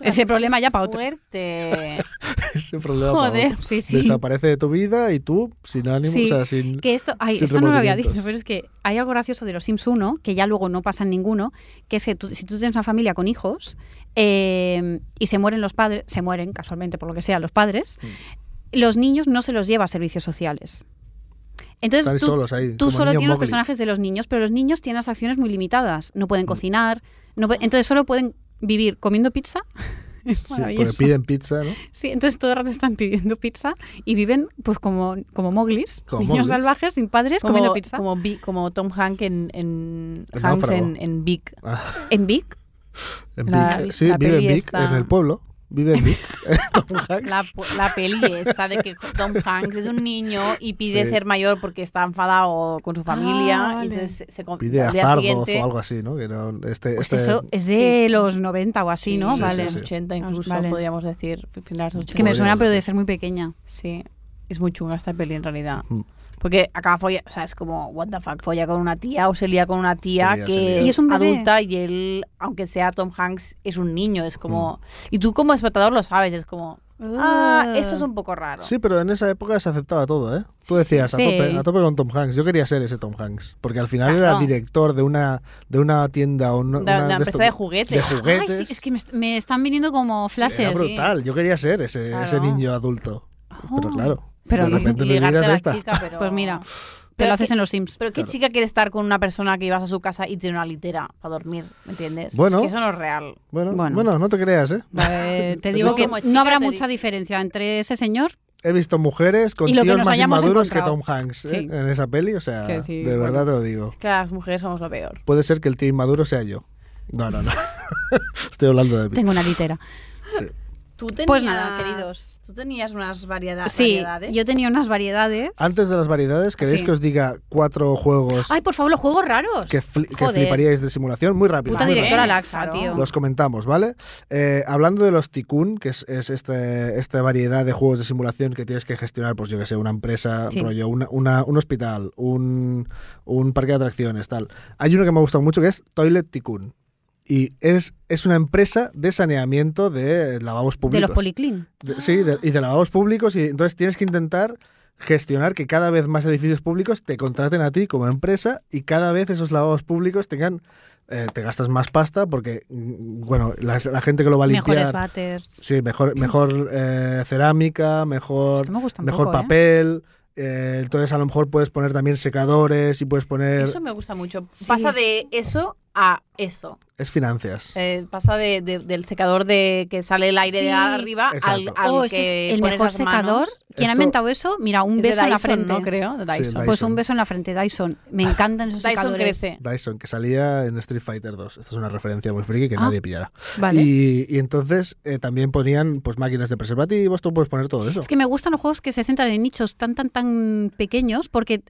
A: Ese problema ya para otro.
C: Fuerte.
B: Ese problema. para
C: Joder.
B: otro.
A: Sí, sí.
B: Desaparece de tu vida y tú sin ánimo,
A: Sí.
B: o sea, sin...
A: Que esto, ay,
B: Sin
A: esto no lo había dicho,
B: remordimientos.
A: pero es que hay algo gracioso de los Sims 1, que ya luego no pasa en ninguno, que es que tú- si tú tienes una familia con hijos eh, y se mueren los padres, se mueren casualmente por lo que sea los padres,
B: Mm.
A: los niños no se los lleva a servicios sociales. Entonces
B: Están
A: tú,
B: solos ahí,
A: tú
B: como
A: solo
B: niño
A: tienes los
B: Mowgli.
A: personajes de los niños, pero los niños tienen las acciones muy limitadas. No
B: Mm.
A: pueden cocinar, no pu- entonces solo pueden vivir comiendo pizza. Es
B: Sí, porque
A: maravilloso.
B: piden pizza, ¿no?
A: Sí, entonces todo el rato están pidiendo pizza y viven pues como, como moglis,
B: Como
A: niños
B: moglis.
A: salvajes sin padres comiendo
C: Como,
A: pizza.
C: como, Vi- como Tom Hanks en, en,
B: El
C: Hanks
B: náufrago.
C: en, en Big.
B: Ah,
A: En Vic,
B: en
C: La-
B: Vic.
C: la
B: Sí, vive en
C: peli
B: Vic,
C: está-
B: en el pueblo. Vive en Vic. Tom Hanks.
C: La, la peli esta de que Tom Hanks es un niño y pide
B: Sí.
C: ser mayor porque está enfadado con su familia.
A: vale.
C: y entonces se, se con-
B: Pide
C: al
B: a
C: día
B: Zardoz
C: siguiente-
B: o algo así, ¿no? Que no este,
A: pues
B: este-
A: eso es de los 90 o así,
C: Sí,
A: ¿no?
B: sí,
A: vale.
B: sí.
C: 80 incluso,
A: Vale.
C: podríamos decir. finales
A: Es que me
B: Podríamos
C: 80.
A: suena, pero de
B: decir.
A: ser muy pequeña.
C: Sí, es muy chunga esta peli en realidad.
B: Mm.
C: Porque acaba folla, o sea, es como, what the fuck, folla con una tía o se lía con una tía
B: Se lía,
C: que
B: se lía.
A: Y es un bebé.
C: adulta y él, aunque sea Tom Hanks, es un niño. Es como,
B: Mm.
C: y tú como espectador lo sabes, es como, ah, esto es un poco raro.
B: Sí, pero en esa época se aceptaba todo, ¿eh? Tú decías,
A: Sí.
B: a, tope, a tope con Tom Hanks. Yo quería ser ese Tom Hanks, porque al final era
C: Claro.
B: director de una, de una tienda o una,
C: De una
B: esto-
C: empresa de juguetes.
B: de
C: Ay, sí,
A: Ay,
B: juguetes.
A: sí, es que me, est- me están viniendo como
B: Era
A: flashes.
C: brut-
B: brutal. Yo quería ser ese,
C: Claro.
B: ese niño adulto. Pero
A: Oh.
B: claro,
A: Pero
B: de
A: no.
B: repente mi
C: Ligarte
B: vida
C: a
B: es
C: la
B: esta.
C: chica, pero-
A: Pues mira, te
C: Pero
A: lo
C: que-
A: haces en los Sims.
C: Pero ¿qué
B: Claro.
C: chica quiere estar con una persona que ibas a su casa y tiene una litera para dormir? ¿Me entiendes?
B: Bueno.
C: Es que eso no es real.
B: Bueno,
A: Bueno.
B: bueno. no te creas, ¿eh?
A: Vale, te
B: Pero
A: digo
B: tú
A: que
C: como
A: no
C: chica
A: habrá
C: te di-
A: mucha diferencia entre ese señor
B: He visto mujeres con
A: Y lo que
B: tíos
A: nos
B: más
A: hayamos
B: inmaduros que
A: encontrado.
B: Tom Hanks ¿eh?
A: Sí.
B: en esa peli. O sea,
A: Que decir,
B: de
A: bueno.
B: verdad te lo digo.
C: Es que las mujeres somos lo peor.
B: Puede ser que el tío inmaduro sea yo. No, no, no. Estoy hablando de mí.
A: tengo una litera.
C: Tú tenías,
A: Pues nada, queridos.
C: Tú tenías unas variedad-
A: Sí,
C: variedades.
A: yo tenía unas variedades.
B: Antes de las variedades, ¿queréis
A: Sí.
B: que os diga cuatro juegos
A: Ay, por favor, los juegos raros.
B: que, fli- que
A: Joder.
B: fliparíais de simulación? Muy rápido.
A: Puta
B: muy
A: directora
C: Vale,
A: laxa,
C: claro.
A: tío.
B: rápido. Los comentamos, ¿vale? Eh, hablando de los Tycoon, que es, es este- esta variedad de juegos de simulación que tienes que gestionar, pues yo que sé, una empresa,
A: Sí.
B: rollo, una- una- un hospital, un, un parque de atracciones, tal. Hay uno que me ha gustado mucho que es Toilet Tycoon. Y es, es una empresa de saneamiento de lavabos públicos.
A: de los policlin.
B: De- sí, de- y de lavabos públicos. Y entonces tienes que intentar gestionar que cada vez más edificios públicos te contraten a ti como empresa y cada vez esos lavabos públicos tengan. eh, te gastas más pasta porque, mm, bueno, la, la gente que lo va a
A: Mejores
B: limpiar.
A: batters.
B: sí, mejor, mejor eh, cerámica, mejor,
A: Esto me gusta un
B: mejor
A: poco, ¿eh?
B: papel. eh, entonces, a lo mejor puedes poner también secadores y puedes poner.
C: Eso me gusta mucho.
A: Sí.
C: Pasa de eso a eso.
B: Es finanzas.
C: Eh, pasa de, de- del secador de que sale el aire
A: Sí.
C: de arriba al,
B: Exacto.
C: al
A: Oh, ese
C: que
A: es el
C: pones
A: mejor
C: las manos.
A: secador. ¿Quién ha
B: Esto-
A: inventado eso? Mira, un
C: Es de
A: beso en la
C: Dyson,
A: frente.
C: No creo, de
B: Sí, el
C: Dyson.
B: Dyson.
A: Pues un beso en la frente, Dyson. Me encantan esos
C: Dyson
A: secadores.
C: crece.
B: Dyson, que salía en Street Fighter 2. Esto es una referencia muy friki que
A: Ah.
B: nadie pillará.
A: Vale.
B: Y, y entonces eh, también ponían pues máquinas de preservativos, tú puedes poner todo eso.
A: Es que me gustan los juegos que se centran en nichos tan, tan, tan pequeños porque...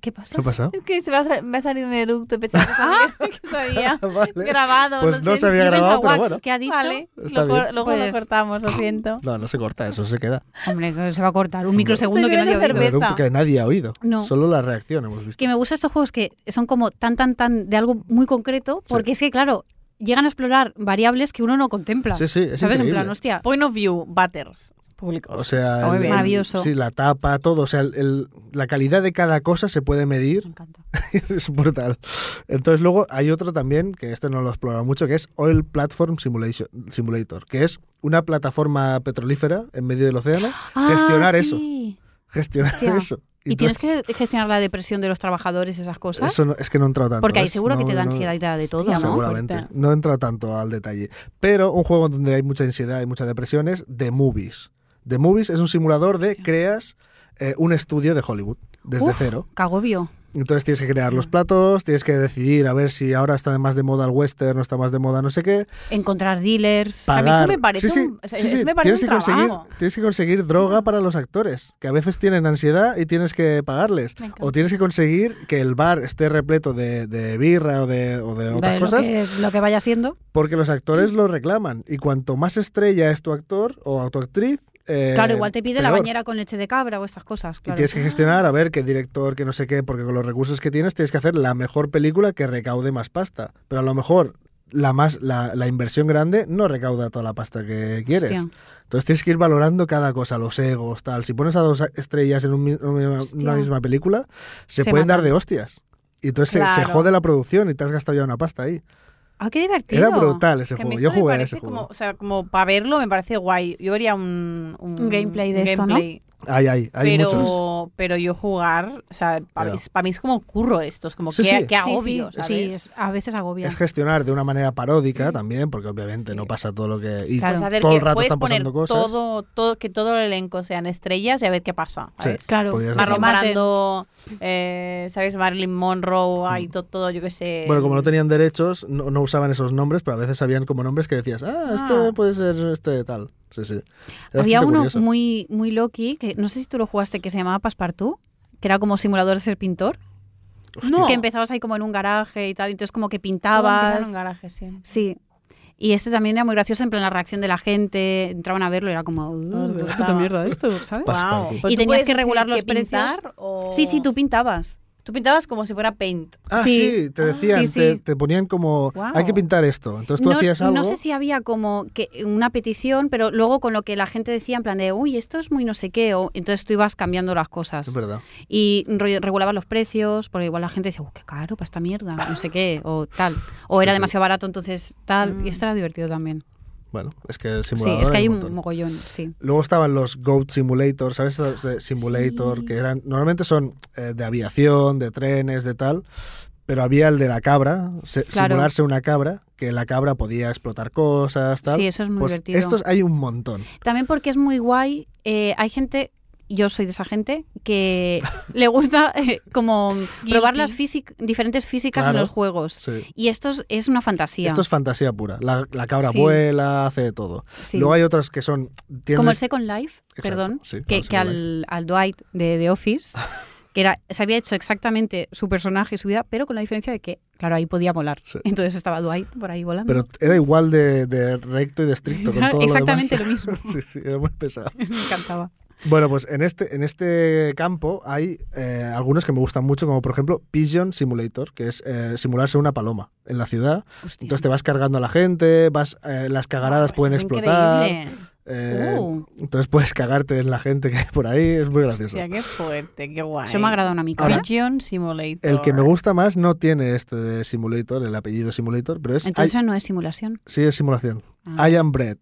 A: ¿Qué pasa?
B: ¿Qué ha pasado?
C: Es que se me ha, sal- me ha salido un eructo pensando que sabía- que sabía.
B: Ah, Vale.
C: grabado.
B: Pues no
C: lo
B: se había
A: Yo he pensado,
B: grabado, pero
A: "Guau,
B: bueno.
A: ¿Qué ha dicho?
C: Vale,
B: Está
C: lo cor-
B: bien.
C: luego lo
A: Pues-
C: cortamos, lo siento.
B: No, no se corta, eso se queda.
A: Hombre, que se va a cortar. Un microsegundo que nadie
C: Estoy
A: ha
C: bebiendo
A: oído.
B: Pero
C: cerveza.
B: nunca nadie ha oído.
A: No.
B: Solo la reacción hemos visto.
A: que me gustan estos juegos que son como tan, tan, tan de algo muy concreto, porque es que, claro, llegan a explorar variables que uno no contempla.
B: Sí, sí, es
A: ¿Sabes?
B: increíble.
A: En plan, hostia.
C: Point of view, batters públicos.
B: O sea,
A: muy
B: el- el-
A: maravilloso.
B: sí, la tapa, todo. O sea, el- el- la calidad de cada cosa se puede
A: Me
B: medir.
A: encanta.
B: es brutal. Entonces, luego hay otro también, que este no lo he explorado mucho, que es Oil Platform Simulation, Simulator, que es una plataforma petrolífera en medio del océano. Gestionar
A: Ah,
B: eso.
A: sí.
B: Gestionar
A: Hostia.
B: eso.
A: Y tienes
B: Entonces-
A: que gestionar la depresión de los trabajadores, esas cosas.
B: Eso no- es que no he entrado tanto.
A: porque ahí
B: ¿ves?
A: seguro que
B: No,
A: te da
B: no,
A: ansiedad y te da de todo,
C: Hostia,
A: ¿no?
B: Seguramente.
C: Fuerte.
B: No he entrado tanto al detalle. Pero un juego donde hay mucha ansiedad y mucha depresión es The Movies. The Movies es un simulador de creas eh, un estudio de Hollywood desde
A: Uf.
B: cero.
A: Cagobio.
B: Entonces tienes que crear los platos, tienes que decidir a ver si ahora está más de moda el western, no está más de moda no sé qué.
A: Encontrar dealers.
C: mí eso
B: Pagar.
C: me parece
B: Sí, sí,
C: un- o sea,
B: sí,
C: eso
B: sí.
C: me parece
B: tienes
C: un
B: que conseguir,
C: trabajo.
B: Tienes que conseguir droga para los actores, que a veces tienen ansiedad y tienes que pagarles.
C: Me encanta.
B: O tienes que conseguir que el bar esté repleto de, de birra o de, o de otras
A: de lo,
B: cosas.
A: que, lo que vaya siendo.
C: Mm.
B: Porque los actores lo reclaman. Y cuanto más estrella es tu actor o tu actriz, eh,
A: claro, igual te pide la
B: peor.
A: bañera con leche de cabra o estas cosas.
B: Y
A: Claro.
B: tienes que
C: Ah.
B: gestionar a ver qué director, qué no sé qué, porque con los recursos que tienes tienes que hacer la mejor película que recaude más pasta. Pero a lo mejor la más la, la inversión grande no recauda toda la pasta que quieres.
A: Hostia.
B: Entonces tienes que ir valorando cada cosa, los egos, tal. Si pones a dos estrellas en un mi- una,
A: Hostia.
B: misma película, se,
A: Se
B: pueden
A: matan.
B: dar de hostias. Y entonces se- se,
C: Claro.
B: jode la producción y te has gastado ya una pasta ahí.
A: Ah, qué divertido.
B: Era brutal ese
C: Que a mí
B: juego.
C: esto
B: Yo
C: me
B: jugué a
C: parece
B: ese juego.
C: Como, o sea, como para verlo me parece guay. Yo vería un,
A: Un gameplay de
C: un
A: esto, ¿no?
C: gameplay,
B: Ay, ay, hay
C: pero,
B: muchos.
C: pero yo jugar, o sea, para,
B: Ya.
C: mí, es- pa' mí es como curro esto, es como
B: Sí,
C: que,
B: sí.
C: que
A: sí,
C: agobio,
A: sí,
C: ¿sabes?
A: sí, es- a veces agobia.
B: Es gestionar de una manera paródica también, porque obviamente no pasa todo lo que... y
A: Claro.
C: Pues hacer
B: todo
C: que
B: el rato
C: puedes
B: están
C: poner
B: pasando cosas.
C: Todo, todo, que todo el elenco sean estrellas y a ver qué pasa.
B: Sí.
C: ¿sabes?
A: Claro,
B: podías
A: que se
C: Marlon
B: hacer.
A: maten.
C: Brando, eh, ¿sabes? Marilyn Monroe, hay todo, todo, yo qué sé.
B: Mm. Bueno, como no tenían derechos, no, no usaban esos nombres, pero a veces habían como nombres que decías, ah, este
C: Ah.
B: puede ser este tal. Sí, sí. Era
A: Había
B: bastante
A: uno
B: curioso.
A: muy muy loki que no sé si tú lo jugaste que se llamaba Passepartout, que era como simulador de ser pintor,
C: No.
A: que empezabas ahí como en un garaje y tal, y entonces como que
C: Todo empezaba en
A: pintabas.
C: un garaje, sí.
A: Sí. Y este también era muy gracioso en plan la reacción de la gente, entraban a verlo y era como, "Uh, qué puta mierda esto", ¿sabes?
B: Pas- Passepartout.
C: Wow.
B: Y
C: Pero tú
A: tenías
C: puedes
A: que regular
C: decir
A: los
C: Pues, qué
A: precios.
C: pintar o-
A: Sí, sí, tú pintabas.
C: Tú pintabas como si fuera paint.
B: Ah,
A: sí.
B: sí, te decían,
A: sí,
B: Te,
A: sí.
B: te ponían como,
C: Guau.
B: hay que pintar esto. Entonces tú
A: no,
B: hacías algo.
A: no sé si había como que una petición, pero luego con lo que la gente decía en plan de, uy, esto es muy no sé qué, o entonces tú ibas cambiando las cosas.
B: Es verdad.
A: Y rollo, regulaban los precios, porque igual la gente decía, "Uh, qué caro para esta mierda, no sé qué, o tal. O
B: Sí,
A: era
B: sí.
A: demasiado barato, entonces tal. Y esto era divertido también.
B: Bueno, es que el
A: Sí,
B: simulador
A: es que hay un
B: montón.
A: mogollón, sí.
B: Luego estaban los Goat Simulator, ¿sabes? Estos de Simulator,
A: Sí.
B: que eran. Normalmente son eh, de aviación, de trenes, de tal. Pero había el de la cabra, se-
A: Claro.
B: simularse una cabra, que la cabra podía explotar cosas, tal.
A: Sí, eso es muy
B: Pues
A: divertido.
B: Estos hay un montón.
A: También porque es muy guay, eh, hay gente, yo soy de esa gente, que le gusta eh, como probar
C: Guilty.
A: las físic- diferentes físicas en
B: Claro.
A: los juegos.
B: Sí.
A: Y esto es, es una fantasía.
B: Esto es fantasía pura. La, la cabra
A: Sí.
B: vuela, hace de todo.
A: Sí.
B: Luego hay otros que son. tienen-
A: Como el Second Life,
B: Exacto,
A: perdón,
B: sí,
A: que,
B: claro,
A: que
B: Second
A: al, al Dwight de The Office, que era, se había hecho exactamente su personaje y su vida, pero con la diferencia de que, claro, ahí podía volar.
B: Sí.
A: Entonces estaba Dwight por ahí volando.
B: Pero era igual de, de recto y de estricto. Con todo lo
A: exactamente lo,
B: demás.
A: mismo.
B: Sí, sí, era muy pesado.
A: Me encantaba.
B: Bueno, pues en este, en este campo hay eh, algunos que me gustan mucho, como por ejemplo Pigeon Simulator, que es eh, simularse una paloma en la ciudad.
A: Hostia.
B: Entonces te vas cargando a la gente, vas eh, las cagaradas
C: Pues
B: pueden
C: es
B: explotar.
C: increíble.
B: eh,
A: Uh.
B: Entonces puedes cagarte en la gente que hay por ahí, es muy gracioso.
C: Hostia, qué fuerte, qué guay.
A: Eso me ha agradado una mica. ¿eh?
B: Ahora-
C: Pigeon Simulator.
B: El que me gusta más no tiene este de Simulator, el apellido Simulator, pero es,
A: Entonces no es simulación.
B: I- sí es simulación.
A: Ah.
B: I am bread.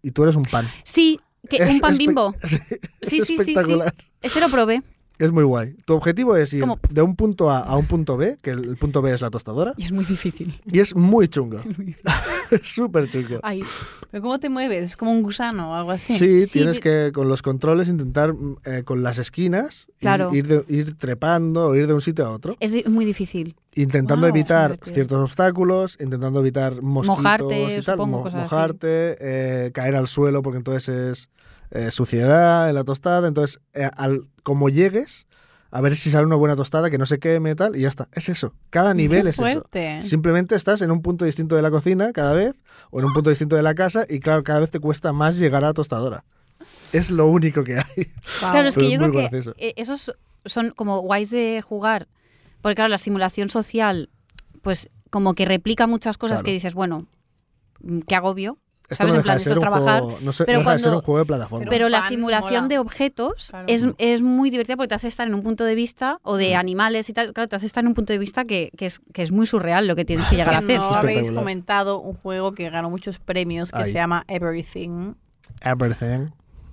B: Y tú eres un pan.
A: Sí, que
B: Es
A: un pan
B: espe-
A: bimbo. Sí,
B: es
A: sí, sí, sí.
B: espectacular.
A: Este lo probé.
B: Es muy guay. Tu objetivo es ir
A: Como-
B: de un punto A a un punto B, que el el punto B es la tostadora,
A: Y es muy difícil.
B: y es muy chungo. Es súper chungo.
A: Ay,
C: ¿Pero cómo te mueves? ¿Es como un gusano o algo así?
B: Sí,
A: Ah, sí,
B: tienes
A: di-
B: que con los controles intentar mm, eh, con las esquinas y
A: Claro.
B: ir, de- ir trepando o ir de un sitio a otro,
A: es di- muy difícil.
B: intentando
A: Ah,
C: Guau,
B: evitar
C: súper bien.
B: ciertos obstáculos, intentando evitar mosquitos
A: Mojarte,
B: y tal,
A: supongo, cosas así.
B: mojarte, eh, caer al suelo porque entonces es eh, suciedad en la tostada, entonces eh, al, como llegues a ver si sale una buena tostada que no se queme y tal y ya está, es eso. Cada nivel
C: Qué
B: es eso.
C: fuerte.
B: Simplemente estás en un punto distinto de la cocina cada vez, o en un punto distinto de la casa, y claro, cada vez te cuesta más llegar a la tostadora. Es lo único que hay.
C: Guau.
A: Claro, es
B: Ah, Pero
A: que yo
B: es muy
A: creo que
B: gracioso.
A: eh, esos son como guays de jugar. Porque claro, la simulación social, pues como que replica muchas cosas
B: Claro.
A: que dices, bueno, mm, qué agobio.
B: Esto
A: ¿Sabes?
B: no
A: En
B: deja
A: plan,
B: de
A: esto
B: ser
A: es
B: un
A: trabajar.
B: juego, no sé,
A: pero
B: no deja de ser
A: cuando-
B: un juego de plataforma.
A: Pero la
C: fan,
A: simulación
C: mola.
A: de objetos
C: Claro.
A: es, es muy divertida porque te hace estar en un punto de vista o
B: Mm.
A: de animales y tal. Claro, te hace estar en un punto de vista que, que es, que es muy surreal lo que tienes que llegar a
C: Que
A: hacer.
C: no
B: Es
C: habéis
B: espectacular.
C: comentado un juego que ganó muchos premios que
B: Ahí.
C: se llama Everything.
B: Everything.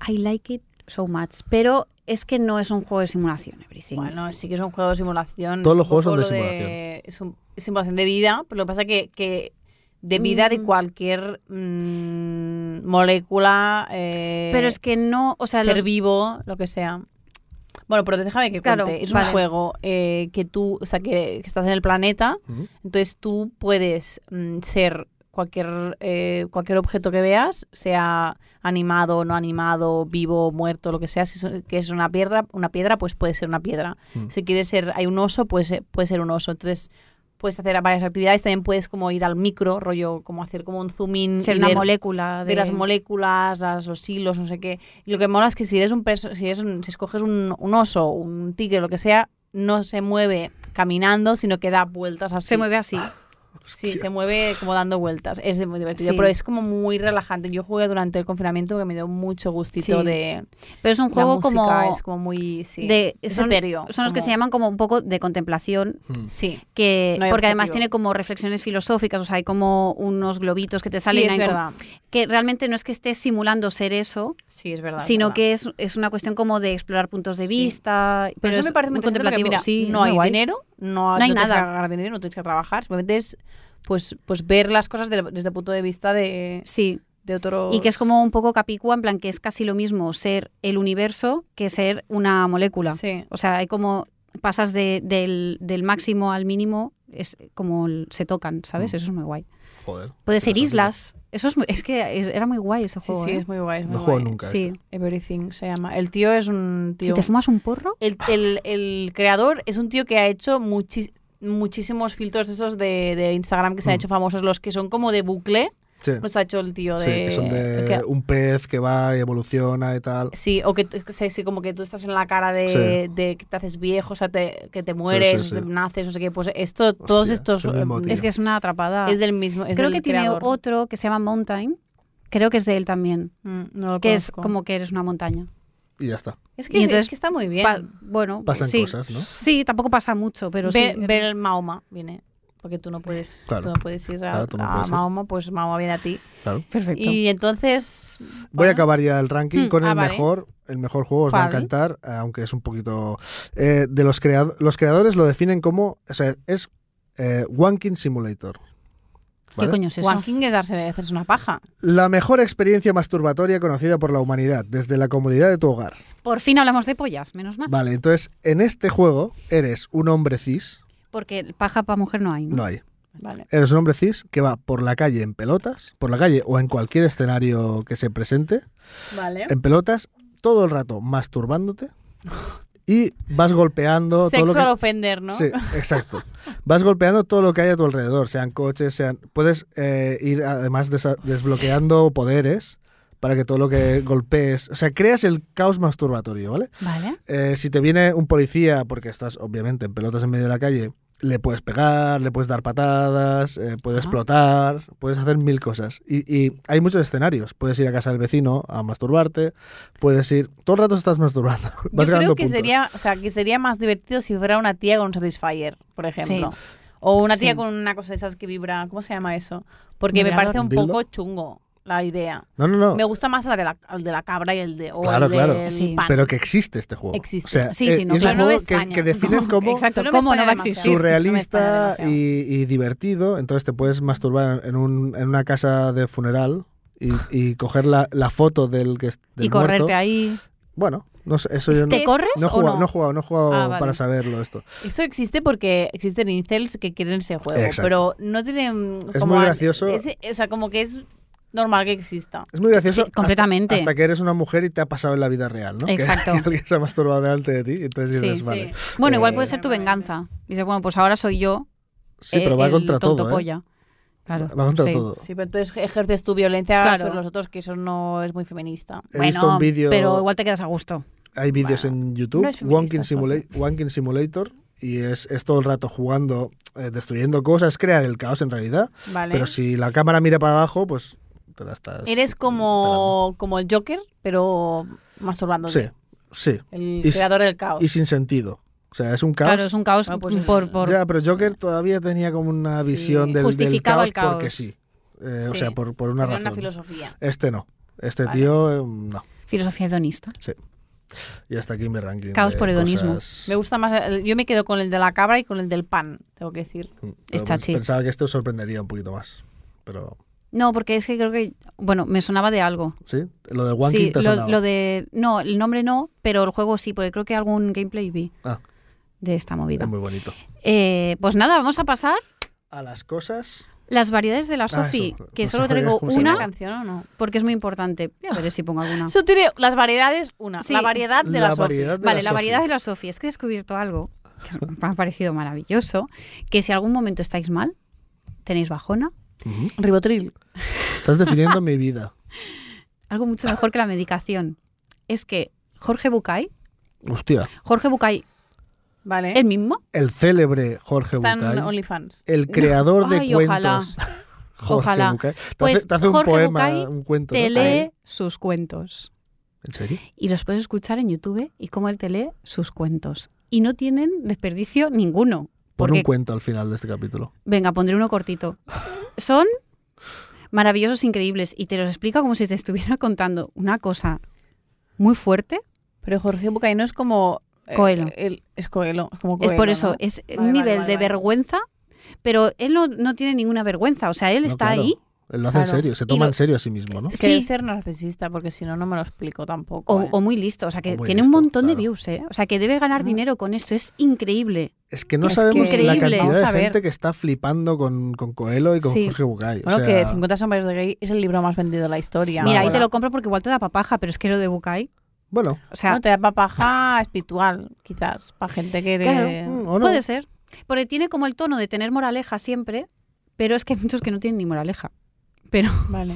A: I like it so much. Pero es que no es un juego de simulación, everything.
C: Bueno, sí que es un juego de simulación.
B: Todos los
C: Un poco
B: juegos son de
C: lo es un- es simulación de vida, pero lo que pasa que, que de vida de
A: Mm.
C: cualquier mm, molécula, eh,
A: pero es que no, o sea,
C: ser
A: los-
C: vivo, lo que sea. Bueno, pero déjame que
A: Claro,
C: cuente. Es
A: vale.
C: un juego eh, que tú, o sea, que, que estás en el planeta,
B: Mm.
C: entonces tú puedes mm, ser cualquier eh, cualquier objeto que veas, sea animado, no animado, vivo, muerto, lo que sea, si es, que es una piedra, una piedra, pues puede ser una piedra.
B: Mm.
C: Si quieres ser, hay un oso, pues eh, puede ser un oso. Entonces puedes hacer varias actividades, también puedes como ir al micro, rollo, como hacer como un zoom in
A: Ser
C: y
A: una
C: ver-
A: molécula de...
C: de las moléculas, las- los hilos, no sé qué. Y lo que mola es que si eres un perso- si, eres un- si escoges un, un oso, un tigre, lo que sea, no se mueve caminando, sino que da vueltas así.
A: Se mueve así.
C: Sí,
B: Hostia.
C: se mueve como dando vueltas. Es de- muy divertido,
A: Sí.
C: pero es como muy relajante. Yo jugué durante el confinamiento que me dio mucho gustito
A: Sí.
C: de
A: Pero es un
C: la
A: juego
C: música,
A: como...
C: es como muy sí.
A: de,
C: es
A: son,
C: etéreo,
A: son los que
C: como-
A: se llaman como un poco de contemplación,
B: Mm.
C: Sí.
A: que
C: No hay
A: porque además
C: objetivo.
A: tiene como reflexiones filosóficas, o sea, hay como unos globitos que te salen
C: Sí, es
A: ahí como-
C: verdad.
A: que realmente no es que estés simulando ser eso,
C: Sí, es verdad. es
A: sino
C: verdad.
A: que es, es una cuestión como de explorar puntos de
C: Sí.
A: vista, pero,
C: Pero eso
A: es
C: me parece muy
A: muy
C: interesante porque,
A: contemplativo,
C: mira,
A: sí,
C: no
A: es muy
C: hay
A: guay.
C: dinero, no,
A: No hay
C: tienes
A: nada.
C: que ganar dinero, no tienes que trabajar, simplemente es pues, pues ver las cosas del- desde el punto de vista de,
A: Sí,
C: de otro...
A: y que es como un poco capicúa, en plan que es casi lo mismo ser el universo que ser una molécula.
C: Sí,
A: O sea, hay como pasas de- del, del máximo al mínimo, es como el- se tocan, ¿sabes?
B: Mm.
A: Eso es muy guay.
B: Joder.
A: Puede ser
B: Interesante.
A: islas. Eso es, muy- es que e, era muy guay ese
C: sí,
A: juego.
C: sí,
A: ¿eh?
C: es muy guay. Es muy
B: No juego
C: guay.
B: nunca. a
A: Sí.
B: esto.
C: Everything se llama. El tío es un
A: Si
C: tío...
A: te fumas un porro,
C: El, el- el creador es un tío que ha hecho muchis- muchísimos filtros esos de, de Instagram que se han
B: Mm.
C: hecho famosos, los que son como de bucle,
B: este. Sí.
C: los ha hecho el tío de...
B: Sí, que son de
C: el que-
B: un pez que va y evoluciona y tal.
C: Sí, o que t- que sé, sí, como que tú estás en la cara de,
B: Sí.
C: de que te haces viejo, o sea, te- que te mueres,
B: sí, sí.
C: naces, no sé qué. Pues esto, todos
B: Hostia,
C: estos.
B: es el mismo
C: eh,
B: tío.
A: es que es una atrapada.
C: es del mismo. es
A: Creo
C: del
A: que tiene
C: creador.
A: otro que se llama Mountain. Creo que es de él también.
C: Mm, no lo
A: Que es
C: conozco.
A: como que eres una montaña.
B: Y ya está.
C: Es
A: y
C: que,
A: entonces
C: es que está muy bien.
A: Pa- bueno,
B: Pasan
A: sí.
B: cosas, ¿no?
A: Sí, tampoco pasa mucho, pero
C: ver,
A: sí.
C: ver el Mahoma viene. Porque tú no puedes,
B: Claro.
C: tú no puedes ir a,
B: Claro, tú no
C: a
B: puedes ir.
C: Mahoma, pues Mahoma viene a ti.
B: Claro.
A: Perfecto.
C: Y entonces.
B: Voy
C: bueno,
B: a acabar ya el ranking
A: Hmm,
B: con
C: ah,
B: el
C: vale.
B: mejor. El mejor juego os va a
C: Vale.
B: encantar, eh, aunque es un poquito. eh, de los, creado- los creadores lo definen como. O sea, es eh, Wanking Simulator.
A: ¿Qué
B: ¿vale?
A: coño es eso?
C: Wanking es darse hacerse una paja.
B: La mejor experiencia masturbatoria conocida por la humanidad, desde la comodidad de tu hogar.
A: Por fin hablamos de pollas, menos
C: Ah.
A: mal.
B: Vale, entonces, en este juego eres un hombre cis.
A: Porque paja para mujer no hay. ¿no?
B: No hay.
C: Vale.
B: Eres un hombre cis que va por la calle en pelotas, por la calle o en cualquier escenario que se presente,
C: Vale.
B: en pelotas, todo el rato masturbándote y vas golpeando todo lo que...
C: Sexual offender, ¿no?
B: Sí, exacto. Vas golpeando todo lo que hay a tu alrededor, sean coches, sean... Puedes eh, ir además desa- desbloqueando poderes para que todo lo que golpees... O sea, creas el caos masturbatorio, ¿vale?
A: Vale.
B: Eh, si te viene un policía, porque estás obviamente en pelotas en medio de la calle, le puedes pegar, le puedes dar patadas, eh, puedes
A: Ah.
B: explotar, puedes hacer mil cosas. Y, y hay muchos escenarios. Puedes ir a casa del vecino a masturbarte, puedes ir... Todo el rato estás masturbando.
C: Yo
B: Vas ganando
C: creo que
B: puntos.
C: sería, o sea, que sería más divertido si fuera una tía con un satisfier, por ejemplo. O una tía
A: Sí.
C: con una cosa de esas que vibra, ¿cómo se llama eso? Porque me
A: Vibrador.
C: parece un
B: Dildo.
C: poco chungo la idea.
B: No, no, no.
C: Me gusta más la de la, el de la cabra y el de o
B: Claro,
C: el
B: claro.
C: del
A: Sí.
C: pan.
B: Pero que existe este juego.
C: Existe.
B: O sea,
A: Sí,
B: eh,
A: sí, no,
B: y es un
A: claro.
C: No me
B: juego que,
C: extraña.
B: que definen como
A: Exacto,
C: Eso no me
A: ¿cómo no va a
C: extraña demasiado.
A: existir?
C: Su re-
B: surrealista
C: No me extraña
B: y, y divertido. Entonces te puedes masturbar en, un- en una casa de funeral y, y coger la, la foto del que es- del
A: Y correrte
B: muerto.
A: ahí.
B: Bueno, no sé, eso yo no,
A: ¿Te corres
B: no
A: o
B: he jugado,
A: no?
B: he jugado, no he jugado
A: Ah, vale.
B: para saberlo esto.
C: Eso existe porque existen incels que quieren ese juego,
B: Exacto.
C: pero no tienen
B: Es
C: como
B: muy
C: al-
B: gracioso.
C: ese- o sea, como que es normal que exista.
B: Es muy gracioso.
A: Sí, completamente.
B: Hasta, hasta que eres una mujer y te ha pasado en la vida real, ¿no? Que-
A: Exacto.
B: Que, alguien se ha masturbado delante de ti y entonces
A: Sí,
B: dices,
A: sí.
B: vale.
A: Bueno, igual
B: Eh,
A: puede ser tu venganza. Dices, bueno, pues ahora soy yo.
B: Sí,
A: eh,
B: pero va
A: el
B: contra
A: tonto
B: todo, ¿eh?
A: polla. Claro.
B: Va contra
A: sí.
B: todo.
C: Sí, pero entonces ejerces tu violencia
A: Claro.
C: sobre los otros, que eso no es muy feminista.
B: He
A: bueno,
B: visto un vídeo.
A: pero igual te quedas a gusto.
B: Hay vídeos
C: Bueno,
B: en YouTube,
C: no es feminista,
B: Wanking, Simula- Wanking Simulator, y es, es todo el rato jugando, eh, destruyendo cosas, es crear el caos en realidad.
C: Vale.
B: Pero si la cámara mira para abajo, pues te la estás.
C: Eres como, como el Joker, pero masturbándote.
B: pelando. Sí, sí.
C: El
B: Y s-
C: creador del caos.
B: Y sin sentido. O sea, es un caos.
A: Claro, es un caos
C: Ah, pues
A: mm,
C: es-
A: por, por-
B: Ya, pero Joker todavía tenía como una
C: Sí.
B: visión del, del
A: Justificaba
B: caos,
A: el caos.
B: porque sí. Eh, O
C: Sí.
B: sea, por, por una
C: Era una
B: razón.
C: filosofía.
B: este no. Este
C: Vale.
B: tío, eh, no.
A: filosofía hedonista.
B: Y hasta aquí mi ranking.
A: Caos
B: de
A: por hedonismo.
B: cosas.
C: Me gusta más. el- yo me quedo con el de la cabra y con el del pan, tengo que decir.
B: Mm, pero
A: Es
B: pens-
A: chachi.
B: Pensaba que esto os sorprendería un poquito más. Pero
A: No, porque es que creo que, bueno, me sonaba de algo.
B: ¿Sí? Lo de Wanking
A: sí,
B: te
A: lo,
B: sonaba.
A: lo de, no, el nombre no, pero el juego sí, porque creo que algún gameplay vi
B: Ah.
A: de esta movida.
B: Es muy bonito.
A: Eh, pues nada, vamos a pasar
B: A las cosas.
A: las variedades de la Sofi,
B: Ah, eso,
A: que
B: no
A: solo
B: sabía
A: traigo
B: cómo se
C: ¿Una
A: una
B: llamaba.
C: canción o no?
A: porque es muy importante. Voy a ver si pongo alguna.
C: Eso tiene las variedades, una.
A: Sí.
C: La variedad de la, Sophie.
B: variedad de
A: Vale, la
B: la Sophie.
A: variedad de la Sofi, es que he descubierto algo que es- me ha parecido maravilloso, que si algún momento estáis mal, tenéis bajona,
B: Ujú.
C: Ribotril.
B: Estás definiendo mi vida.
A: algo mucho mejor que la medicación, es que Jorge Bucay,
B: Hostia.
A: Jorge Bucay,
B: ¿Eh?
C: Vale.
A: él mismo,
B: El célebre Jorge
C: Están
B: Bucay.
C: OnlyFans.
B: El creador de
A: Ay, ojalá.
B: cuentos. Jorge
A: Ojalá.
B: Bucay. Te hace-
A: Pues
B: te hace un
A: Jorge
B: poema,
A: Bucay
B: un cuento.
A: te
B: Pues ¿no?
A: lee sus cuentos.
B: ¿En serio?
A: Y los puedes escuchar en YouTube y cómo él te lee sus cuentos. Y no tienen desperdicio ninguno.
B: Pon
A: Porque-
B: un cuento al final de este capítulo.
A: Venga, pondré uno cortito. Son maravillosos, increíbles. Y te los explica como si te estuviera contando una cosa muy fuerte.
C: Pero Jorge Bucay no es como. eh,
A: Coelho.
C: el- es Coelho. Es como
A: Es
C: Coelho.
A: por eso,
C: ¿no?
A: es un
C: vale,
A: nivel
C: vale,
A: de
C: vale.
A: vergüenza, pero él no, no tiene ninguna vergüenza. O sea, él
B: No,
A: está
B: claro.
A: ahí.
B: Él lo hace en
C: Claro.
B: serio, se
A: Y
B: toma
A: lo-
B: en serio a sí mismo, ¿no?
C: Es que debe
A: Sí.
C: ser narcisista, porque si no, no me lo explico tampoco.
A: O,
C: eh.
A: o muy listo, o sea que
B: O muy
A: tiene un
B: listo,
A: montón
B: claro.
A: de views, ¿eh? O sea que debe ganar
C: Ah.
A: dinero con esto, es increíble.
B: Es que no
C: Es
B: sabemos
A: que-
B: la
A: Increíble.
B: cantidad
C: Vamos
B: de
C: a ver.
B: gente que está flipando con, con Coelho y con
A: Sí.
B: Jorge Bucay. O
C: Bueno,
B: sea,
C: que 50 sombras de gay es el libro más vendido de la historia.
A: Mira,
B: vale.
A: ahí te lo compro porque igual te da papaja, pero es que lo de Bucay,
B: bueno,
A: o sea,
C: No, te da pa' paja espiritual, quizás, para gente que...
A: Claro.
B: mm, o no.
A: puede ser. Porque tiene como el tono de tener moraleja siempre, pero es que hay muchos que no tienen ni moraleja. Pero
C: Vale.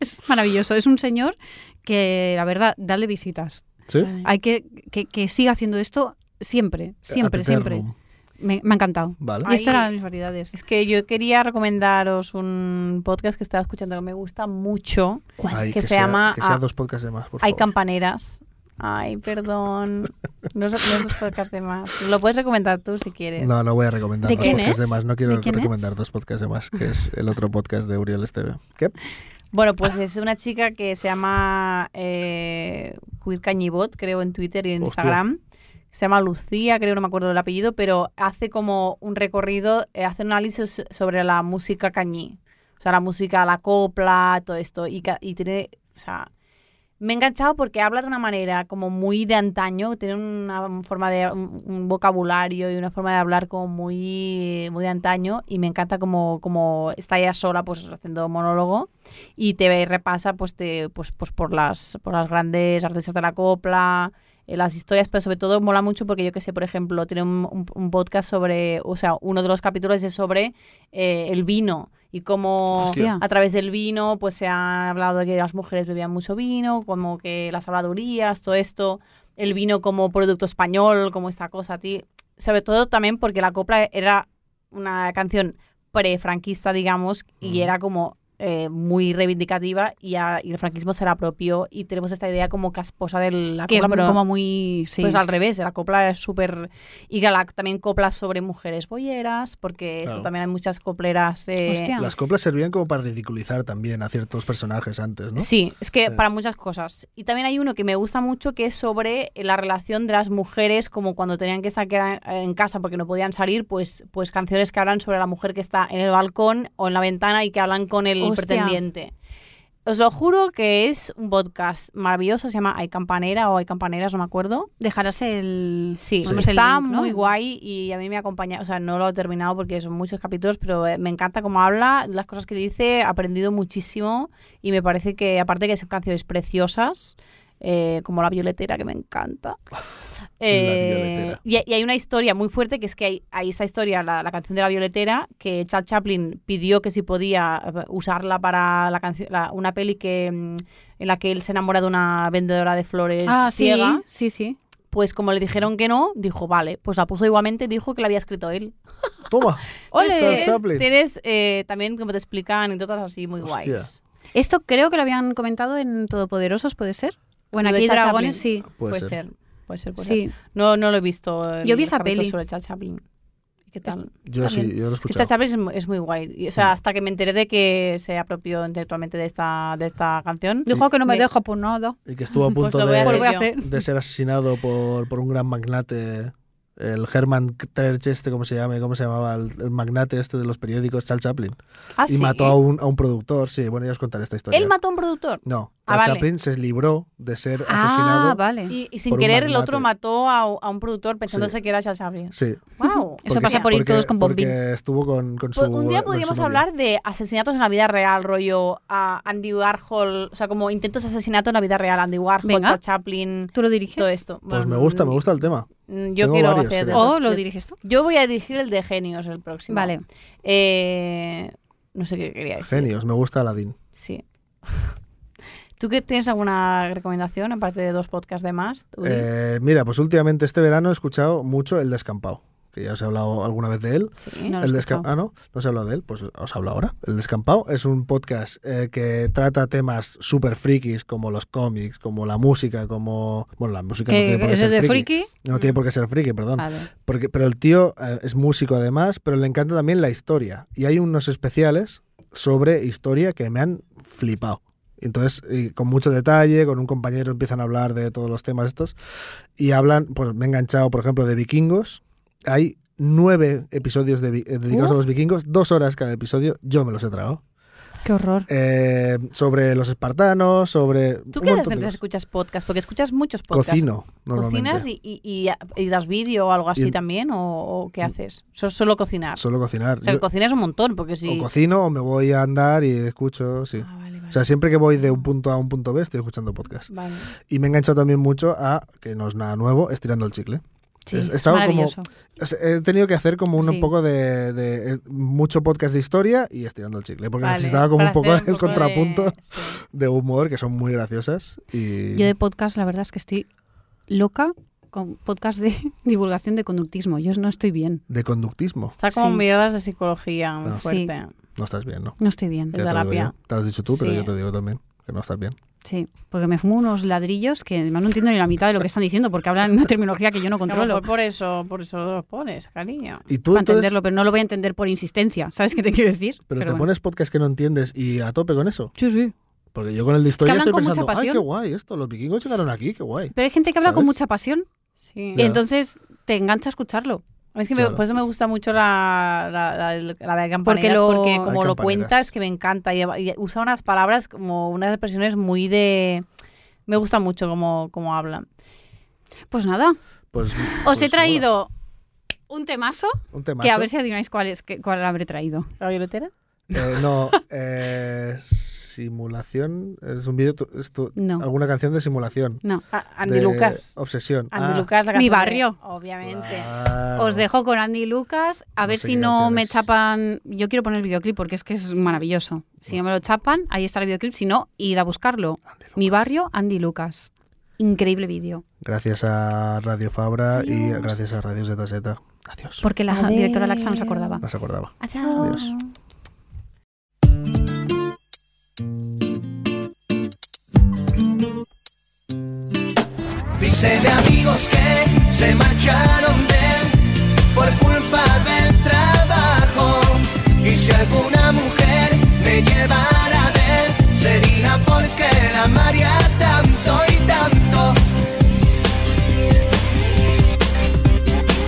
A: es maravilloso, es un señor que, la verdad, dale visitas.
B: ¿Sí?
C: vale.
A: Hay que, que, que siga haciendo esto siempre, siempre,
B: Ad
A: siempre.
B: eternum.
A: Me, me ha encantado.
B: Vale.
A: Y esta
C: Ay.
A: era de mis variedades.
C: Es que yo quería recomendaros un podcast que estaba escuchando que me gusta mucho.
B: Ay,
C: que se
B: sea-
C: llama
B: Que sea
C: a-
B: dos podcasts de más, por
C: Hay
B: favor.
C: campaneras. Ay, perdón. No es, no es dos podcasts de más. Lo puedes recomendar tú si quieres.
B: No, no voy a recomendar
A: ¿De
B: dos
A: quién
B: podcasts de
A: es?
B: más. No quiero
A: ¿De quién
B: recomendar
A: es?
B: dos podcasts de más, que es el otro podcast de Uriel Esteve. ¿Qué?
C: Bueno, pues es una chica que se llama eh, Queer Cañibot, creo, en Twitter y en
B: Hostia.
C: Instagram. Se llama Lucía, creo, no me acuerdo del apellido, pero hace como un recorrido, eh, hace un análisis sobre la música cañí. O sea, la música, la copla, todo esto. Y, ca- y tiene, o sea, me he enganchado porque habla de una manera como muy de antaño, tiene una forma de un, un vocabulario y una forma de hablar como muy, muy de antaño y me encanta como, como está ella sola pues haciendo monólogo y te ve- repasa pues, te, pues, pues por, las, por las grandes artistas de la copla, eh, las historias, pero sobre todo mola mucho porque yo que sé, por ejemplo, tiene un, un- un podcast sobre, o sea, uno de los capítulos es sobre eh, el vino y cómo
A: Hostia.
C: a través del vino pues se ha hablado de que las mujeres bebían mucho vino, como que las habladurías, todo esto, el vino como producto español, como esta cosa, ti. Sobre todo también porque la copla era una canción pre-franquista, digamos, y
B: Mm.
C: era como eh, muy reivindicativa y, a- y el franquismo se la apropió y tenemos esta idea como casposa de la
A: Que es
C: copla, pero
A: como muy... Sí.
C: pues al revés, la copla es súper... Y que la- también coplas sobre mujeres bolleras, porque
B: Claro.
C: eso también hay muchas copleras... eh,
A: Hostia.
B: Las coplas servían como para ridiculizar también a ciertos personajes antes, ¿no?
C: Sí, es que
B: Sí.
C: para muchas cosas. Y también hay uno que me gusta mucho que es sobre la relación de las mujeres como cuando tenían que estar queda- en casa porque no podían salir, pues, pues canciones que hablan sobre la mujer que está en el balcón o en la ventana y que hablan con el
A: Hostia.
C: pretendiente. Os lo juro que es un podcast maravilloso, se llama Hay Campanera o Hay Campaneras, no me acuerdo.
A: Dejarás el...
C: Sí,
A: ponemos el
C: está
A: link, ¿no?
C: muy guay y a mí me acompaña, o sea, no lo he terminado porque son muchos capítulos, pero eh, me encanta cómo habla, las cosas que dice, he aprendido muchísimo y me parece que, aparte que son canciones preciosas, eh, como La Violetera, que me encanta. Eh,
B: Violetera.
C: y, y hay una historia muy fuerte que es que hay, hay esta historia, la, la canción de La Violetera, que Chad Chaplin pidió que si podía eh, usarla para la canción, la- una peli que mm, en la que él se enamora de una vendedora de flores
A: Ah, sí,
C: ciega
A: sí, sí.
C: pues como le dijeron que no, dijo, vale, pues la puso igualmente y dijo que la había escrito él.
B: Toma.
A: ¡Ole!
B: Charles
C: Tienes-
B: Chaplin.
C: Tienes eh, también, como te explican, anécdotas así muy
B: Hostia.
C: guays.
A: Esto creo que lo habían comentado en Todopoderosos, ¿puede ser? Bueno,
C: Lo de
A: aquí hay
C: Charles
A: dragones, sí.
B: Puede, ser.
C: Puede ser, puede
A: Sí,
C: ser. No, no lo he visto. el
A: Yo vi esa
C: capítulo
A: peli.
C: Sobre Charles Chaplin. ¿Qué tal?
B: Yo
A: También.
B: sí, yo lo he
C: Es que
B: escuchado.
C: Charles Chaplin es mu- es, muy guay. Y, o sea, hasta que me enteré de que se apropió intelectualmente de esta, de esta canción.
A: dijo que no me
C: Me-
A: deja por nada.
B: Y que estuvo a
C: Pues
B: punto
C: lo voy a
B: de...
A: Pues lo voy a
C: yo.
A: hacer.
B: de ser asesinado por, por un gran magnate, el Herman Terch, este, ¿cómo se llama? ¿Cómo se llamaba? El, el magnate este de los periódicos, Charles Chaplin.
C: Ah,
B: y
C: sí.
B: mató a un, a un productor, sí, bueno, ya os contaré esta historia.
C: Él mató a un productor.
B: No,
C: Ah,
B: Charles
C: vale.
B: Chaplin se libró de ser
A: Ah,
B: asesinado.
A: vale.
C: Y, y sin
B: Mm. Por un
C: querer el otro
B: magnate.
C: mató a, a un productor pensándose que era Charles Chaplin.
B: Sí.
C: ¡Wow!
A: Eso pasa por ir todos con bombín.
B: Porque estuvo con, con su.
C: Pues un día
B: con su
C: podríamos
B: novia.
C: hablar de asesinatos en la vida real, rollo a Andy Warhol, o sea, como intentos de asesinato en la vida real, Andy Warhol,
A: Venga.
C: Todd Chaplin,
A: ¿Tú lo diriges?
C: todo esto.
B: Pues me Pues gusta, me gusta el tema.
C: Mm, Yo
B: Tengo
C: quiero
B: varios,
C: hacer.
B: creo.
A: ¿O Oh, lo diriges tú?
C: Yo voy a dirigir el de genios el próximo.
A: Vale.
C: Eh, no sé qué quería decir.
B: Genios, me gusta Aladdin.
C: Sí. ¿Tú qué tienes alguna recomendación aparte de dos podcasts de más? Uri?
B: Eh, mira, pues últimamente este verano he escuchado mucho El Descampado, que ya os he hablado alguna vez de él.
C: sí.
A: no. lo
B: El
A: he
B: Desca-
A: escuchado.
B: Ah, no, no se ha hablado de él, pues os hablo ahora. El Descampado es un podcast eh, que trata temas súper frikis como los cómics, como la música, como... Bueno, la música no
A: Que
B: tiene por qué
A: es
B: ser
A: de
B: friki.
A: friki. Mm.
B: No tiene por qué ser friki, perdón.
C: Vale.
B: Porque, pero el tío eh, es músico además, pero le encanta también la historia. Y hay unos especiales sobre historia que me han flipado. Entonces, y con mucho detalle, con un compañero empiezan a hablar de todos los temas estos. Y hablan, pues me he enganchado, por ejemplo, de vikingos. Hay nueve episodios de vi- eh, dedicados
C: Uh.
B: a los vikingos, dos horas cada episodio. Yo me los he tragado.
A: Qué horror.
B: Eh, sobre los espartanos, sobre.
C: ¿Tú
B: un
C: qué haces
B: montón de
C: mientras
B: cosas.
C: escuchas podcasts? Porque escuchas muchos podcasts.
B: Cocino, normalmente.
C: ¿Cocinas y, y- y- y das vídeo o algo así
B: Y-
C: también? ¿O, o qué haces? So- solo cocinar.
B: Solo cocinar.
C: o sea,
B: Yo-
C: cocinas un montón, porque si.
B: O cocino o me voy a andar y escucho, sí.
C: Ah, vale, vale.
B: O sea, siempre que voy de un punto A a un punto B estoy escuchando podcast.
C: Vale.
B: Y me he enganchado también mucho a, que no es nada nuevo, estirando el chicle.
A: Sí,
B: Es-
A: es
B: estaba como-
A: maravilloso.
B: O sea, he tenido que hacer como un,
A: Sí.
B: poco de, de- eh, mucho podcast de historia y estirando el chicle, porque
C: Vale,
B: necesitaba como un
C: para
B: poco
C: hacer
B: el
C: de-
B: contrapunto de...
C: sí.
B: humor, que son muy graciosas. Y...
A: Yo de podcast, la verdad es que estoy loca con podcast de divulgación de conductismo. Yo no estoy bien.
B: De conductismo.
C: Está como
A: Sí.
C: miradas de psicología muy
B: Ah.
A: Sí.
C: fuerte.
B: No estás bien, ¿no?
A: No estoy bien.
C: De
B: Ya te, lo digo
C: terapia.
B: yo. Te lo has dicho tú, pero
C: Sí.
B: yo te digo también que no estás bien.
A: Sí, porque me fumo unos ladrillos que además no entiendo ni la mitad de lo que están diciendo porque hablan una terminología que yo no
C: A lo mejor
A: controlo.
C: por eso, por eso lo pones, cariño.
B: Y tú
A: Para
B: entonces,
A: entenderlo, pero no lo voy a entender por insistencia. ¿Sabes qué te quiero decir?
B: pero, te
A: bueno.
B: pones podcast que no entiendes y a tope con eso.
A: Sí, sí.
B: Porque yo con el de historia
A: hablan
B: estoy
A: con mucha
B: pensando, ay,
A: pasión".
B: qué guay esto, los vikingos llegaron aquí, qué guay.
A: Pero hay gente que habla con
B: ¿Sabes?
A: mucha pasión
C: Sí.
A: y
B: Ya.
A: entonces te engancha a escucharlo.
C: Es que me-
B: Claro.
C: por eso me gusta mucho la, la, la, la de campaneras,
A: Porque
C: porque,
A: lo- Hay
C: como lo
B: campaneras.
C: cuenta es que me encanta y, y usa unas palabras como unas expresiones muy de... Me gusta mucho como, como hablan.
A: Pues nada,
B: Pues,
A: os
B: pues
A: he traído un temazo
B: mola. un tema.
A: que a ver si adivináis cuál, es, que- cuál habré traído.
C: ¿La violetera?
B: no, eh, simulación. Es un vídeo. tu- es tu-
A: No.
B: Alguna canción de simulación.
A: No.
C: Ah, Andy
B: de
C: Lucas.
B: Obsesión.
C: Andy
B: Ah,
C: Lucas, la
A: Mi
C: canción de-
A: barrio.
C: obviamente.
B: claro.
A: Os dejo con Andy y Lucas a
B: No
A: ver
B: sé
A: si
B: qué
A: no me
B: canciones.
A: chapan. Yo quiero poner el videoclip porque es que es maravilloso. Si no me lo chapan, ahí está el videoclip. Si no, id a buscarlo. Mi barrio, Andy Lucas. Increíble vídeo.
B: Gracias a Radio Fabra y gracias a Radios de Taseta. Adiós.
A: Porque la
C: Adeu.
A: directora Laxa no se acordaba.
B: No se acordaba.
D: Adiós.
E: Dice de amigos que se marcharon de él por culpa del trabajo. Y si alguna mujer me llevara de él, sería porque la amaría tanto y tanto.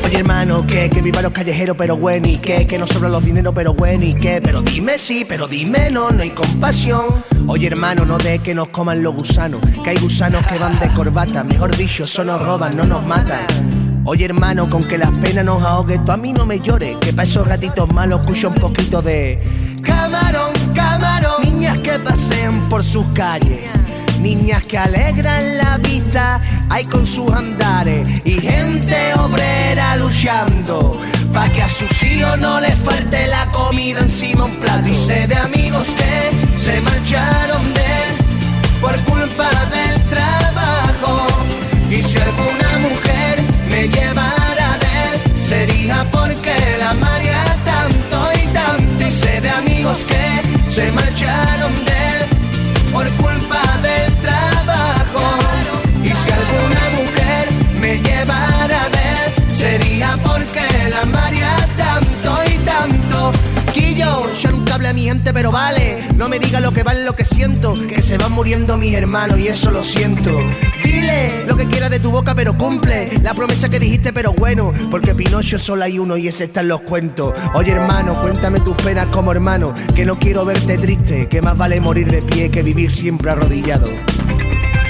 E: Oye hermano, que, que viva los callejeros, pero bueno, y que, que no sobran los dineros, pero bueno, y que, pero dime sí, pero dime no, no hay compasión. Oye hermano, no de que nos coman los gusanos, que hay gusanos que van de corbata, mejor dicho, eso nos roban, no nos matan. Oye hermano, con que las penas nos ahogue, tú a mí no me llores, que para esos ratitos malos escucho un poquito de... Camarón, camarón, niñas que pasean por sus calles. Niñas que alegran la vista, hay con sus andares y gente obrera luchando pa que a sus hijos no les falte la comida encima un plato. Dice de amigos que se marcharon de él por culpa del trabajo y si alguna mujer me llevara de él sería porque la amaría tanto y tanto. Dice de amigos que se marcharon de él por culpa del trabajo. Y si alguna mujer me llevara de él, sería porque la amaría tanto y tanto. Quillo, yo nunca hablé a mi gente, pero vale, no me diga lo que vale lo que siento, que se van muriendo mis hermanos y eso lo siento. Dile lo que quiera de tu boca, pero cumple la promesa que dijiste, pero bueno, porque Pinocho solo hay uno y ese está en los cuentos. Oye, hermano, cuéntame tus penas como hermano, que no quiero verte triste, que más vale morir de pie que vivir siempre arrodillado.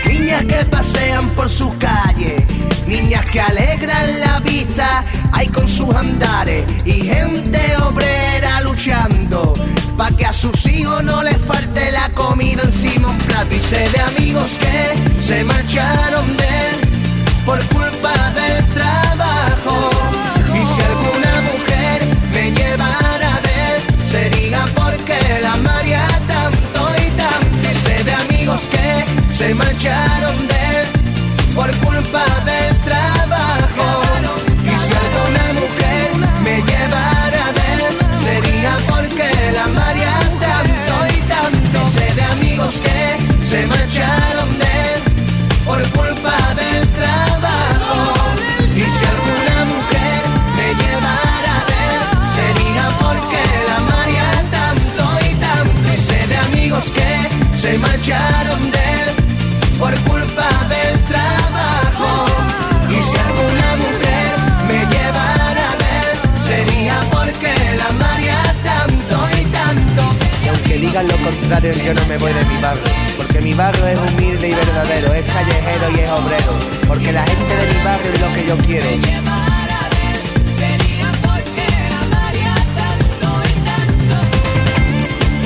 E: Niñas que pasean por sus calles, niñas que alegran la vista, hay con sus andares y gente obrera luchando pa que a sus hijos no les falte la comida encima un plato. Y sé de amigos que se marcharon de él por culpa del trabajo. yo no me voy de mi barrio, porque mi barrio es humilde y verdadero, es callejero y es obrero, porque la gente de mi barrio es lo que yo quiero.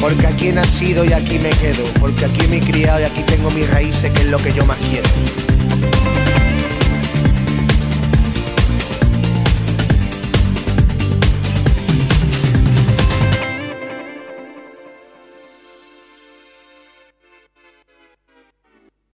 E: Porque aquí he nacido y aquí me quedo, porque aquí me he criado y aquí tengo mis raíces, que es lo que yo más quiero.